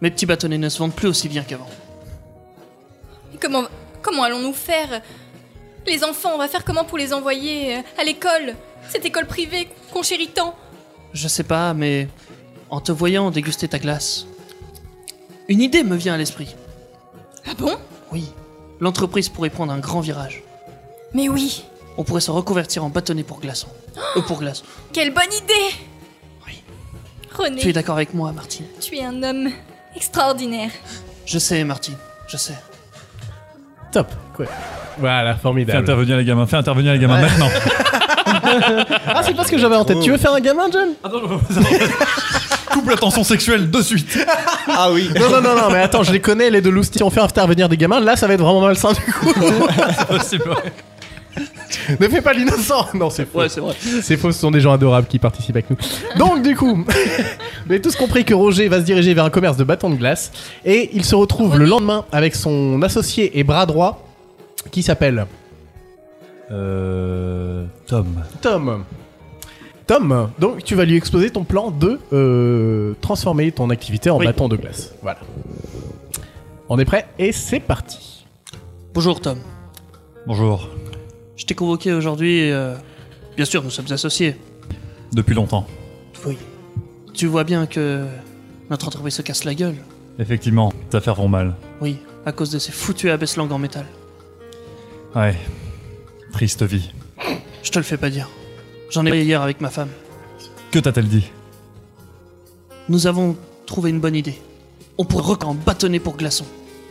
Speaker 9: Mes petits bâtonnets ne se vendent plus aussi bien qu'avant.
Speaker 6: Et Comment, comment allons-nous faire Les enfants, on va faire comment pour les envoyer euh, à l'école Cette école privée qu'on chérit tant
Speaker 9: Je sais pas, mais en te voyant déguster ta glace, une idée me vient à l'esprit.
Speaker 6: Ah bon
Speaker 9: Oui. L'entreprise pourrait prendre un grand virage.
Speaker 6: Mais oui
Speaker 9: On pourrait se reconvertir en bâtonnet pour glaçons. Ou pour glace.
Speaker 6: Quelle bonne idée Oui. René,
Speaker 9: Tu es d'accord avec moi, Martine
Speaker 6: tu es un homme extraordinaire.
Speaker 9: Je sais, Martine. Je sais.
Speaker 2: Top. Quoi Voilà,
Speaker 7: Fais
Speaker 2: formidable.
Speaker 7: intervenir les gamins, fais intervenir les gamins maintenant.
Speaker 2: Ah, c'est pas ce que j'avais en tête. Tu veux faire un gamin, John
Speaker 7: <laughs> Coupe la tension sexuelle de suite. <laughs>
Speaker 13: Ah <laughs> oui.
Speaker 2: Non, non, non, non, mais attends, je les connais, les deux loustis. Si on fait intervenir des gamins, là, ça va être vraiment malsain du coup. <laughs> ne fais pas l'innocent Non, c'est faux.
Speaker 9: Ouais, c'est vrai.
Speaker 2: C'est faux, ce sont des gens adorables qui participent avec nous. Donc, du coup, <laughs> vous avez tous compris que Roger va se diriger vers un commerce de bâtons de glace et il se retrouve le lendemain avec son associé et bras droit qui s'appelle
Speaker 7: Euh. Tom.
Speaker 2: Tom. Tom, donc tu vas lui exposer ton plan de euh, transformer ton activité en bâton de glace. Voilà. On est prêt et c'est parti.
Speaker 9: Bonjour, Tom.
Speaker 7: Bonjour.
Speaker 9: Je t'ai convoqué aujourd'hui. euh, Bien sûr, nous sommes associés.
Speaker 7: Depuis longtemps.
Speaker 9: Oui. Tu vois bien que notre entreprise se casse la gueule.
Speaker 7: Effectivement, tes affaires vont mal.
Speaker 9: Oui, à cause de ces foutues abaisse langues en métal.
Speaker 7: Ouais. Triste vie.
Speaker 9: Je te le fais pas dire. J'en ai parlé hier avec ma femme.
Speaker 7: Que t'a-t-elle dit
Speaker 9: Nous avons trouvé une bonne idée. On pourrait reconstruire un bâtonnet pour glaçons.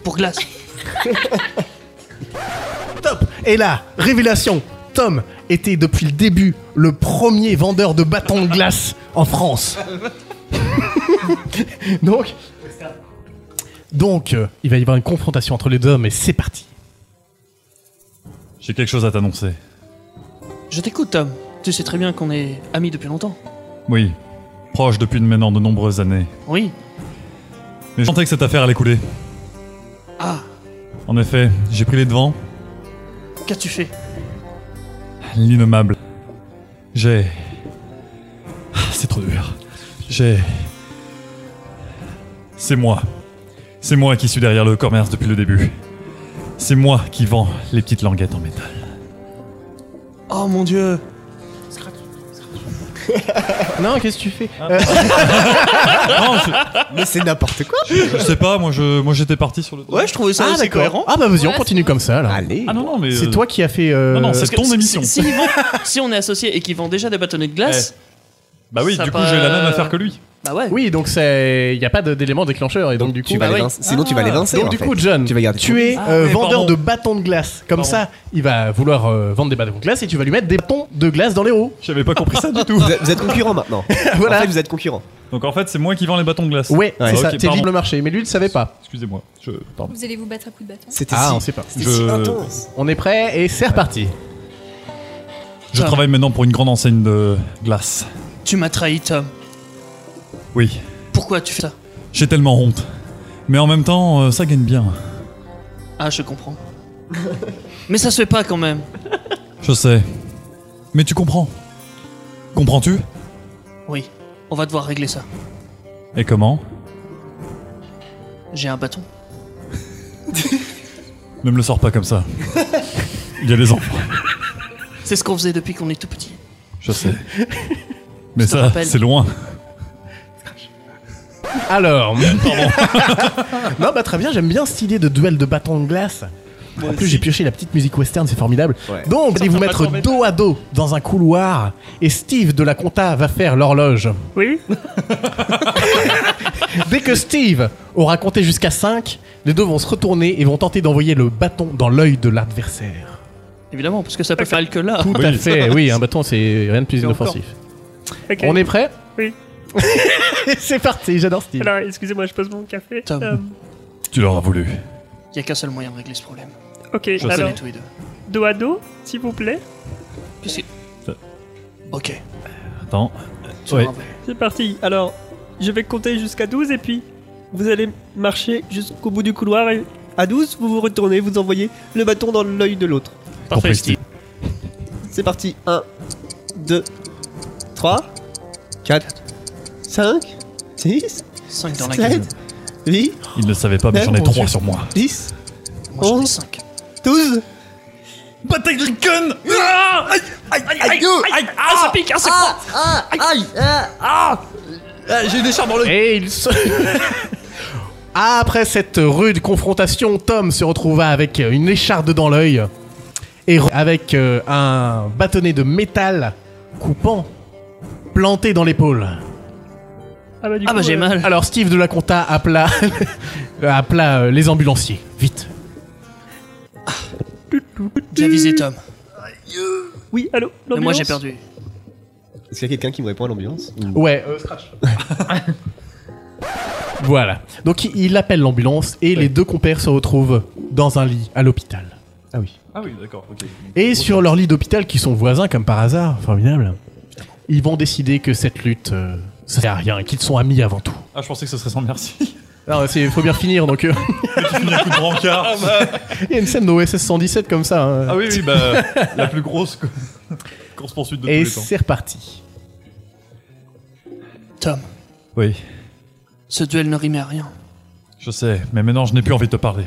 Speaker 9: Pour <laughs> glace.
Speaker 2: Top Et là, révélation Tom était depuis le début le premier vendeur de bâtons de glace en France. <laughs> donc, donc euh, il va y avoir une confrontation entre les deux hommes et c'est parti.
Speaker 7: J'ai quelque chose à t'annoncer.
Speaker 9: Je t'écoute, Tom. Tu sais très bien qu'on est amis depuis longtemps.
Speaker 7: Oui. Proche depuis maintenant de nombreuses années.
Speaker 9: Oui.
Speaker 7: Mais je sentais que cette affaire allait couler.
Speaker 9: Ah.
Speaker 7: En effet, j'ai pris les devants.
Speaker 9: Qu'as-tu fait
Speaker 7: L'innommable. J'ai. Ah, C'est trop dur. J'ai. C'est moi. C'est moi qui suis derrière le commerce depuis le début. C'est moi qui vends les petites languettes en métal.
Speaker 9: Oh mon dieu
Speaker 2: Non, qu'est-ce que tu fais Euh,
Speaker 7: Non, c'est-
Speaker 13: Mais c'est n'importe quoi.
Speaker 7: je sais pas, moi je, moi j'étais parti sur le.
Speaker 9: Ouais, je trouvais ça
Speaker 2: Ah
Speaker 9: assez
Speaker 2: d'accord.
Speaker 9: cohérent.
Speaker 2: Ah bah vas-y, on continue comme ça là.
Speaker 13: Allez.
Speaker 7: Ah non non mais.
Speaker 2: C'est
Speaker 7: euh,
Speaker 2: toi qui as fait. euh,
Speaker 7: Non, non, c'est ton
Speaker 9: si-
Speaker 7: émission.
Speaker 9: Si, ils vont- si on est associé et qu'ils vendent déjà des bâtonnets de glace,
Speaker 7: Bah oui,
Speaker 9: ça
Speaker 7: du coup
Speaker 9: pas-
Speaker 7: j'ai la même affaire que lui.
Speaker 9: bah ouais.
Speaker 2: Oui, donc c'est il y a pas de- d'élément déclencheur et donc, du coup ah
Speaker 13: Tu vas
Speaker 9: Bah
Speaker 13: les
Speaker 9: oui.
Speaker 13: vincer- Sinon, tu vas
Speaker 8: Ah.
Speaker 13: les vincer.
Speaker 2: donc
Speaker 13: en
Speaker 2: du
Speaker 13: fait.
Speaker 2: coup John,
Speaker 13: tu vas garder ton-
Speaker 2: tu es
Speaker 7: Ah,
Speaker 2: euh,
Speaker 7: mais
Speaker 2: vendeur
Speaker 7: pardon.
Speaker 2: de bâtons de glace. Comme
Speaker 7: Pardon.
Speaker 2: ça, il va vouloir euh, vendre des bâtons de glace et tu vas lui mettre des bâtons de glace dans les roues.
Speaker 7: J'avais pas compris ça du tout.
Speaker 13: Vous êtes- vous êtes
Speaker 8: <laughs>
Speaker 13: concurrents maintenant.
Speaker 2: Voilà.
Speaker 13: En fait, vous êtes concurrents.
Speaker 7: Donc en fait c'est moi qui vends les bâtons de glace.
Speaker 2: Ouais,
Speaker 7: Ah,
Speaker 2: c'est ça.
Speaker 7: ok,
Speaker 2: T'es
Speaker 7: pardon.
Speaker 2: libre le marché, mais lui ne savait pas.
Speaker 7: Excusez-moi. Je pardon.
Speaker 6: Vous allez vous battre à coups de bâton.
Speaker 13: C'était
Speaker 2: Ah,
Speaker 13: si-
Speaker 2: on sait pas.
Speaker 13: c'était
Speaker 7: Je-
Speaker 13: si intense.
Speaker 2: On est prêt et c'est reparti.
Speaker 7: Je travaille maintenant pour une grande enseigne de glace.
Speaker 9: Tu m'as trahi, Tom.
Speaker 7: Oui.
Speaker 9: Pourquoi tu fais ça
Speaker 7: J'ai tellement honte. Mais en même temps, euh, ça gagne bien.
Speaker 9: Ah, je comprends. Mais ça se fait pas quand même.
Speaker 7: Je sais. Mais tu comprends. Comprends-tu
Speaker 9: Oui, on va devoir régler ça.
Speaker 7: Et comment
Speaker 9: J'ai un bâton.
Speaker 7: Ne me le sors pas comme ça. Il y a les enfants.
Speaker 9: C'est ce qu'on faisait depuis qu'on est tout petit.
Speaker 7: Je sais. Mais
Speaker 9: Je te
Speaker 7: ça,
Speaker 9: rappelle.
Speaker 7: c'est loin.
Speaker 2: <laughs> Alors, non bah très bien, j'aime bien cette idée de duel de bâtons de glace. En plus, j'ai pioché la petite musique western, c'est formidable.
Speaker 19: Ouais.
Speaker 2: Donc,
Speaker 19: Ça
Speaker 2: allez vous
Speaker 19: fera
Speaker 2: mettre
Speaker 19: pas de
Speaker 2: dos à dos dans un couloir et Steve de la compta va faire l'horloge.
Speaker 19: Oui.
Speaker 2: Dès que Steve aura compté jusqu'à 5, les deux vont se retourner et vont tenter d'envoyer le bâton dans l'œil de l'adversaire.
Speaker 9: Évidemment, parce que ça peut faire le que là.
Speaker 2: Tout à fait, oui, un bâton, c'est rien de plus
Speaker 9: Et encore.
Speaker 2: inoffensif. On est prêt
Speaker 20: Oui.
Speaker 2: <laughs> C'est parti, j'adore Steve.
Speaker 20: Alors, excusez-moi, je pose mon café.
Speaker 9: <laughs> Tom.
Speaker 20: Euh,
Speaker 7: Tu l'auras voulu.
Speaker 9: Il y a qu'un seul moyen de régler ce problème.
Speaker 20: ok,
Speaker 9: Je
Speaker 20: alors,
Speaker 9: tous les deux.
Speaker 20: dos à dos, s'il vous plaît.
Speaker 9: Qu'est-ce que- Ok.
Speaker 7: Attends.
Speaker 9: Tu
Speaker 7: Ouais.
Speaker 9: l'auras voulu.
Speaker 20: C'est parti. Alors, je vais compter jusqu'à 12 et puis vous allez marcher jusqu'au bout du couloir et à 12, vous vous retournez, vous envoyez le bâton dans l'œil de l'autre.
Speaker 2: Compris, Steve.
Speaker 13: C'est parti. 1, 2, 3, 4, 5, 6,
Speaker 9: 5
Speaker 7: dans la gueule.
Speaker 13: 7, 8,
Speaker 7: Il ne le savait pas, mais j'en ai
Speaker 13: Mon
Speaker 7: 3
Speaker 13: Dieu.
Speaker 7: sur moi.
Speaker 13: 10, 11, 12. Bataille de gun
Speaker 20: Aïe, aïe, aïe, aïe, aïe, ah, ça pique, ah, c'est quoi
Speaker 13: Ah, aïe, ah,
Speaker 20: ah,
Speaker 8: Euh,
Speaker 2: J'ai des chars dans le. Et il se. <laughs> Après cette rude confrontation, Tom se retrouva avec une écharde dans l'œil et re- avec euh, un bâtonnet de métal coupant planté dans l'épaule.
Speaker 20: Ah bah, du
Speaker 9: Ah bah,
Speaker 20: coup,
Speaker 9: j'ai
Speaker 20: euh,
Speaker 9: mal.
Speaker 2: Alors Steve de la Conta appela, <laughs> appela euh, les ambulanciers. Vite.
Speaker 9: J'ai avisé Tom.
Speaker 20: Oui, allô
Speaker 9: Mais moi
Speaker 20: l'ambulance
Speaker 9: j'ai perdu.
Speaker 13: Est-ce qu'il y a quelqu'un qui me répond à l'ambulance
Speaker 2: Ouais, euh, Scratch. <laughs> Voilà. Donc il- il appelle l'ambulance et les deux compères se retrouvent dans un lit à l'hôpital. Ah oui.
Speaker 7: Ah oui, d'accord, ok.
Speaker 2: Et sur leur lit d'hôpital, qui sont voisins comme par hasard, formidable, ils vont décider que cette lutte, euh, ça sert à rien, et qu'ils sont amis avant tout.
Speaker 7: Ah, je pensais que ce serait sans <laughs> merci.
Speaker 2: Alors, il faut bien finir, donc... euh,
Speaker 7: Brancard.
Speaker 2: <laughs> Il y a une scène d'OSS 117 comme ça. hein.
Speaker 7: bah, Ah oui, oui, bah, la plus <laughs> grosse co- course-poursuite de
Speaker 2: Et
Speaker 7: tous les temps.
Speaker 2: c'est reparti.
Speaker 9: Tom.
Speaker 7: Oui.
Speaker 9: Ce duel ne rimait à rien.
Speaker 7: Je sais, mais maintenant je n'ai plus envie de te parler.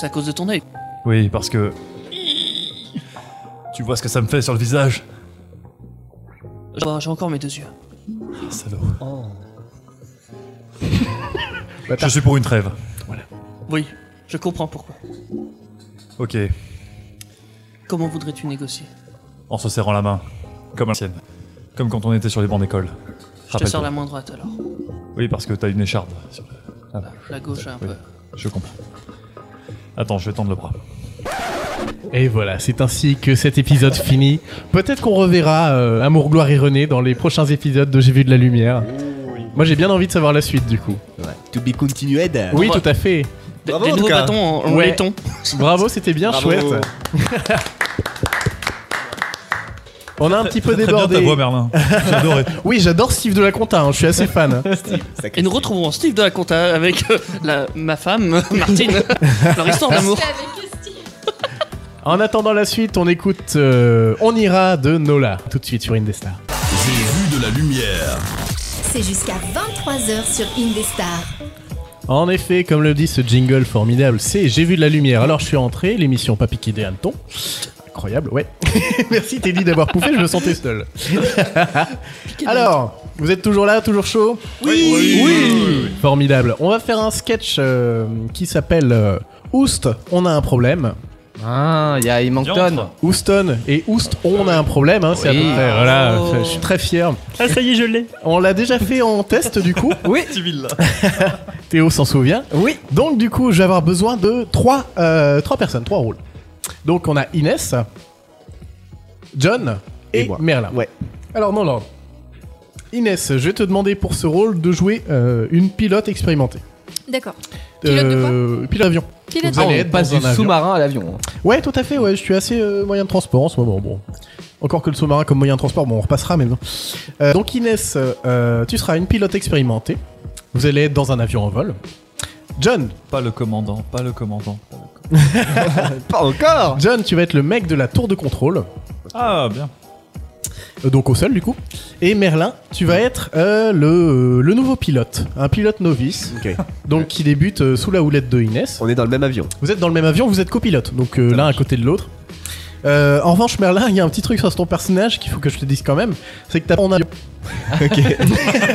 Speaker 9: C'est à cause de ton œil.
Speaker 7: Oui, parce que. Tu vois ce que ça me fait sur le visage
Speaker 9: J'ai j'ai encore mes deux yeux.
Speaker 7: Salaud.
Speaker 9: Oh.
Speaker 7: <laughs> Je suis pour une trêve.
Speaker 9: Oui, je comprends pourquoi.
Speaker 7: Ok,
Speaker 9: Comment voudrais-tu négocier
Speaker 7: en se serrant la main. Comme à l'ancienne. Comme quand on était sur les bancs d'école.
Speaker 9: Je te
Speaker 7: Rappelle-toi.
Speaker 9: sers la main droite alors.
Speaker 7: Oui, parce que t'as une écharde. sur le- Ah,
Speaker 9: La gauche un
Speaker 7: oui,
Speaker 9: peu.
Speaker 7: Je comprends. Attends, je vais tendre le bras.
Speaker 2: Et voilà, c'est ainsi que cet épisode finit. Peut-être qu'on reverra euh, Amour, Gloire et René dans les prochains épisodes de J'ai vu de la lumière.
Speaker 7: Oh
Speaker 2: Moi, j'ai bien envie de savoir la suite, du coup.
Speaker 13: To be continued.
Speaker 2: Oui, tout à fait.
Speaker 9: Des- Bravo, des nouveaux Lucas. bâtons en- en laiton.
Speaker 2: Bravo, c'était bien
Speaker 7: <laughs>
Speaker 9: Bravo.
Speaker 2: chouette. On a un petit peu
Speaker 7: très bien
Speaker 2: débordé.
Speaker 7: ta voix, Merlin. J'ai adoré.
Speaker 2: oui, j'adore Steve de la Conta, hein, je suis assez fan.
Speaker 9: Et nous retrouvons Steve de la Conta avec euh, la, ma femme, <laughs> euh, Martine. Leur histoire d'amour.
Speaker 2: En attendant la suite, on écoute euh, On ira de Nola tout de suite sur Indestar.
Speaker 3: J'ai vu de la lumière.
Speaker 5: <laughs> C'est jusqu'à 23h sur Indestar.
Speaker 2: En effet, comme le dit ce jingle formidable, c'est J'ai vu de la lumière, alors je suis entré, l'émission Papy qui des hannetons. Incroyable, ouais. <laughs> Merci Teddy d'avoir pouffé, je me sentais <laughs> seul. alors, vous êtes toujours là, toujours chaud <laughs> oui oui, Formidable. On va faire un sketch euh, qui s'appelle euh, Oust, on a un problème.
Speaker 12: Ah, il y a il manque Ton.
Speaker 2: Houston et Oust, on a un problème, hein, c'est à
Speaker 12: Oui.
Speaker 2: peu près. Voilà,
Speaker 12: Oh.
Speaker 2: je suis très fier.
Speaker 20: Ah, ça y est, je l'ai.
Speaker 2: On l'a déjà fait en test du coup. <laughs> Oui. Théo s'en souvient. Oui. Donc du coup, je vais avoir besoin de trois, euh, trois personnes, trois rôles. Donc on a Inès, John et, Merlin. Ouais. Alors non, non. Inès, je vais te demander pour ce rôle de jouer euh, une pilote expérimentée.
Speaker 6: D'accord.
Speaker 2: Pilote Pilote d'avion.
Speaker 6: Pilote
Speaker 2: Vous allez
Speaker 12: Ah, on
Speaker 2: être
Speaker 12: passe
Speaker 2: dans
Speaker 12: du
Speaker 2: un avion.
Speaker 12: sous-marin à
Speaker 10: hein.
Speaker 12: l'avion.
Speaker 2: Ouais, tout à fait, ouais, je suis assez euh, moyen de transport en ce moment. Bon. Encore que le sous-marin comme moyen de transport, bon, on repassera, mais non. Euh, donc, Inès, euh, tu seras une pilote expérimentée. Vous allez être dans un avion en vol. John
Speaker 7: Pas le commandant, pas le commandant. pas le-
Speaker 2: Pas encore John, tu vas être le mec de la tour de contrôle.
Speaker 7: Ah, bien.
Speaker 2: Euh, donc au sol du coup. Et Merlin, tu vas être euh, le, le nouveau pilote, un pilote novice, donc qui débute euh, sous la houlette de Inès.
Speaker 13: On est dans le même avion.
Speaker 2: Vous êtes dans le même avion, vous êtes copilote, donc euh, l'un à côté de l'autre. Euh, en revanche, Merlin, il y a un petit truc sur ton personnage qu'il faut que je te dise quand même. C'est que t'as pas en avion.
Speaker 9: Je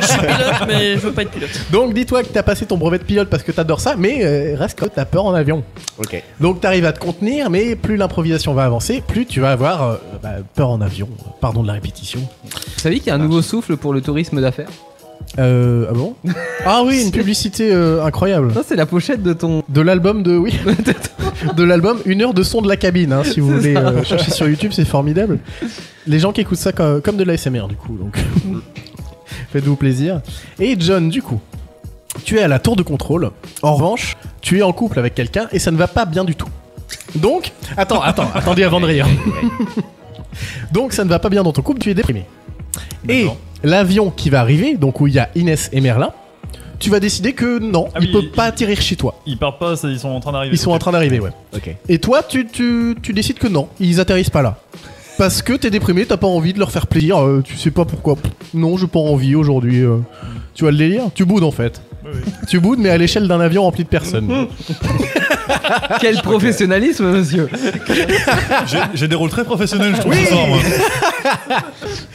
Speaker 9: suis pilote, mais je veux pas être pilote.
Speaker 2: <laughs> Donc dis-toi que t'as passé ton brevet de pilote parce que t'adores ça, mais euh, reste que t'as peur en avion.
Speaker 8: Ok.
Speaker 2: Donc t'arrives à te contenir, mais plus l'improvisation va avancer, plus tu vas avoir euh, bah, peur en avion. Pardon de la répétition.
Speaker 10: Vous savez qu'il y a un nouveau souffle pour le tourisme d'affaires
Speaker 2: Euh, ah bon Ah oui, une publicité euh, incroyable.
Speaker 10: Ça, c'est la pochette de ton. <laughs>
Speaker 2: De l'album de. Oui. de l'album Une heure de son de la cabine, hein, si vous
Speaker 10: C'est
Speaker 2: voulez
Speaker 10: ça.
Speaker 2: euh, chercher sur YouTube, c'est formidable. Les gens qui écoutent ça comme, comme de l'ASMR, du coup, donc. <laughs> Faites-vous plaisir. Et John, du coup, tu es à la tour de contrôle. En revanche, tu es en couple avec quelqu'un et ça ne va pas bien du tout. Donc, attends, attends, attendez avant de rire. <laughs> donc, ça ne va pas bien dans ton couple, tu es déprimé. Et l'avion qui va arriver, donc où il y a Inès et Merlin, tu vas décider que non,
Speaker 10: Ah
Speaker 2: il peut pas atterrir chez toi.
Speaker 7: Ils partent pas, ça, ils sont en train d'arriver.
Speaker 2: Ils sont en train d'arriver, ouais.
Speaker 7: Ok.
Speaker 2: Et toi, tu, tu, tu décides que non, ils atterrissent pas là. Parce que t'es déprimé, t'as pas envie de leur faire plaisir, euh, tu sais pas pourquoi. Pff, non, j'ai pas envie aujourd'hui. euh. Tu vois le délire Tu boudes en fait. Tu boudes, mais à l'échelle d'un avion rempli de
Speaker 8: Mmh.
Speaker 2: personnes. Ah,
Speaker 10: Quel professionnalisme, monsieur
Speaker 7: J'ai des rôles très professionnels, je trouve,
Speaker 2: Oui.
Speaker 7: ce soir, moi.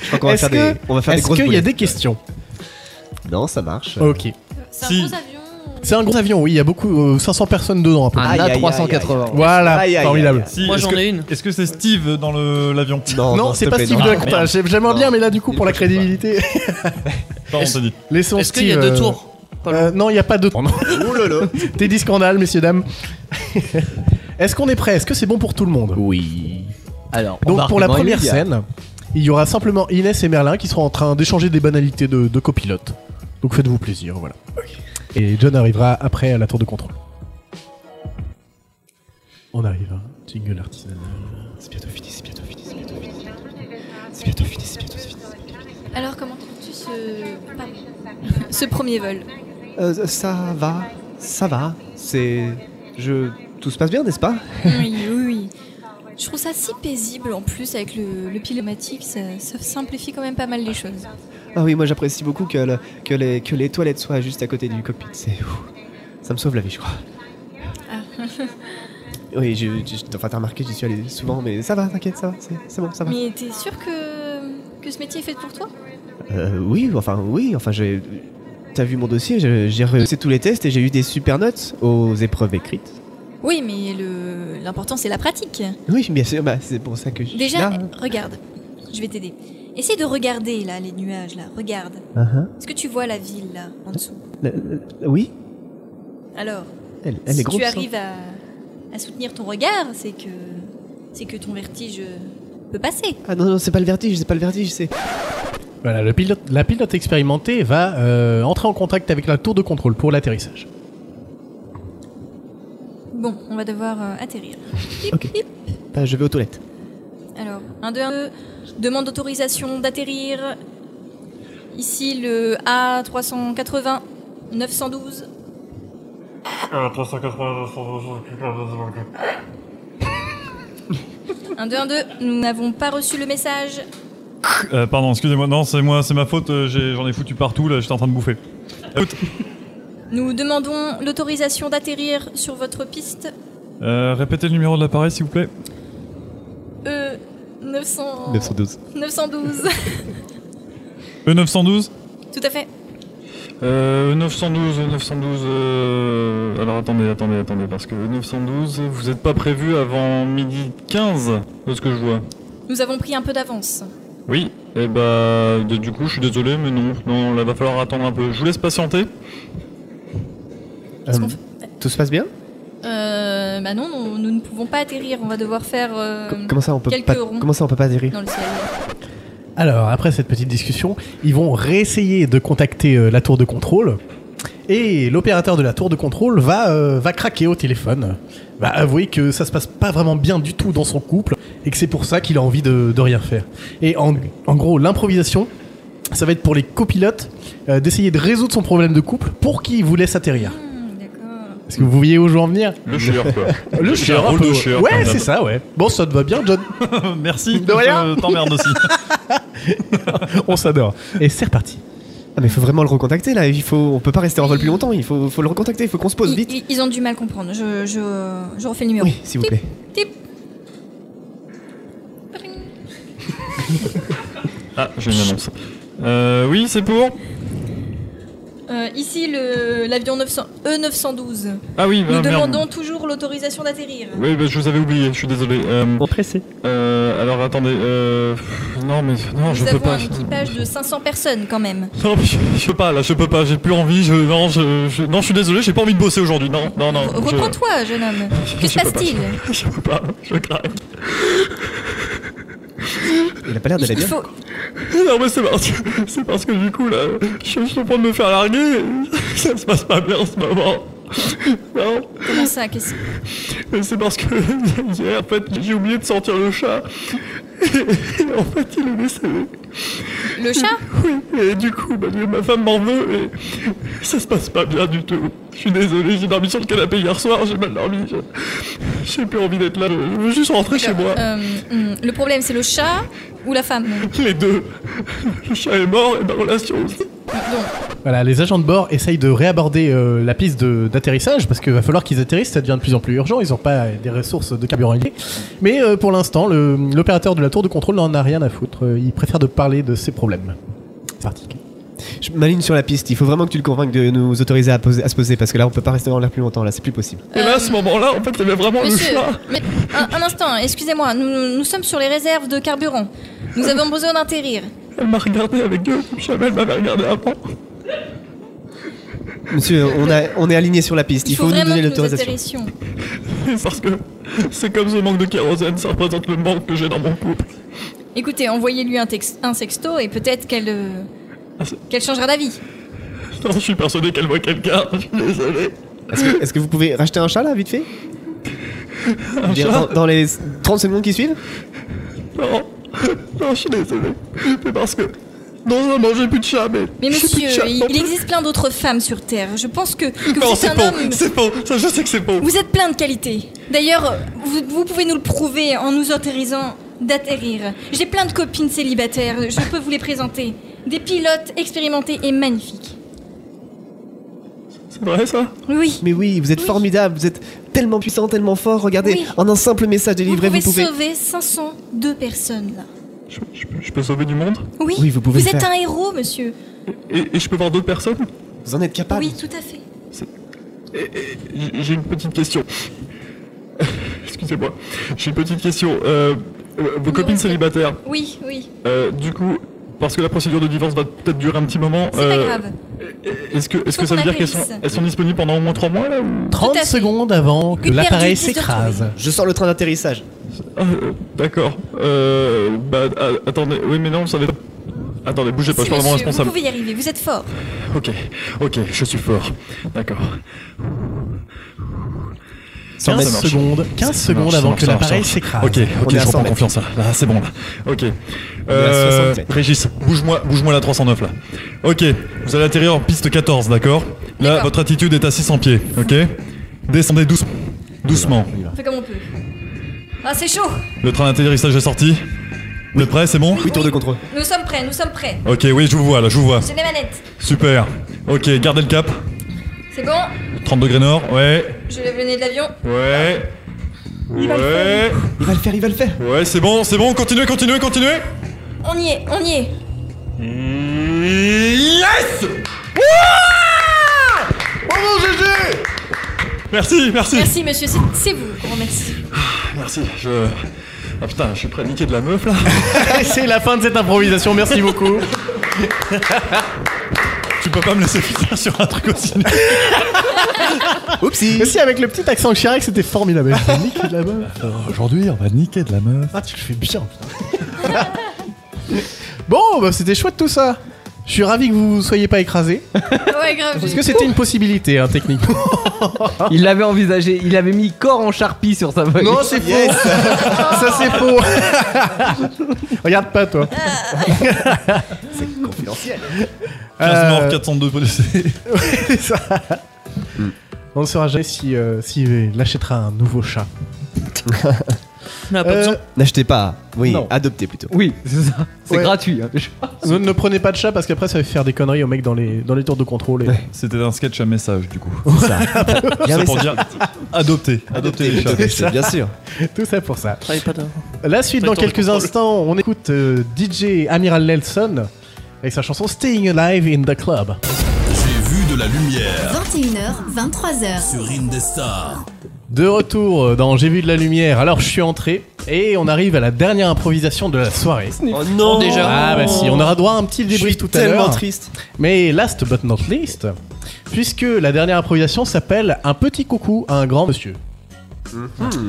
Speaker 8: Je crois qu'on va
Speaker 2: Est-ce
Speaker 8: faire
Speaker 2: que-
Speaker 8: des, on va faire des
Speaker 2: est-ce
Speaker 8: grosses
Speaker 2: qu'il y a
Speaker 8: boulettes.
Speaker 2: des questions Euh,
Speaker 8: Non, ça marche.
Speaker 2: Ok.
Speaker 8: C'est
Speaker 2: un Si. gros avion. C'est un gros avion, oui, il y a beaucoup, euh, 500 personnes dedans à peu
Speaker 10: Un
Speaker 2: près.
Speaker 8: Ah.
Speaker 10: A380.
Speaker 2: Voilà, formidable.
Speaker 7: Moi j'en ai une. Est-ce que c'est Steve dans le- l'avion
Speaker 2: Non, c'est pas Steve de
Speaker 8: Ah,
Speaker 2: la compta. J'ai- J'aimerais bien, mais là, du coup, pour la crédibilité. <laughs>
Speaker 7: Pardon, Tony.
Speaker 2: Laissons
Speaker 7: Est-ce qu'il y a
Speaker 2: Steve,
Speaker 7: deux
Speaker 2: euh,
Speaker 7: tours
Speaker 2: euh, Non, il n'y a pas deux
Speaker 13: Oh
Speaker 8: Oh.
Speaker 2: tours. T'es dit scandale, messieurs, dames. <laughs> Est-ce qu'on est prêt Est-ce que c'est bon pour tout le monde
Speaker 8: Oui.
Speaker 10: Alors,
Speaker 2: Donc, pour la
Speaker 10: embarquement
Speaker 2: première
Speaker 10: immédiat.
Speaker 2: scène, il y aura simplement Inès et Merlin qui seront en train d'échanger des banalités de, de copilote. Donc, faites-vous plaisir, voilà. Et John arrivera après à la tour de contrôle. On arrive, hein. jingle artisanal. C'est bientôt fini, c'est bientôt fini, c'est bientôt fini. C'est bientôt fini, c'est bientôt fini.
Speaker 6: Alors, comment trouves-tu ce... pardon, ce premier vol
Speaker 8: Euh, ça va, ça va. C'est. Je. Tout se passe bien, n'est-ce pas
Speaker 6: Oui, oui, oui. <laughs> Je trouve ça si paisible en plus avec le, le pilomatique, ça, ça simplifie quand même pas mal les choses.
Speaker 8: Ah oui, moi j'apprécie beaucoup que, le- que, les, que les toilettes soient juste à côté du cockpit. C'est. ouf. Ça me sauve la vie, je crois. <laughs>
Speaker 6: Ah.
Speaker 8: Oui, je, je- enfin, t'as remarqué, j'y suis allé souvent, mais ça va, t'inquiète, ça va, c'est- c'est bon, ça va.
Speaker 6: Mais t'es sûr que, que ce métier est fait pour toi
Speaker 8: Euh, oui, enfin, oui, enfin, j'ai. T'as vu mon dossier, je- j'ai réussi tous les tests et j'ai eu des super notes aux épreuves écrites.
Speaker 6: Oui, mais le- l'important c'est la pratique.
Speaker 8: Oui, bien sûr, bah, c'est pour ça que je
Speaker 6: Déjà,
Speaker 8: suis là.
Speaker 6: regarde, je vais t'aider. Essaye de regarder là les nuages, là, regarde.
Speaker 8: Ah, ah.
Speaker 6: Est-ce que tu vois la ville là, en dessous
Speaker 8: La- la- oui,
Speaker 6: Alors,
Speaker 8: elle, elle
Speaker 6: si
Speaker 8: est grosse.
Speaker 6: tu
Speaker 8: hein.
Speaker 6: arrives à, à soutenir ton regard, c'est que c'est que ton vertige peut passer.
Speaker 8: Ah non, non, c'est pas le vertige, c'est pas le vertige, c'est.
Speaker 2: Voilà, le pilote, la pilote expérimentée va euh, entrer en contact avec la tour de contrôle pour l'atterrissage.
Speaker 6: Bon, on va devoir euh, atterrir. Hip, hip.
Speaker 8: Bah, je vais aux toilettes.
Speaker 6: Alors, 1, 2, 1, 2. Demande d'autorisation d'atterrir. Ici, le A380 912.
Speaker 7: Ah, 380.
Speaker 6: 1, 2, 1, 2. Nous n'avons pas reçu le message.
Speaker 7: Euh, pardon, excusez-moi, non, c'est moi, c'est ma faute, euh, j'ai- j'en ai, foutu partout, là, j'étais en train de bouffer. Écoute,
Speaker 6: Nous demandons l'autorisation d'atterrir sur votre piste
Speaker 7: euh, répétez le numéro de l'appareil, s'il vous plaît.
Speaker 6: E 900...
Speaker 7: 912.
Speaker 6: 912.
Speaker 7: E912
Speaker 6: Tout à fait.
Speaker 7: Euh, 912, 912, euh... Alors attendez, attendez, attendez, parce que 912, vous êtes pas prévu avant midi 15, de ce que je vois.
Speaker 6: Nous avons pris un peu d'avance.
Speaker 7: Oui, et bah, de- du coup, je suis désolé, mais non, non, là, va falloir attendre un peu. Je vous laisse patienter.
Speaker 8: Euh, tout se passe bien
Speaker 6: Euh, bah non, nous, nous ne pouvons pas atterrir. On va devoir faire euh,
Speaker 8: Comment ça, on peut
Speaker 6: quelques
Speaker 8: pas-
Speaker 6: ronds
Speaker 8: comment ça, on peut pas atterrir
Speaker 6: dans le ciel.
Speaker 2: Alors, après cette petite discussion, ils vont réessayer de contacter euh, la tour de contrôle. Et l'opérateur de la tour de contrôle va, euh, va craquer au téléphone, va avouer que ça se passe pas vraiment bien du tout dans son couple et que c'est pour ça qu'il a envie de, de rien faire. Et en, en gros, l'improvisation, ça va être pour les copilotes euh, d'essayer de résoudre son problème de couple pour qu'il vous laisse atterrir. Est-ce que vous voyez où je veux en venir
Speaker 7: <laughs> Le chieur, quoi.
Speaker 2: Le
Speaker 7: J'ai un
Speaker 2: chieur, un
Speaker 7: rôle
Speaker 2: peu,
Speaker 7: de
Speaker 2: ouais.
Speaker 7: chieur,
Speaker 2: Ouais,
Speaker 7: comme d'hab.
Speaker 2: c'est ça, ouais. Bon, ça te va bien, John
Speaker 7: <laughs> Merci,
Speaker 2: De rien.
Speaker 7: euh, t'emmerdes aussi.
Speaker 2: <laughs> On s'adore. Et c'est reparti.
Speaker 8: Ah, mais faut vraiment le recontacter là, il faut, on peut pas rester en vol plus longtemps, il faut, faut le recontacter, il faut qu'on se pose
Speaker 6: Ils,
Speaker 8: vite.
Speaker 6: ils- ils ont du mal comprendre. Je, je, je refais le numéro.
Speaker 8: Oui, s'il vous plaît.
Speaker 6: Tip.
Speaker 7: <laughs> Ah, j'ai une annonce. Euh, oui, c'est pour
Speaker 6: Euh, ici, le- l'avion E 900 E912.
Speaker 7: Ah oui,
Speaker 6: Nous
Speaker 7: bah, merde.
Speaker 6: demandons toujours l'autorisation d'atterrir.
Speaker 7: Oui, bah, je vous avais oublié, je suis désolé. Euh, euh, alors attendez, euh, pff, non mais non, je
Speaker 6: Nous
Speaker 7: peux
Speaker 6: avons
Speaker 7: pas.
Speaker 6: un équipage de 500 personnes quand même.
Speaker 7: Non, mais je, je peux pas, là, je peux pas, j'ai plus envie, je, non, je, je- non, je suis désolé, j'ai pas envie de bosser aujourd'hui, non, non, non. je-
Speaker 6: Reprends-toi, jeune homme. Que se
Speaker 7: je peux pas, je-
Speaker 6: passe-t-il
Speaker 7: Je peux pas, je craque.
Speaker 8: Il a pas l'air d'aller
Speaker 6: Il
Speaker 8: bien.
Speaker 6: faut...
Speaker 7: Non mais c'est parce, que, <laughs> c'est parce que du coup là, je suis en train de me faire larguer, <laughs> ça se passe pas bien en ce moment. <laughs> Non.
Speaker 6: Comment ça Qu'est-ce
Speaker 7: Mais C'est parce que <laughs> hier, en fait, j'ai oublié de sortir le chat. Et, en fait, il est décédé.
Speaker 6: Le chat
Speaker 7: Oui, et du coup, bah, ma femme m'en veut et ça se passe pas bien du tout. Je suis désolé, j'ai dormi sur le canapé hier soir, j'ai mal dormi. je- J'ai plus envie d'être là, je veux juste rentrer chez moi.
Speaker 6: Euh, hum, Le problème, c'est le chat ou la femme
Speaker 7: Les deux. Le chat est mort et ma relation aussi.
Speaker 2: Voilà, les agents de bord essayent de réaborder euh, la piste de- d'atterrissage parce qu'il va falloir qu'ils atterrissent, ça devient de plus en plus urgent, ils n'ont pas des ressources de carburant liées. Mais euh, pour l'instant, le- l'opérateur de la tour de contrôle n'en a rien à foutre, euh, il préfère de parler de ses problèmes. C'est parti.
Speaker 8: Je m'aligne sur la piste. Il faut vraiment que tu le convainques de nous autoriser à, poser- à se poser parce que là, on peut pas rester dans l'air plus longtemps. Là, c'est plus possible.
Speaker 7: Et là, à ce moment-là, en fait, il y avait vraiment
Speaker 6: Monsieur,
Speaker 7: Ah le chat.
Speaker 6: mais- un, un instant, excusez-moi, nous, nous sommes sur les réserves de carburant. Nous avons besoin d'atterrir.
Speaker 7: Elle m'a regardé avec eux, comme jamais elle m'avait regardé avant.
Speaker 8: Monsieur, on, a- on est aligné sur la piste. Il, faut, nous
Speaker 6: vraiment
Speaker 8: donner
Speaker 6: que
Speaker 8: l'autorisation.
Speaker 6: atterrissions.
Speaker 7: <laughs> Parce que c'est comme ce manque de kérosène, ça représente le manque que j'ai dans mon couple.
Speaker 6: Écoutez, envoyez-lui un, texte- un sexto et peut-être qu'elle euh,
Speaker 7: Ah,
Speaker 6: qu'elle changera d'avis.
Speaker 7: Non, je suis persuadé qu'elle voit quelqu'un, je suis désolé.
Speaker 8: Est-ce que, est-ce que vous pouvez racheter un chat là, vite fait Je veux dire,
Speaker 7: chat
Speaker 8: dans, dans les 30 secondes qui suivent
Speaker 7: Non, non, je suis désolé. Mais parce que. Non, non, non, j'ai plus de chat, mais.
Speaker 6: Mais
Speaker 7: j'ai plus de
Speaker 6: monsieur,
Speaker 7: chat.
Speaker 6: il, il existe plein d'autres femmes sur Terre. Je pense que, que
Speaker 7: Non,
Speaker 6: vous êtes
Speaker 7: c'est
Speaker 6: un
Speaker 7: faux,
Speaker 6: homme.
Speaker 7: c'est faux, ça je sais que c'est faux.
Speaker 6: Vous êtes plein de qualités. D'ailleurs, vous, vous pouvez nous le prouver en nous autorisant d'atterrir. J'ai plein de copines célibataires, je peux vous les présenter. Des pilotes expérimentés et magnifiques.
Speaker 7: C'est vrai ça
Speaker 6: Oui.
Speaker 8: Mais oui, vous êtes formidable, vous êtes tellement puissant, tellement fort. Regardez,
Speaker 6: Oui.
Speaker 8: en un simple message délivré,
Speaker 6: vous
Speaker 8: vous
Speaker 6: pouvez
Speaker 8: pouvez.
Speaker 6: sauver 502 personnes là.
Speaker 7: Je peux sauver du monde
Speaker 6: Oui,
Speaker 8: Oui, vous pouvez le
Speaker 6: êtes
Speaker 8: faire.
Speaker 6: un héros, monsieur.
Speaker 7: et, et je peux voir d'autres personnes
Speaker 8: Vous en êtes capable
Speaker 6: Oui, tout à fait.
Speaker 7: J'ai j'ai une petite question. Excusez-moi. J'ai une petite question. Euh, euh, vos copines célibataires,
Speaker 6: Oui, oui,
Speaker 7: euh, du coup, parce que la procédure de divorce va peut-être durer un petit moment.
Speaker 6: c'est
Speaker 7: euh,
Speaker 6: pas grave.
Speaker 7: Est-ce que, est-ce que ça
Speaker 6: Faut
Speaker 7: veut
Speaker 6: qu'on
Speaker 7: dire qu'elles sont,
Speaker 6: atterrisse.
Speaker 7: elles sont disponibles pendant au moins 3 mois là ou...
Speaker 2: 30 secondes avant que
Speaker 7: Une
Speaker 2: l'appareil
Speaker 7: perdue, plus de
Speaker 2: s'écrase.
Speaker 8: Je sors le train d'atterrissage.
Speaker 7: Ah, euh, D'accord. Euh, bah, a- attendez, oui, mais non, ça va. Attendez, bougez pas, je
Speaker 6: Si,
Speaker 7: suis pas vraiment
Speaker 6: monsieur, vous
Speaker 7: responsable.
Speaker 6: pouvez y arriver, vous êtes fort.
Speaker 7: Ok, ok, je suis fort. D'accord. Ah,
Speaker 2: 15
Speaker 7: Ça marche.
Speaker 2: secondes, 15
Speaker 7: Ça marche,
Speaker 2: secondes
Speaker 7: ça
Speaker 2: avant
Speaker 7: marche,
Speaker 2: que
Speaker 7: ça marche,
Speaker 2: l'appareil
Speaker 7: ça marche.
Speaker 2: s'écrase.
Speaker 7: Ok,
Speaker 2: On
Speaker 7: ok,
Speaker 2: est à
Speaker 7: je
Speaker 2: 100
Speaker 7: reprends
Speaker 2: mètres.
Speaker 7: confiance là. Là, c'est bon là. Ok. Euh,
Speaker 2: On est à 60 mètres.
Speaker 7: Régis, bouge-moi, bouge-moi la 309 là. Ok, vous allez atterrir en piste 14, d'accord Là, votre attitude est à 600 pieds, ok Descendez douce- doucement.
Speaker 6: On fait comme on peut. Ah, c'est chaud.
Speaker 7: Le train d'atterrissage est sorti. Vous êtes prêts, c'est bon
Speaker 8: Oui, tour de contrôle.
Speaker 6: Nous sommes prêts, nous sommes prêts.
Speaker 7: Ok, oui, je vous vois là, je vous vois.
Speaker 6: J'ai les manettes.
Speaker 7: Super. Ok, gardez le cap.
Speaker 6: C'est bon,
Speaker 7: 30 degrés nord, ouais.
Speaker 6: je vais venir de l'avion.
Speaker 7: Ouais.
Speaker 6: Il va le faire.
Speaker 7: Il va le faire, il
Speaker 2: <laughs>
Speaker 7: va le faire. Ouais, c'est bon, c'est bon, continuez, continuez, continuez.
Speaker 6: On y est, on y est.
Speaker 7: Yes Bravo GG Merci, merci.
Speaker 6: Merci, monsieur, c'est- c'est vous. Grand merci.
Speaker 10: <laughs>
Speaker 7: Merci, je... Ah putain, je suis prêt à niquer de la meuf là.
Speaker 2: C'est la fin de cette improvisation, merci beaucoup.
Speaker 7: tu peux pas me laisser finir sur un truc aussi.
Speaker 2: Oupsie. Mais si, avec le petit accent Chirac, c'était
Speaker 7: <laughs>
Speaker 2: formidable. Je vais niquer de la meuf.
Speaker 7: Euh, Aujourd'hui, on va niquer de la meuf.
Speaker 2: Ah, tu le fais bien, putain. <laughs> bon, bah, c'était chouette tout ça. Je suis ravi que vous soyez pas écrasés.
Speaker 10: Ah
Speaker 6: Ouais, grave.
Speaker 2: Parce que c'était une possibilité, hein, techniquement.
Speaker 10: Il l'avait envisagé, il avait mis corps en charpie sur sa feuille.
Speaker 2: Non, c'est faux. ça, c'est
Speaker 7: <laughs>
Speaker 2: faux. Regarde pas, toi.
Speaker 8: c'est confidentiel.
Speaker 7: 15 morts, 402 blessés.
Speaker 2: Euh, <laughs> C'est ça. On ne saura jamais si, euh, s'il achètera un nouveau chat.
Speaker 9: Non,
Speaker 7: Ah,
Speaker 9: pas besoin.
Speaker 8: N'achetez pas, oui,
Speaker 2: Non.
Speaker 8: adoptez plutôt.
Speaker 2: Oui, c'est ça.
Speaker 8: C'est
Speaker 2: gratuit.
Speaker 10: hein.
Speaker 2: Euh, ne, ne prenez pas de chat parce qu'après ça va faire des conneries aux mecs dans les, dans les tours de contrôle. et-
Speaker 7: C'était un sketch à message du coup.
Speaker 2: ça. Il y a un
Speaker 7: C'est pour
Speaker 2: message.
Speaker 7: dire adoptez, adoptez les chats.
Speaker 2: Tout ça. <laughs> <laughs> Tout ça pour ça. La suite
Speaker 7: Pas
Speaker 2: dans
Speaker 7: de tour de
Speaker 2: quelques
Speaker 7: contrôle.
Speaker 2: instants, on écoute euh, DJ Amiral Nelson avec sa chanson Staying Alive in the Club.
Speaker 3: J'ai vu de la lumière
Speaker 5: 21h, 23h.
Speaker 3: sur Indestar.
Speaker 2: De retour dans J'ai vu de la lumière, alors je suis entré et on arrive à la dernière improvisation de la soirée.
Speaker 20: Oh non Déjà.
Speaker 2: Ah bah si, on aura droit à un petit
Speaker 20: Je
Speaker 2: débrief
Speaker 20: suis
Speaker 2: tout à l'heure.
Speaker 20: tellement triste.
Speaker 2: Mais last but not least, puisque la dernière improvisation s'appelle Un petit coucou à un grand monsieur.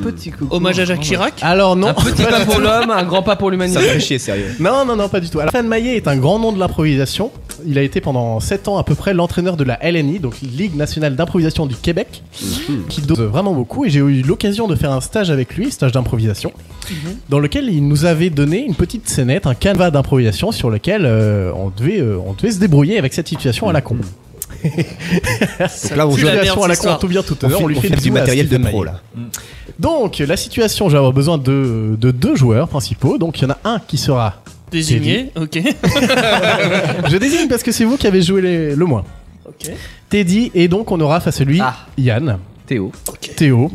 Speaker 10: Petit coucou.
Speaker 2: Hommage à Jacques Chirac Alors non. <laughs>
Speaker 10: Un petit
Speaker 2: Pas
Speaker 10: pas
Speaker 2: du
Speaker 10: pour
Speaker 2: tout.
Speaker 10: l'homme, un grand pas pour l'humanité.
Speaker 8: sérieux.
Speaker 2: Non, non, non, pas du tout. Alors, Stan Maillet est un grand nom de l'improvisation. Il a été pendant 7 ans à peu près l'entraîneur de la LNI, donc Ligue nationale d'improvisation du Québec,
Speaker 8: Mhm.
Speaker 2: qui dose vraiment beaucoup. Et j'ai eu l'occasion de faire un stage avec lui, stage d'improvisation,
Speaker 8: Mhm.
Speaker 2: dans lequel il nous avait donné une petite scénette, un canevas d'improvisation sur lequel euh, on, devait, euh, on devait se débrouiller avec cette situation à la con.
Speaker 8: Donc là, on
Speaker 2: Situation
Speaker 8: joue
Speaker 2: à la con, tout bien tout à l'heure. On, lui fait
Speaker 8: du
Speaker 2: bisous à
Speaker 8: matériel de
Speaker 2: Stephen
Speaker 8: pro
Speaker 2: Maillet.
Speaker 8: là.
Speaker 2: Donc, la situation, je vais avoir besoin de, de deux joueurs principaux. Donc, il y en a un qui sera
Speaker 9: Désigné, ok.
Speaker 2: Teddy. Je désigne parce que c'est vous qui avez joué les- le moins. Teddy, et donc on aura face à lui Yann. Théo. Théo.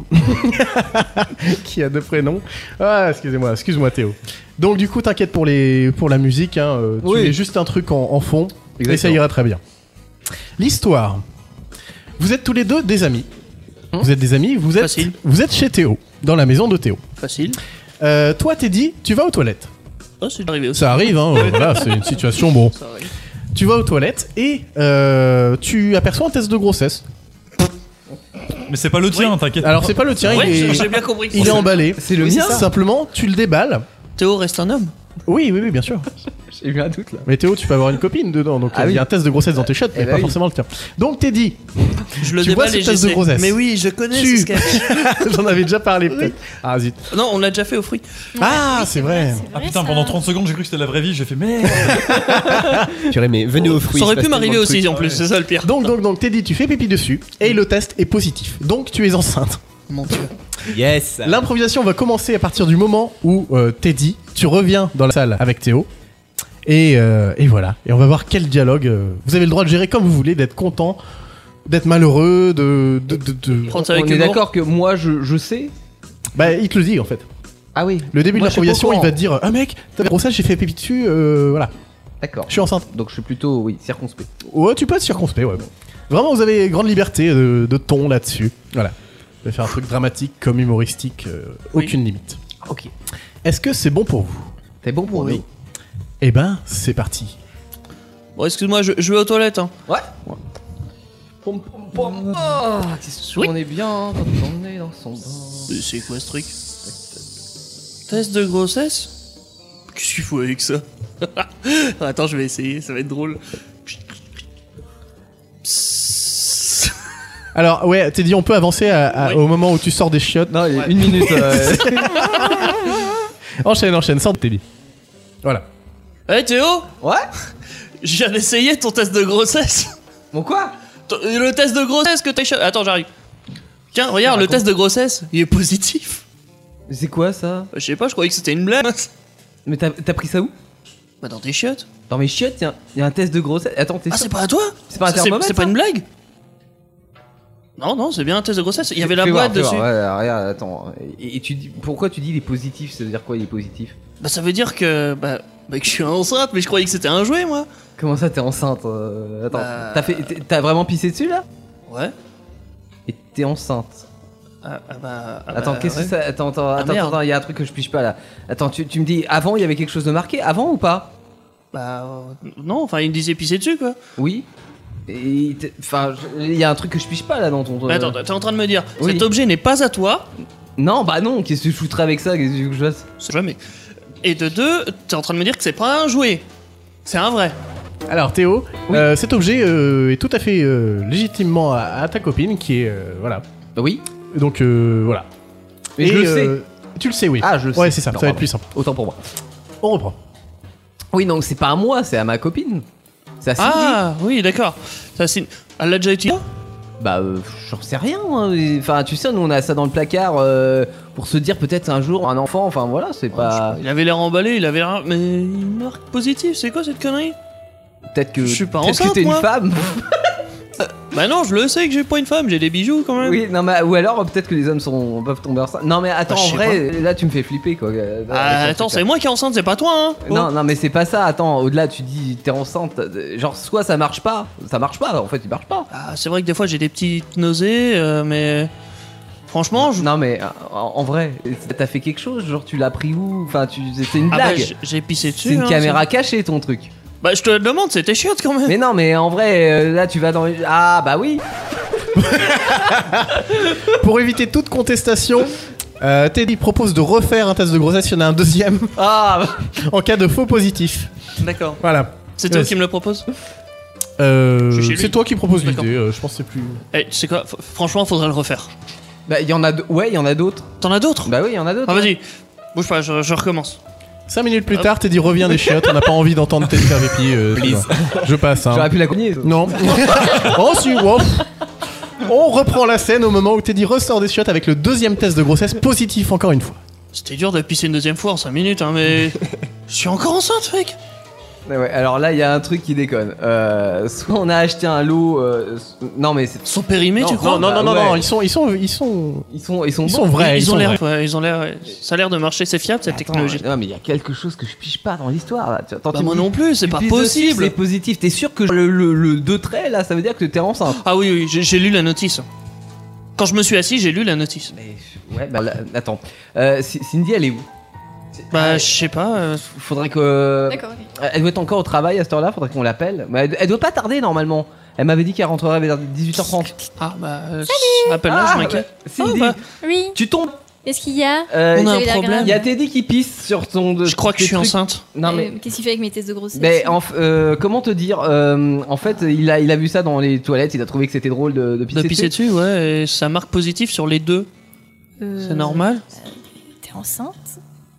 Speaker 2: <laughs> qui a deux prénoms. Ah, excusez-moi, excuse-moi Théo. Donc, du coup, t'inquiète pour, les, pour la musique. Hein, euh, tu
Speaker 19: Oui.
Speaker 2: mets juste un truc en, en fond et ça
Speaker 19: Exactement.
Speaker 2: ira très bien. L'histoire. Vous êtes tous les deux des amis. Vous êtes des amis, vous êtes, vous êtes chez Théo, dans la maison de Théo.
Speaker 9: Facile.
Speaker 2: Euh, toi, Teddy, tu vas aux toilettes.
Speaker 9: Oh, c'est arrivé aussi.
Speaker 2: Ça arrive, hein, euh, voilà, c'est une situation, bon.
Speaker 9: Ça arrive.
Speaker 2: Tu vas aux toilettes et euh, tu aperçois un test de grossesse.
Speaker 7: Mais c'est pas le tien, t'inquiète.
Speaker 2: Alors, c'est pas le tien,
Speaker 7: Oui,
Speaker 2: il est,
Speaker 7: j'ai bien compris.
Speaker 2: il est emballé.
Speaker 7: C'est le
Speaker 2: Oui,
Speaker 7: mien.
Speaker 2: ça. Simplement, tu le déballes.
Speaker 9: Théo reste un homme.
Speaker 2: Oui, oui, oui, bien sûr.
Speaker 12: J'ai eu un doute là.
Speaker 2: Mais Théo, tu peux avoir une copine dedans, donc
Speaker 12: Ah
Speaker 2: euh, il
Speaker 12: oui.
Speaker 2: y a un test de grossesse dans tes shots,
Speaker 12: Eh
Speaker 2: mais
Speaker 12: bah
Speaker 2: pas
Speaker 12: oui.
Speaker 2: forcément le tien. Donc Teddy,
Speaker 9: Je le
Speaker 2: tu vois
Speaker 9: déballe
Speaker 2: ce
Speaker 9: et je
Speaker 2: test de
Speaker 9: sais.
Speaker 2: grossesse.
Speaker 9: Mais oui, je connais
Speaker 2: Tu-
Speaker 9: ce sketch.
Speaker 2: <laughs> J'en avais déjà parlé peut-être. Ah zut.
Speaker 9: Non, on l'a déjà fait aux fruits.
Speaker 2: Ah, c'est vrai.
Speaker 7: Ah putain, pendant 30 secondes, j'ai cru que c'était la vraie vie, j'ai fait merde.
Speaker 8: Purée, mais venez aux fruits.
Speaker 9: Ça aurait
Speaker 8: il se
Speaker 9: pu
Speaker 8: passe
Speaker 9: m'arriver
Speaker 8: tellement de
Speaker 9: aussi
Speaker 8: trucs.
Speaker 9: en plus, c'est ça le pire.
Speaker 2: Donc, donc, donc, Teddy, tu fais pipi dessus et le test est positif. Donc, tu es enceinte.
Speaker 9: Mon dieu.
Speaker 8: Yes.
Speaker 2: L'improvisation va commencer à partir du moment où euh, Teddy, tu reviens dans la salle avec Théo. Et, euh, et voilà. Et on va voir quel dialogue. euh, vous avez le droit de gérer comme vous voulez, d'être content, d'être malheureux, de. de, de- de-
Speaker 12: On est d'accord que moi je, je sais.
Speaker 2: Bah, il te le dit en fait.
Speaker 12: Ah oui.
Speaker 2: Le début
Speaker 12: Moi,
Speaker 2: de
Speaker 12: je suis pas au
Speaker 2: l'improvisation, il
Speaker 12: courant.
Speaker 2: va te dire Ah mec, t'as pour ça, j'ai fait pipi dessus, euh, voilà.
Speaker 12: D'accord.
Speaker 2: Je suis enceinte.
Speaker 12: Donc je suis plutôt, oui, circonspect.
Speaker 2: Ouais, tu peux être circonspect, ouais. bon. Vraiment, vous avez grande liberté de, de ton là-dessus. Voilà. Je vais faire un truc dramatique comme humoristique, euh,
Speaker 12: Oui.
Speaker 2: aucune limite.
Speaker 12: Ok.
Speaker 2: Est-ce que c'est bon pour vous
Speaker 12: C'est bon pour nous.
Speaker 2: Eh ben, c'est parti.
Speaker 9: Bon, excuse-moi, je, je vais aux toilettes. Hein.
Speaker 12: Ouais. Pom, pom, pom. Ah, qu'est-ce qu'on est bien hein, quand on est dans son bain.
Speaker 9: C'est quoi ce truc Test de grossesse Qu'est-ce qu'il faut avec ça <laughs> Attends, je vais essayer, ça va être drôle.
Speaker 2: Alors, ouais, t'es dit, on peut avancer à- à- au moment où tu sors des chiottes. Non,
Speaker 12: une minute, euh.
Speaker 2: enchaîne, enchaîne, sors de Teddy. Voilà.
Speaker 9: Hé Eh, Théo
Speaker 12: <laughs> Ouais
Speaker 9: Je viens d'essayer ton test de grossesse.
Speaker 12: Mon quoi
Speaker 9: Le test de grossesse que t'as échappé. Attends, j'arrive. Tiens, regarde, le test de grossesse, il est positif.
Speaker 12: C'est quoi ça
Speaker 9: Je sais pas, je croyais que c'était une blague.
Speaker 12: Mais t'as t'as pris ça où
Speaker 9: Bah dans tes chiottes.
Speaker 12: Dans mes chiottes, y'a un, y a un test de grossesse. Attends, t'es
Speaker 9: Ah,
Speaker 12: sûr
Speaker 9: c'est pas à toi
Speaker 12: C'est pas un thermomètre,
Speaker 9: C'est pas
Speaker 12: ça
Speaker 9: une blague Non, non, c'est bien un test de grossesse. Il y avait la
Speaker 12: Fais voir,
Speaker 9: boîte
Speaker 12: fais voir.
Speaker 9: dessus.
Speaker 12: Ouais, regarde, attends. Et, et tu dis, pourquoi tu dis il est positif Ça veut dire quoi il est positif
Speaker 9: Bah ça veut dire que bah, bah, que je suis enceinte, mais je croyais que c'était un jouet moi.
Speaker 12: Comment ça t'es enceinte euh, Attends,
Speaker 9: Bah-
Speaker 12: t'as fait, t'es- t'as vraiment pissé dessus là
Speaker 9: Ouais.
Speaker 12: Et t'es enceinte.
Speaker 9: Ah, ah bah, ah
Speaker 12: attends,
Speaker 9: bah,
Speaker 12: qu'est-ce
Speaker 9: ouais.
Speaker 12: que ça Attends, attends, attends,
Speaker 9: merde.
Speaker 12: attends, il y a un truc que je pige pas là. Attends, tu, tu me dis avant il y avait quelque chose de marqué Avant ou pas
Speaker 9: Bah euh, non, enfin il me disait pisser dessus quoi.
Speaker 12: Oui. Et t'es- enfin, je- il y a un truc que je pige pas là dans ton.
Speaker 9: Mais Bah, attends, t'es en train de me dire,
Speaker 12: Oui.
Speaker 9: cet objet n'est pas à toi.
Speaker 12: Non, bah non, qu'est-ce que je foutrais avec ça Qu'est-ce que tu veux que je fasse
Speaker 9: C'est jamais. Et de deux, t'es en train de me dire que c'est pas un jouet. C'est un vrai.
Speaker 2: Alors, Théo, euh, cet objet euh, est tout à fait euh, légitimement à, à ta copine qui est. euh, voilà.
Speaker 12: Oui.
Speaker 2: Donc, euh, voilà.
Speaker 12: Mais je le
Speaker 9: euh,
Speaker 2: sais. euh, Tu le sais, oui.
Speaker 12: Ah, je le
Speaker 2: Ouais,
Speaker 12: sais.
Speaker 2: c'est ça,
Speaker 12: Non,
Speaker 2: ça va être
Speaker 12: pardon.
Speaker 2: plus simple.
Speaker 12: Autant pour moi.
Speaker 2: On reprend.
Speaker 12: Oui, donc c'est pas à moi, c'est à ma copine. C'est à Cindy.
Speaker 9: Ah oui, d'accord. Ça, c'est- Elle l'a déjà utilisé
Speaker 10: Bah, euh, j'en sais rien. hein. Et, Enfin, tu sais, nous on a ça dans le placard euh, pour se dire peut-être un jour un enfant. Enfin voilà, c'est pas.
Speaker 9: Il avait l'air emballé, il avait l'air. Mais il marque positif, c'est quoi cette connerie
Speaker 10: Peut-être que.
Speaker 9: Je suis pas
Speaker 10: peut-être que
Speaker 9: enceinte,
Speaker 10: t'es une
Speaker 9: moi.
Speaker 10: femme.
Speaker 9: Bah non, je le sais que j'ai pas une femme, j'ai des bijoux quand même.
Speaker 10: oui, non mais ou alors peut-être que les hommes sont peuvent tomber enceintes. Non mais attends,
Speaker 9: Bah, je
Speaker 10: en
Speaker 9: sais
Speaker 10: vrai, là tu me fais flipper quoi. Euh,
Speaker 9: Ah,
Speaker 10: avec ton
Speaker 9: attends,
Speaker 10: truc, là.
Speaker 9: c'est moi qui est enceinte, c'est pas toi, hein
Speaker 10: Non, non, mais c'est pas ça. Attends, au-delà, tu dis t'es enceinte. euh, Genre, soit ça marche pas, ça marche pas. En fait, il marche pas.
Speaker 9: Ah, c'est vrai que des fois j'ai des petites nausées, euh, mais. Franchement, je.
Speaker 10: Non, mais euh, en en vrai, t'as fait quelque chose. Genre, tu l'as pris où Enfin, tu... c'est une
Speaker 9: Ah
Speaker 10: blague.
Speaker 9: bah, j- j'ai pissé dessus.
Speaker 10: c'est une
Speaker 9: hein,
Speaker 10: caméra cachée, ton truc.
Speaker 9: Bah, je te le demande, c'était chiotte quand même.
Speaker 10: Mais non, mais en vrai, euh, là, tu vas dans. les- Ah, bah oui.
Speaker 2: Pour éviter toute contestation, euh, Teddy propose de refaire un test de grossesse. Il y en a un deuxième. <laughs>
Speaker 9: Ah
Speaker 2: En cas de faux positif.
Speaker 9: D'accord.
Speaker 2: Voilà.
Speaker 9: C'est toi
Speaker 2: Vas-y.
Speaker 9: qui me le propose
Speaker 2: Euh,
Speaker 9: Je suis chez lui.
Speaker 2: c'est toi qui propose
Speaker 9: D'accord.
Speaker 2: l'idée, euh, je pense que c'est plus.
Speaker 9: Eh, tu sais quoi f- Franchement, faudrait le refaire.
Speaker 10: Bah, il y en a. Ouais, il y en a d'autres.
Speaker 9: T'en as d'autres
Speaker 10: Bah oui, il y en a d'autres.
Speaker 9: Ah, vas-y, bouge pas, je, je recommence.
Speaker 2: 5 minutes plus tard, Teddy revient des chiottes, on n'a pas envie d'entendre Teddy faire des pieds. euh,
Speaker 10: Please.
Speaker 2: voilà. je passe. Hein.
Speaker 10: J'aurais pu la cogner. ça.
Speaker 2: Non. <laughs> oh, si, wow. On reprend la scène au moment où Teddy ressort des chiottes avec le deuxième test de grossesse positif encore une fois.
Speaker 9: C'était dur de pisser une deuxième fois en 5 minutes, hein,
Speaker 10: <laughs>
Speaker 9: mais. Je suis encore enceinte, mec
Speaker 10: Ouais, ouais, alors là, il y a un truc qui déconne. Euh, soit on a acheté un lot. euh, s- non, mais c'est.
Speaker 9: Sont périmés,
Speaker 10: non,
Speaker 9: tu
Speaker 12: Ah,
Speaker 9: crois
Speaker 10: Non,
Speaker 12: bah
Speaker 10: non, non,
Speaker 2: non,
Speaker 10: non,
Speaker 2: ils sont, ils sont, ils sont,
Speaker 10: ils sont, ils sont, euh,
Speaker 2: Ils sont vrais,
Speaker 9: Ils,
Speaker 2: ils
Speaker 9: ont
Speaker 2: sont
Speaker 9: l'air.
Speaker 2: vrais.
Speaker 9: ouais, ils ont l'air. ouais. Ça a l'air de marcher, c'est fiable cette technologie.
Speaker 10: Non, mais il y a quelque chose que je pige pas dans l'histoire. Là. Tu- Attends,
Speaker 9: Bah,
Speaker 10: tu
Speaker 9: moi
Speaker 10: me-
Speaker 9: non plus, c'est
Speaker 10: tu
Speaker 9: pas
Speaker 10: pises dessus,
Speaker 9: possible.
Speaker 10: C'est positif. T'es sûr que le, le, le deux traits là, ça veut dire que t'es enceinte
Speaker 9: Ah oui, oui, j'ai- j'ai lu la notice. Quand je me suis assis, j'ai lu la notice.
Speaker 10: Ouais, bah là, attends. Euh, C- Cindy, elle est où Ah,
Speaker 9: Bah, je sais pas.
Speaker 10: Faudrait que. euh,
Speaker 6: D'accord, ok.
Speaker 10: Elle doit être encore au travail à cette heure-là, faudrait qu'on l'appelle. Mais elle, elle doit pas tarder normalement. Elle m'avait dit qu'elle rentrerait vers 18h30.
Speaker 9: Ah bah. Appelle-moi, je m'inquiète.
Speaker 10: Ah, bah,
Speaker 9: Ah, bah.
Speaker 10: Cindy,
Speaker 6: Oui.
Speaker 10: tu tombes.
Speaker 6: Qu'est-ce qu'il y a
Speaker 10: Euh,
Speaker 6: Vous avez l'air grave.
Speaker 10: Il y a Teddy qui pisse sur ton. Je
Speaker 9: crois que je suis enceinte.
Speaker 10: Non mais.
Speaker 6: Euh, Qu'est-ce qu'il fait avec mes tests de grossesse
Speaker 10: Mais en f- euh, comment te dire euh, En fait, il a, il a vu ça dans les toilettes, il a trouvé que c'était drôle de, de pisser
Speaker 9: De pisser Bah, dessus, ouais, et ça marque positif sur les deux.
Speaker 6: Euh,
Speaker 9: C'est normal
Speaker 6: T'es enceinte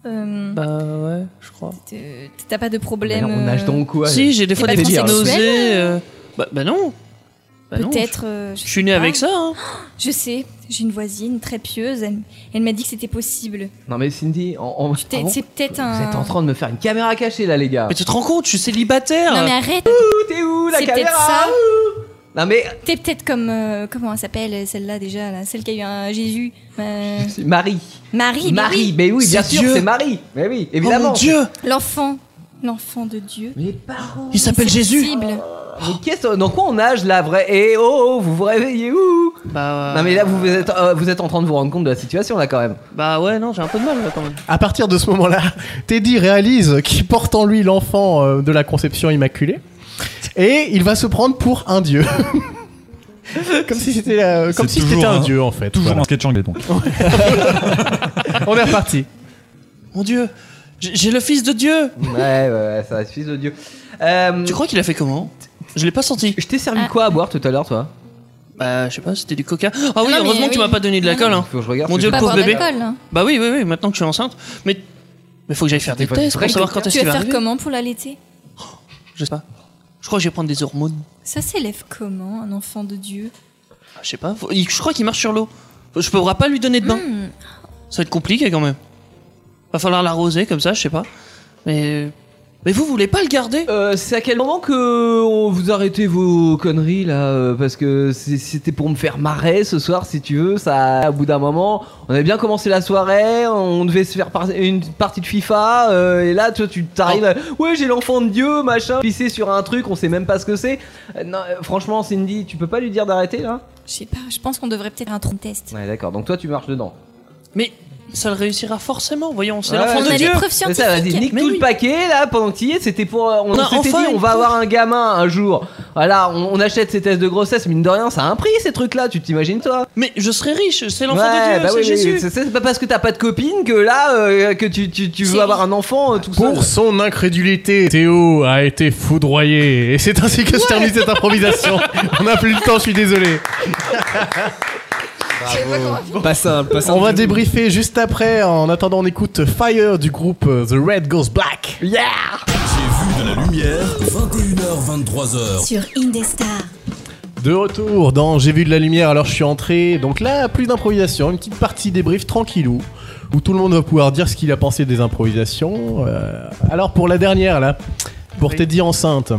Speaker 6: Euh,
Speaker 9: Bah ouais, je crois.
Speaker 6: t'es- T'as pas de problème
Speaker 10: Mais non, Ben, on nage dans quoi,
Speaker 9: Si, j'ai des
Speaker 6: t'es
Speaker 9: fois
Speaker 6: pas
Speaker 9: des petites
Speaker 6: transsexuelle
Speaker 9: nausées. euh, Bah, bah non. Bah non,
Speaker 6: Peut-être.
Speaker 9: je-
Speaker 6: euh,
Speaker 9: Je suis né
Speaker 6: sais
Speaker 9: avec
Speaker 6: pas.
Speaker 9: ça. hein.
Speaker 6: Je sais. J'ai une voisine très pieuse. Elle, elle m'a dit que c'était possible.
Speaker 10: euh, Non mais Cindy, en, en-
Speaker 6: T'es-
Speaker 10: ah bon
Speaker 6: C'est peut-être
Speaker 10: vous
Speaker 6: un.
Speaker 10: êtes en train de me faire une caméra cachée là, les gars.
Speaker 9: Mais tu te rends compte, je suis célibataire.
Speaker 6: Non mais arrête.
Speaker 10: T'es où
Speaker 6: la C'est peut-être
Speaker 10: caméra
Speaker 6: ça.
Speaker 10: Non mais
Speaker 6: T'es peut-être comme euh, comment elle s'appelle celle-là déjà là, celle qui a eu un Jésus. euh,
Speaker 10: c'est Marie.
Speaker 6: Marie. mais
Speaker 10: Marie,
Speaker 6: oui.
Speaker 10: mais oui, bien
Speaker 9: C'est
Speaker 10: sûr,
Speaker 9: Dieu.
Speaker 10: c'est Marie. Mais oui, évidemment.
Speaker 9: Oh mon Dieu.
Speaker 6: L'enfant, l'enfant de Dieu.
Speaker 10: Mais parents.
Speaker 9: Il s'appelle
Speaker 6: c'est
Speaker 9: Jésus.
Speaker 6: possible.
Speaker 10: Mais qu'est-ce dans quoi on nage là, vrai Eh oh, oh, vous vous réveillez où
Speaker 9: Bah, euh,
Speaker 10: Non mais là, vous, vous êtes, euh, vous êtes en train de vous rendre compte de la situation là quand même.
Speaker 9: Bah ouais, non, j'ai un peu de mal là quand même.
Speaker 2: À partir de ce moment-là, Teddy réalise qu'il porte en lui l'enfant euh, de la conception immaculée et il va se prendre pour un dieu. <laughs> comme si c'était euh, comme
Speaker 7: C'est
Speaker 2: si
Speaker 7: toujours
Speaker 2: c'était un,
Speaker 7: un-
Speaker 2: dieu en fait.
Speaker 7: toujours
Speaker 2: Voilà.
Speaker 7: un sketch anglais donc.
Speaker 2: On est
Speaker 7: <laughs>
Speaker 2: reparti.
Speaker 9: Mon Dieu, j'ai j'ai le fils de Dieu.
Speaker 10: Ouais, ouais, ouais, ça suffit de Dieu. Euh,
Speaker 9: Tu crois qu'il a fait comment Je l'ai pas senti.
Speaker 10: Je t'ai servi quoi à boire tout à l'heure, toi
Speaker 9: Bah, je sais pas, c'était du coca. Ah oui,
Speaker 6: Ah non, mais
Speaker 9: heureusement que tu
Speaker 6: oui.
Speaker 9: m'as pas donné de
Speaker 6: Ah
Speaker 9: l'alcool.
Speaker 6: non.
Speaker 9: Hein.
Speaker 10: Faut que je regarde
Speaker 9: Mon
Speaker 10: ce
Speaker 9: Dieu,
Speaker 10: que
Speaker 9: le
Speaker 10: j'ai
Speaker 9: pauvre
Speaker 10: pas
Speaker 9: bébé.
Speaker 10: boire d'alcool,
Speaker 6: hein.
Speaker 9: Bah oui, oui, oui, maintenant que je suis enceinte. Mais, mais faut que j'aille faire des
Speaker 10: pas du
Speaker 9: tests
Speaker 10: vrai
Speaker 9: pour savoir quand est-ce
Speaker 6: Tu
Speaker 9: qu'il
Speaker 6: vas
Speaker 9: va
Speaker 6: faire
Speaker 9: arriver.
Speaker 6: comment pour l'allaiter
Speaker 9: Je sais pas. Je crois que je vais prendre des hormones.
Speaker 6: Ça s'élève comment un enfant de Dieu
Speaker 9: Ah, Je sais pas. faut- il- Je crois qu'il marche sur l'eau. Je pourrais pas lui donner de bain.
Speaker 6: Hmm,
Speaker 9: Ça va être compliqué quand même. Va falloir l'arroser comme ça, je sais pas. Mais. Mais vous voulez pas le garder
Speaker 10: Euh, c'est à quel moment que euh, on vous arrêtez vos conneries là euh, Parce que c'est- c'était pour me faire marrer ce soir, si tu veux. Ça, au bout d'un moment, on avait bien commencé la soirée, on devait se faire par- une partie de FIFA, euh, et là, toi, tu t'arrives. à-
Speaker 9: Oh.
Speaker 10: Ouais, j'ai l'enfant de Dieu, machin. Pisser sur un truc, on sait même pas ce que c'est. Euh, non, euh, franchement, Cindy, tu peux pas lui dire d'arrêter là
Speaker 6: Je sais pas. Je pense qu'on devrait peut-être un trompe test.
Speaker 10: Ouais, d'accord. Donc toi, tu marches dedans.
Speaker 9: Mais ça le réussira forcément, voyons, c'est
Speaker 10: Ouais,
Speaker 9: l'enfant
Speaker 10: ouais,
Speaker 9: de
Speaker 10: c'est
Speaker 9: Dieu.
Speaker 10: ça. Mais Ça, vas-y, nique tout le paquet là pendant que tu y es. C'était pour. euh, On,
Speaker 9: Non,
Speaker 10: s'était
Speaker 9: enfin,
Speaker 10: dit, on
Speaker 9: une
Speaker 10: va
Speaker 9: couche.
Speaker 10: avoir un gamin un jour. Voilà, on, on achète ces tests de grossesse. Mine de rien, ça a un prix ces trucs là. Tu t'imagines toi
Speaker 9: Mais je serai riche, c'est l'enfant
Speaker 10: Ouais,
Speaker 9: de Dieu,
Speaker 10: bah
Speaker 9: c'est
Speaker 10: oui, oui,
Speaker 9: Jésus.
Speaker 10: c'est- C'est pas parce que t'as pas de copine que là, euh, que tu, tu, tu veux avoir un enfant euh,
Speaker 17: Bah,
Speaker 10: tout seul.
Speaker 2: Pour son incrédulité, Théo a été foudroyé et c'est ainsi que se termine cette improvisation. On n'a plus le temps, je suis désolé.
Speaker 13: Pas simple, pas simple.
Speaker 2: On va débriefer juste après. En attendant, on écoute Fire du groupe euh, The Red Goes Black.
Speaker 10: Yeah
Speaker 3: J'ai vu de la lumière, 21h, 23h.
Speaker 5: Sur Indestar.
Speaker 2: De retour dans J'ai vu de la lumière alors je suis entré. Donc là, plus d'improvisation, une petite partie débrief tranquillou où tout le monde va pouvoir dire ce qu'il a pensé des improvisations. Euh, alors pour la dernière là, pour Teddy enceinte.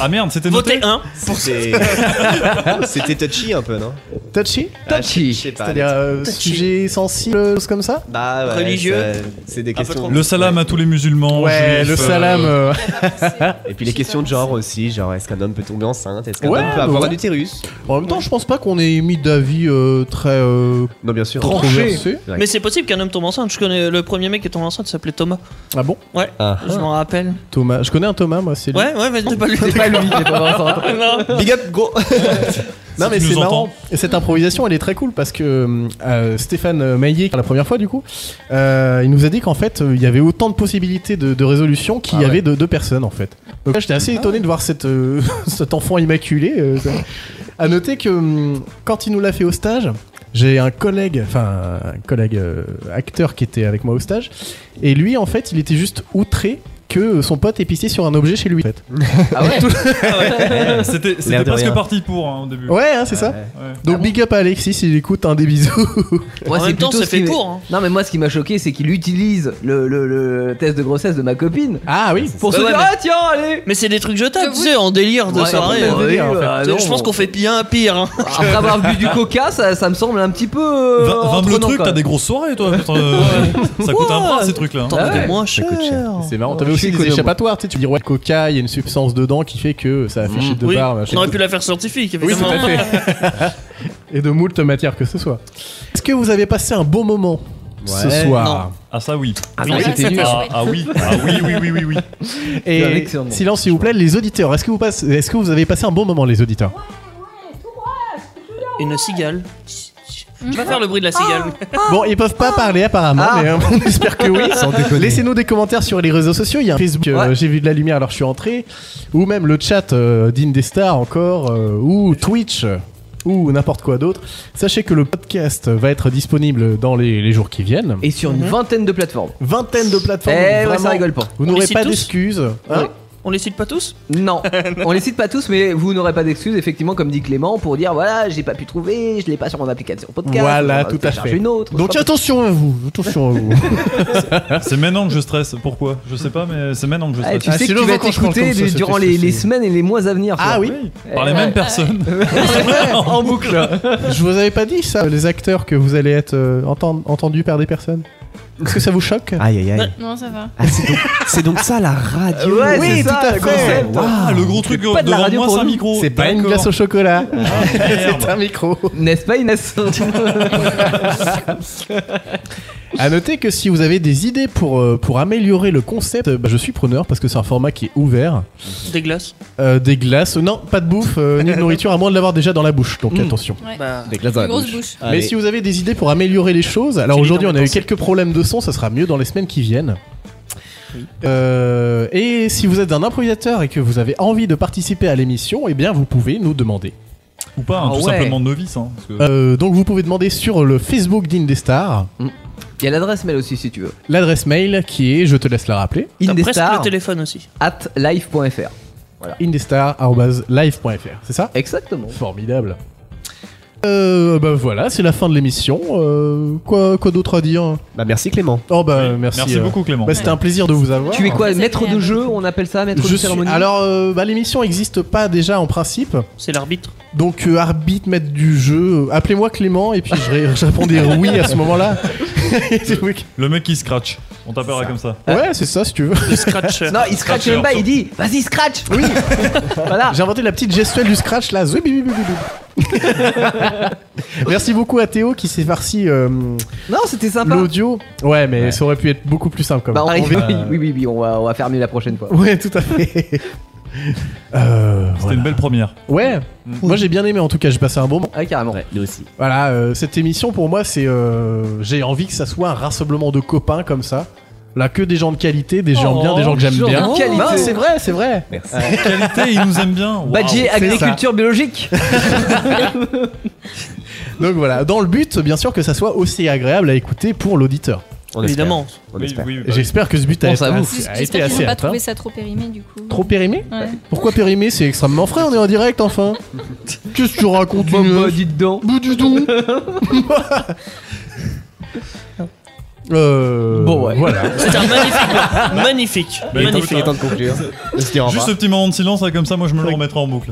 Speaker 7: Ah merde, c'était noté 1
Speaker 8: <laughs> C'était touchy un peu, non
Speaker 2: Touchy
Speaker 8: Ah, touchy, pas,
Speaker 2: C'est-à-dire euh,
Speaker 8: touchy.
Speaker 2: sujet sensible, choses comme ça
Speaker 8: Bah ouais,
Speaker 7: Religieux.
Speaker 8: ça- C'est des questions.
Speaker 7: Le salam à tous les musulmans.
Speaker 8: Ouais,
Speaker 7: juifs,
Speaker 8: le
Speaker 7: euh,
Speaker 8: salam, euh. Et puis les questions de genre aussi, genre est-ce qu'un homme peut tomber enceinte Est-ce qu'un
Speaker 2: Ouais,
Speaker 8: homme peut
Speaker 2: bah
Speaker 8: avoir
Speaker 2: ouais.
Speaker 8: un utérus
Speaker 2: En même temps, je pense pas qu'on ait mis d'avis euh, très.
Speaker 8: non, bien sûr.
Speaker 2: Tranché.
Speaker 17: Mais c'est possible qu'un homme tombe enceinte. Je connais le premier mec qui est tombé enceinte, il s'appelait Thomas.
Speaker 2: Ah bon
Speaker 17: Ouais, je m'en rappelle.
Speaker 2: Thomas, je connais un Thomas, moi, c'est lui.
Speaker 17: Ouais, ouais, mais c'est pas lui.
Speaker 2: C'est pas lui qui est tombé
Speaker 9: <laughs>
Speaker 2: enceinte.
Speaker 17: enceinte.
Speaker 8: Big up, go
Speaker 2: Non mais
Speaker 8: Si tu
Speaker 2: c'est
Speaker 8: nous
Speaker 2: marrant,
Speaker 8: entends.
Speaker 2: Et cette improvisation elle est très cool parce que euh, Stéphane Maillet, la première fois du coup, euh, il nous a dit qu'en fait euh, il y avait autant de possibilités de, de résolution qu'il y
Speaker 19: Ah ouais.
Speaker 2: avait de deux personnes en fait. Donc là j'étais assez étonné de voir cette, euh, <laughs> cet enfant immaculé. euh, ça. à noter que hum, quand il nous l'a fait au stage, j'ai un collègue, enfin un collègue euh, acteur qui était avec moi au stage, et lui en fait il était juste outré que son pote ait pissé sur un objet chez lui. en fait.
Speaker 7: <laughs>
Speaker 8: <laughs>
Speaker 7: Ouais, C'était c'était
Speaker 2: L'air de
Speaker 7: presque
Speaker 2: rien.
Speaker 7: parti pour hein, au début.
Speaker 2: Ouais, hein, c'est ça.
Speaker 7: Ouais.
Speaker 2: Donc big up à Alexis, il écoute un des bisous. <laughs>
Speaker 10: Moi, c'est plutôt ce qui m'a-
Speaker 17: hein.
Speaker 10: Non, mais moi, ce qui m'a choqué, c'est qu'il utilise le, le- le test de grossesse de ma copine.
Speaker 2: Ah oui.
Speaker 10: Pour se
Speaker 17: Bah Ouais,
Speaker 10: dire,
Speaker 17: mais-
Speaker 10: ah tiens, allez.
Speaker 17: Mais c'est des trucs jetables, tu sais, en délire de
Speaker 10: Ouais, Ah
Speaker 17: soirée.
Speaker 10: c'est un peu délire,
Speaker 17: Ouais,
Speaker 10: en fait.
Speaker 17: euh,
Speaker 10: Non,
Speaker 17: je pense
Speaker 10: on-
Speaker 17: qu'on fait bien à pire. hein.
Speaker 10: Après avoir bu du coca, ça, ça me semble un petit peu. euh,
Speaker 7: Va- vendre le
Speaker 10: entraînant,
Speaker 7: truc,
Speaker 10: quand
Speaker 7: t'as
Speaker 10: même.
Speaker 7: des grosses soirées, toi. putain, euh, ça coûte un bras, ces trucs-là.
Speaker 17: T'en as des moins cher.
Speaker 2: C'est marrant, t'avais aussi des échappatoires, tu sais, tu dis ouais, coca, il y a une substance dedans qui fait que ça affiche de
Speaker 17: Oui,
Speaker 2: barre,
Speaker 17: on
Speaker 2: machin.
Speaker 17: aurait pu la faire scientifique,
Speaker 2: Oui, tout
Speaker 17: évidemment.
Speaker 2: à
Speaker 9: <laughs>
Speaker 2: fait. Et de moult matière que ce soit. Est-ce que vous avez passé un bon moment ce
Speaker 7: Ouais.
Speaker 2: soir
Speaker 7: Non. Ah, ça oui.
Speaker 2: Ah,
Speaker 7: Oui.
Speaker 2: c'était nul.
Speaker 7: Ah, ah oui, ah oui, oui, oui, oui, oui.
Speaker 2: Et silence s'il vous plaît, les auditeurs, est-ce que, vous passe- est-ce que vous avez passé un bon moment les auditeurs
Speaker 17: Une cigale. Je vais faire le bruit de la cigale.
Speaker 2: Bon, ils peuvent pas parler apparemment,
Speaker 10: Ah.
Speaker 2: mais euh, <laughs> on espère que oui.
Speaker 17: Sans déconner.
Speaker 2: Laissez-nous des commentaires sur les réseaux sociaux. Il y a un Facebook, euh, j'ai vu de la lumière alors je suis entré. Ou même le chat euh, d'Indestar encore, euh, ou Twitch, euh, ou n'importe quoi d'autre. Sachez que le podcast va être disponible dans les, les jours qui viennent.
Speaker 10: Et sur
Speaker 17: Mhm.
Speaker 10: une vingtaine de plateformes.
Speaker 2: Vingtaine de plateformes.
Speaker 10: Eh ouais,
Speaker 2: vraiment.
Speaker 10: ça rigole pas.
Speaker 2: Vous
Speaker 10: On les
Speaker 2: n'aurez
Speaker 10: cite
Speaker 2: pas
Speaker 10: tous
Speaker 2: d'excuses.
Speaker 10: Oui.
Speaker 2: Hein
Speaker 17: On les cite pas tous
Speaker 2: <laughs>
Speaker 10: Non, on les cite pas tous, mais vous n'aurez pas d'excuses, effectivement, comme dit Clément, pour dire voilà, j'ai pas pu trouver, je l'ai pas sur mon application podcast.
Speaker 2: Voilà,
Speaker 10: on va
Speaker 2: tout à
Speaker 10: télécharger
Speaker 2: fait.
Speaker 10: Une autre,
Speaker 2: Donc attention à vous, attention à vous.
Speaker 10: <laughs>
Speaker 7: C'est maintenant que je stresse. Pourquoi Je sais pas, mais c'est maintenant que je
Speaker 10: Ah,
Speaker 7: stresse.
Speaker 10: tu sais que tu vas t'écouter du- durant les, les semaines et les mois à venir.
Speaker 2: Ah
Speaker 10: toi.
Speaker 2: oui
Speaker 7: Par les
Speaker 10: Ouais.
Speaker 7: mêmes personnes.
Speaker 10: En boucle.
Speaker 2: Je vous avais pas dit ça, les acteurs que vous allez être euh, entend- entendus par des personnes. Est-ce que ça vous choque
Speaker 8: Aïe aïe Ah,
Speaker 2: aïe.
Speaker 6: Non, ça va.
Speaker 8: C'est donc ça la radio
Speaker 2: Ouais, Oui, c'est tout ça, à le fait. concept.
Speaker 7: Ah, le gros truc
Speaker 2: C'est pas de la
Speaker 7: devant
Speaker 2: radio
Speaker 7: moi,
Speaker 2: pour
Speaker 7: c'est un
Speaker 2: nous.
Speaker 7: micro.
Speaker 2: C'est pas une
Speaker 7: D'accord.
Speaker 2: glace au chocolat.
Speaker 7: merde.
Speaker 2: <laughs> c'est un micro.
Speaker 10: N'est-ce
Speaker 2: <laughs>
Speaker 10: pas, Inès
Speaker 2: À noter que si vous avez des idées pour, euh, pour améliorer le concept, euh, bah, je suis preneur parce que c'est un format qui est ouvert.
Speaker 17: Des glaces.
Speaker 2: Euh, des glaces, non, pas de bouffe, euh, ni de nourriture, à moins de l'avoir déjà dans la bouche, donc attention.
Speaker 9: Bah,
Speaker 8: Des glaces dans la
Speaker 2: Grosse
Speaker 8: bouche.
Speaker 2: bouche. Mais
Speaker 8: Allez.
Speaker 2: si vous avez des idées pour améliorer les choses, alors
Speaker 8: J'ai
Speaker 2: aujourd'hui on
Speaker 8: énormément
Speaker 2: a eu
Speaker 8: pensé.
Speaker 2: quelques problèmes de son, ça sera mieux dans les semaines qui viennent. Euh, et si vous êtes un improvisateur et que vous avez envie de participer à l'émission, eh bien vous pouvez nous demander.
Speaker 7: Ou pas, hein,
Speaker 2: Ah
Speaker 7: tout
Speaker 2: ouais.
Speaker 7: simplement novice. Hein, parce que-
Speaker 2: Euh, donc vous pouvez demander sur le Facebook d'Indestar.
Speaker 10: Il y a l'adresse mail aussi si tu veux.
Speaker 2: L'adresse mail qui est, je te laisse la rappeler,
Speaker 17: T'as presque
Speaker 10: Indestar.
Speaker 17: le téléphone aussi.
Speaker 10: At live.fr. Voilà.
Speaker 2: indestar.live.fr, c'est ça
Speaker 10: Exactement.
Speaker 2: Formidable. Euh, bah voilà, c'est la fin de l'émission. Euh, quoi quoi d'autre à dire
Speaker 8: Bah merci Clément.
Speaker 2: Oh bah merci.
Speaker 7: merci beaucoup, Clément.
Speaker 2: bah, C'était un plaisir de vous avoir.
Speaker 10: Tu es quoi, maître de jeu On appelle ça maître
Speaker 2: Je
Speaker 10: de
Speaker 2: suis-
Speaker 10: cérémonie
Speaker 2: Alors, euh, bah, l'émission n'existe pas déjà en principe.
Speaker 17: C'est
Speaker 10: <laughs>
Speaker 17: l'arbitre.
Speaker 2: Donc, euh, arbitre, maître du jeu, euh, appelez-moi Clément et puis je, ré- je répondais <laughs> oui à ce moment-là.
Speaker 7: Le mec qui scratch. On t'appellera comme ça.
Speaker 2: Ouais, c'est ça si tu veux.
Speaker 10: Non, il scratch même pas, il dit vas-y, scratch
Speaker 2: Oui
Speaker 10: <laughs> Voilà
Speaker 2: <laughs> J'ai inventé la petite gestuelle du scratch là. <laughs> Merci beaucoup à Théo qui s'est farci euh,
Speaker 10: Non, c'était sympa.
Speaker 2: l'audio. Ouais, mais ça aurait pu être beaucoup plus simple quand même.
Speaker 10: Bah, on
Speaker 2: On va-
Speaker 10: va- oui, oui, oui, oui, on va, on va faire mieux la prochaine fois.
Speaker 2: <laughs> Ouais, tout à fait. <laughs> Euh,
Speaker 7: C'était
Speaker 2: voilà.
Speaker 7: une
Speaker 2: <laughs>
Speaker 7: belle première.
Speaker 2: Ouais, moi j'ai bien aimé en tout cas, j'ai passé un bon moment.
Speaker 10: Ah, carrément.
Speaker 8: nous aussi.
Speaker 2: Voilà, euh, cette émission pour moi, c'est. euh, j'ai envie que ça soit un rassemblement de copains comme ça. Là, que des gens de qualité, des gens
Speaker 10: Oh,
Speaker 2: bien, des gens que j'aime
Speaker 10: gens de
Speaker 2: bien.
Speaker 10: qualité.
Speaker 2: Non, c'est vrai, c'est vrai.
Speaker 8: Merci.
Speaker 7: Qualité, il nous aime bien. Waouh.
Speaker 10: Badger agriculture biologique
Speaker 2: Donc voilà, dans le but, bien sûr, que ça soit aussi agréable à écouter pour l'auditeur.
Speaker 8: On
Speaker 9: Évidemment.
Speaker 8: espère. On espère.
Speaker 2: J'espère que ce but a,
Speaker 8: Pense à vous.
Speaker 2: a- a été
Speaker 6: J'espère qu'ils
Speaker 2: assez
Speaker 6: n'ont pas
Speaker 2: atteint.
Speaker 6: trouvé ça trop périmé du coup.
Speaker 2: Trop périmé
Speaker 6: Ouais.
Speaker 2: Pourquoi périmé C'est extrêmement frais, on est en direct enfin. Qu'est-ce que tu racontes
Speaker 10: Bah,
Speaker 2: une
Speaker 10: bah,
Speaker 2: meuf
Speaker 10: dis donc.
Speaker 2: Bout du don. Euh,
Speaker 7: Bon, ouais.
Speaker 2: Voilà.
Speaker 7: C'était un
Speaker 9: magnifique. magnifique.
Speaker 7: Mais
Speaker 9: magnifique.
Speaker 7: il est temps de conclure. Juste
Speaker 2: bah.
Speaker 7: ce petit moment de silence, là, comme ça, moi je me le remettrai en boucle.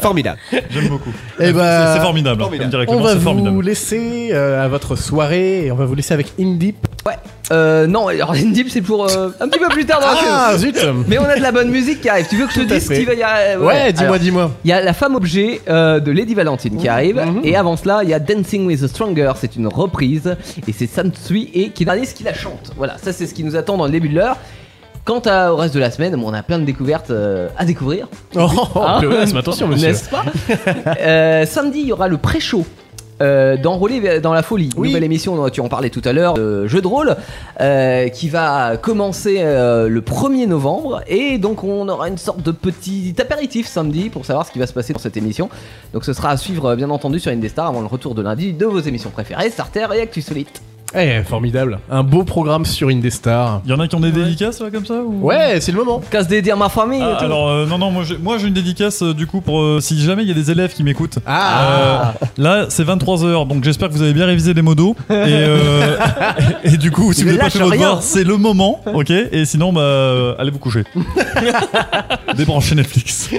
Speaker 8: formidable.
Speaker 7: J'aime beaucoup.
Speaker 2: Eh ben,
Speaker 7: C'est- c'est formidable, hein, comme directement,
Speaker 2: On va
Speaker 7: c'est
Speaker 2: vous
Speaker 7: formidable.
Speaker 2: laisser euh, à votre soirée et on va vous laisser avec Indeep.
Speaker 10: Ouais. <laughs> Euh, non, alors Indip c'est pour euh, un petit peu plus tard dans la
Speaker 2: Ah, <laughs>
Speaker 10: saison.
Speaker 2: zut.
Speaker 10: Mais on a de la bonne musique qui arrive. Tu veux que je te dise ce qui va y arriver
Speaker 2: Ouais, dis-moi,
Speaker 10: Alors,
Speaker 2: dis-moi. <laughs>
Speaker 10: Il y a la femme objet euh, de Lady Valentine qui arrive. Et avant cela, il y a Dancing with the Stronger. C'est une reprise. Et c'est Sam Tsui et Kinanis qui la chante. Voilà, ça c'est ce qui nous attend dans le début de l'heure. Quant à- au reste de la semaine, on a plein de découvertes euh, à découvrir.
Speaker 2: Oh, pléonasme, attention, monsieur.
Speaker 10: Hein N'est-ce pas Euh, Samedi, il y aura le pré-show. euh, d'enrôler dans la folie. Nouvelle émission dont tu en parlais tout à l'heure, de jeu de rôle, euh, qui va commencer euh, le 1er novembre. Et donc on aura une sorte de petit apéritif samedi pour savoir ce qui va se passer dans cette émission. Donc ce sera à suivre euh, bien entendu sur Indestar avant le retour de lundi de vos émissions préférées, Starter et Actu Solite.
Speaker 2: Eh, formidable. Un beau programme sur Indestar.
Speaker 7: Il y en a qui ont des dédicaces là comme ça ou...
Speaker 2: Ouais, c'est le moment.
Speaker 10: Casse des dire ma famille.
Speaker 7: Ah, alors euh, non non moi j'ai, moi j'ai une dédicace euh, du coup pour euh, si jamais il y a des élèves qui m'écoutent.
Speaker 2: Ah.
Speaker 7: Euh, là c'est 23h donc j'espère que vous avez bien révisé les modos et, euh, <laughs> et, et du coup si
Speaker 2: Il
Speaker 7: vous
Speaker 2: ne
Speaker 7: n'avez pas fait
Speaker 2: lâche
Speaker 7: votre
Speaker 2: rien.
Speaker 7: devoir c'est le moment ok et sinon bah euh, allez vous coucher. Débranchez Netflix.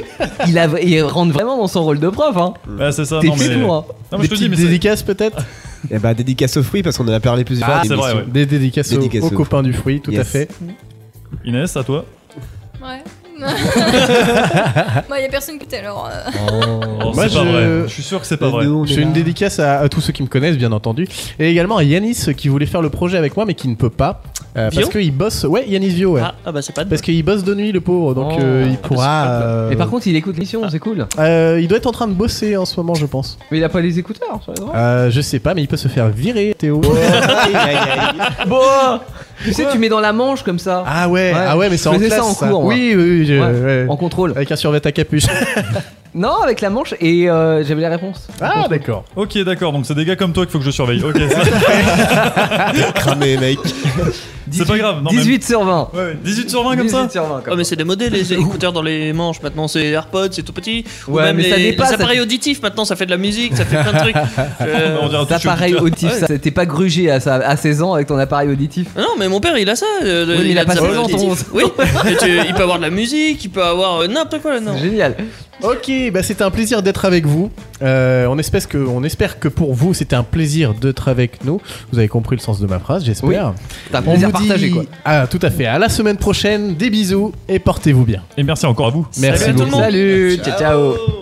Speaker 10: Il, a- il rentre vraiment dans son rôle de prof. Hein.
Speaker 7: Bah c'est ça
Speaker 2: Ah
Speaker 10: T'es
Speaker 7: non mais.
Speaker 10: fou, hein.
Speaker 7: Non, mais je te dis mais c'est-
Speaker 2: dédicaces peut-être
Speaker 8: Eh bah dédicace aux fruits parce qu'on en a parlé plusieurs
Speaker 7: Ah,
Speaker 8: fois. à
Speaker 7: c'est
Speaker 8: l'émission.
Speaker 7: vrai, ouais.
Speaker 2: Des dédicaces aux- aux copains du fruit, tout à fait.
Speaker 7: Inès à toi.
Speaker 9: <laughs>
Speaker 6: Ouais. Moi, il n'y a personne qui était alors. euh.
Speaker 7: Oh, c'est pas vrai. Je suis sûr que
Speaker 8: Euh,
Speaker 7: c'est pas vrai.
Speaker 2: Je fais une dédicace à, à tous ceux qui me connaissent, bien entendu. Et également à Yanis euh, qui voulait faire le projet avec moi, mais qui ne peut pas. euh,
Speaker 9: Vio
Speaker 2: parce qu'il bosse. Ouais, Yanis Vio, ouais.
Speaker 9: Ah, ah bah c'est pas de
Speaker 2: Parce qu'il bosse de nuit, le pauvre,
Speaker 7: Oh.
Speaker 2: donc euh, il
Speaker 7: Ah,
Speaker 2: pourra. euh,
Speaker 10: Oh. Mais par contre, il écoute l'émission, c'est cool.
Speaker 2: euh, il doit être en train de bosser en ce moment, je pense.
Speaker 10: Mais il a pas les écouteurs, ça va être vrai.
Speaker 2: Euh, je sais pas, mais il peut se faire virer, Théo.
Speaker 8: <laughs>
Speaker 10: Bon Tu sais, tu mets dans la manche comme ça.
Speaker 2: Ah ouais, ah ouais, mais c'est en
Speaker 10: Je faisais
Speaker 2: classe.
Speaker 10: ça en
Speaker 2: ça.
Speaker 10: cours. moi.
Speaker 2: Oui, oui, oui, je-
Speaker 10: Ouais,
Speaker 2: ouais.
Speaker 10: En contrôle.
Speaker 2: Avec un survêt à
Speaker 10: <laughs>
Speaker 2: capuche.
Speaker 10: Non, avec la manche et euh, j'avais la réponse.
Speaker 2: Ah d'accord.
Speaker 7: Ok d'accord donc c'est des gars comme toi qu'il faut que je surveille. Ok. Cramé mec. C'est pas grave. Non, mais-
Speaker 10: 18 sur 20.
Speaker 7: Ouais, ouais, 18 sur 20 comme ça
Speaker 9: Ouais, Ah, mais c'est démodé
Speaker 10: <laughs>
Speaker 9: les écouteurs dans les manches maintenant, c'est AirPods, c'est tout petit. Ou
Speaker 10: Ouais,
Speaker 9: même
Speaker 10: mais
Speaker 9: les,
Speaker 10: ça dépasse,
Speaker 9: les
Speaker 10: ça
Speaker 9: appareils
Speaker 10: fait-
Speaker 9: auditifs maintenant, ça fait de la musique, ça fait plein de
Speaker 10: <laughs>
Speaker 9: trucs. Euh,
Speaker 10: T'as appareil auditif, ça, t'es pas grugé à, sa- à 16 ans avec ton appareil auditif.
Speaker 9: Ah Non, mais mon père il a ça. euh,
Speaker 10: Oui, mais il a pas
Speaker 9: des
Speaker 10: ça
Speaker 9: appareils
Speaker 10: longtemps.
Speaker 9: auditifs.
Speaker 10: <laughs>
Speaker 9: Oui, Et tu- il peut avoir de la musique, il peut avoir euh, n'importe quoi là-dedans.
Speaker 10: Génial.
Speaker 2: Ok, bah c'était un plaisir d'être avec vous. Euh, on, espère que, on espère que pour vous, c'était un plaisir d'être avec nous. Vous avez compris le sens de ma phrase, j'espère.
Speaker 10: Oui. C'est un
Speaker 2: On
Speaker 10: plaisir
Speaker 2: vous dit-
Speaker 10: partagé, quoi.
Speaker 2: Ah, tout à fait. À la semaine prochaine. Des bisous et portez-vous bien.
Speaker 7: Et merci encore à vous.
Speaker 2: Merci beaucoup.
Speaker 10: Salut, ciao. ciao.
Speaker 9: Oh.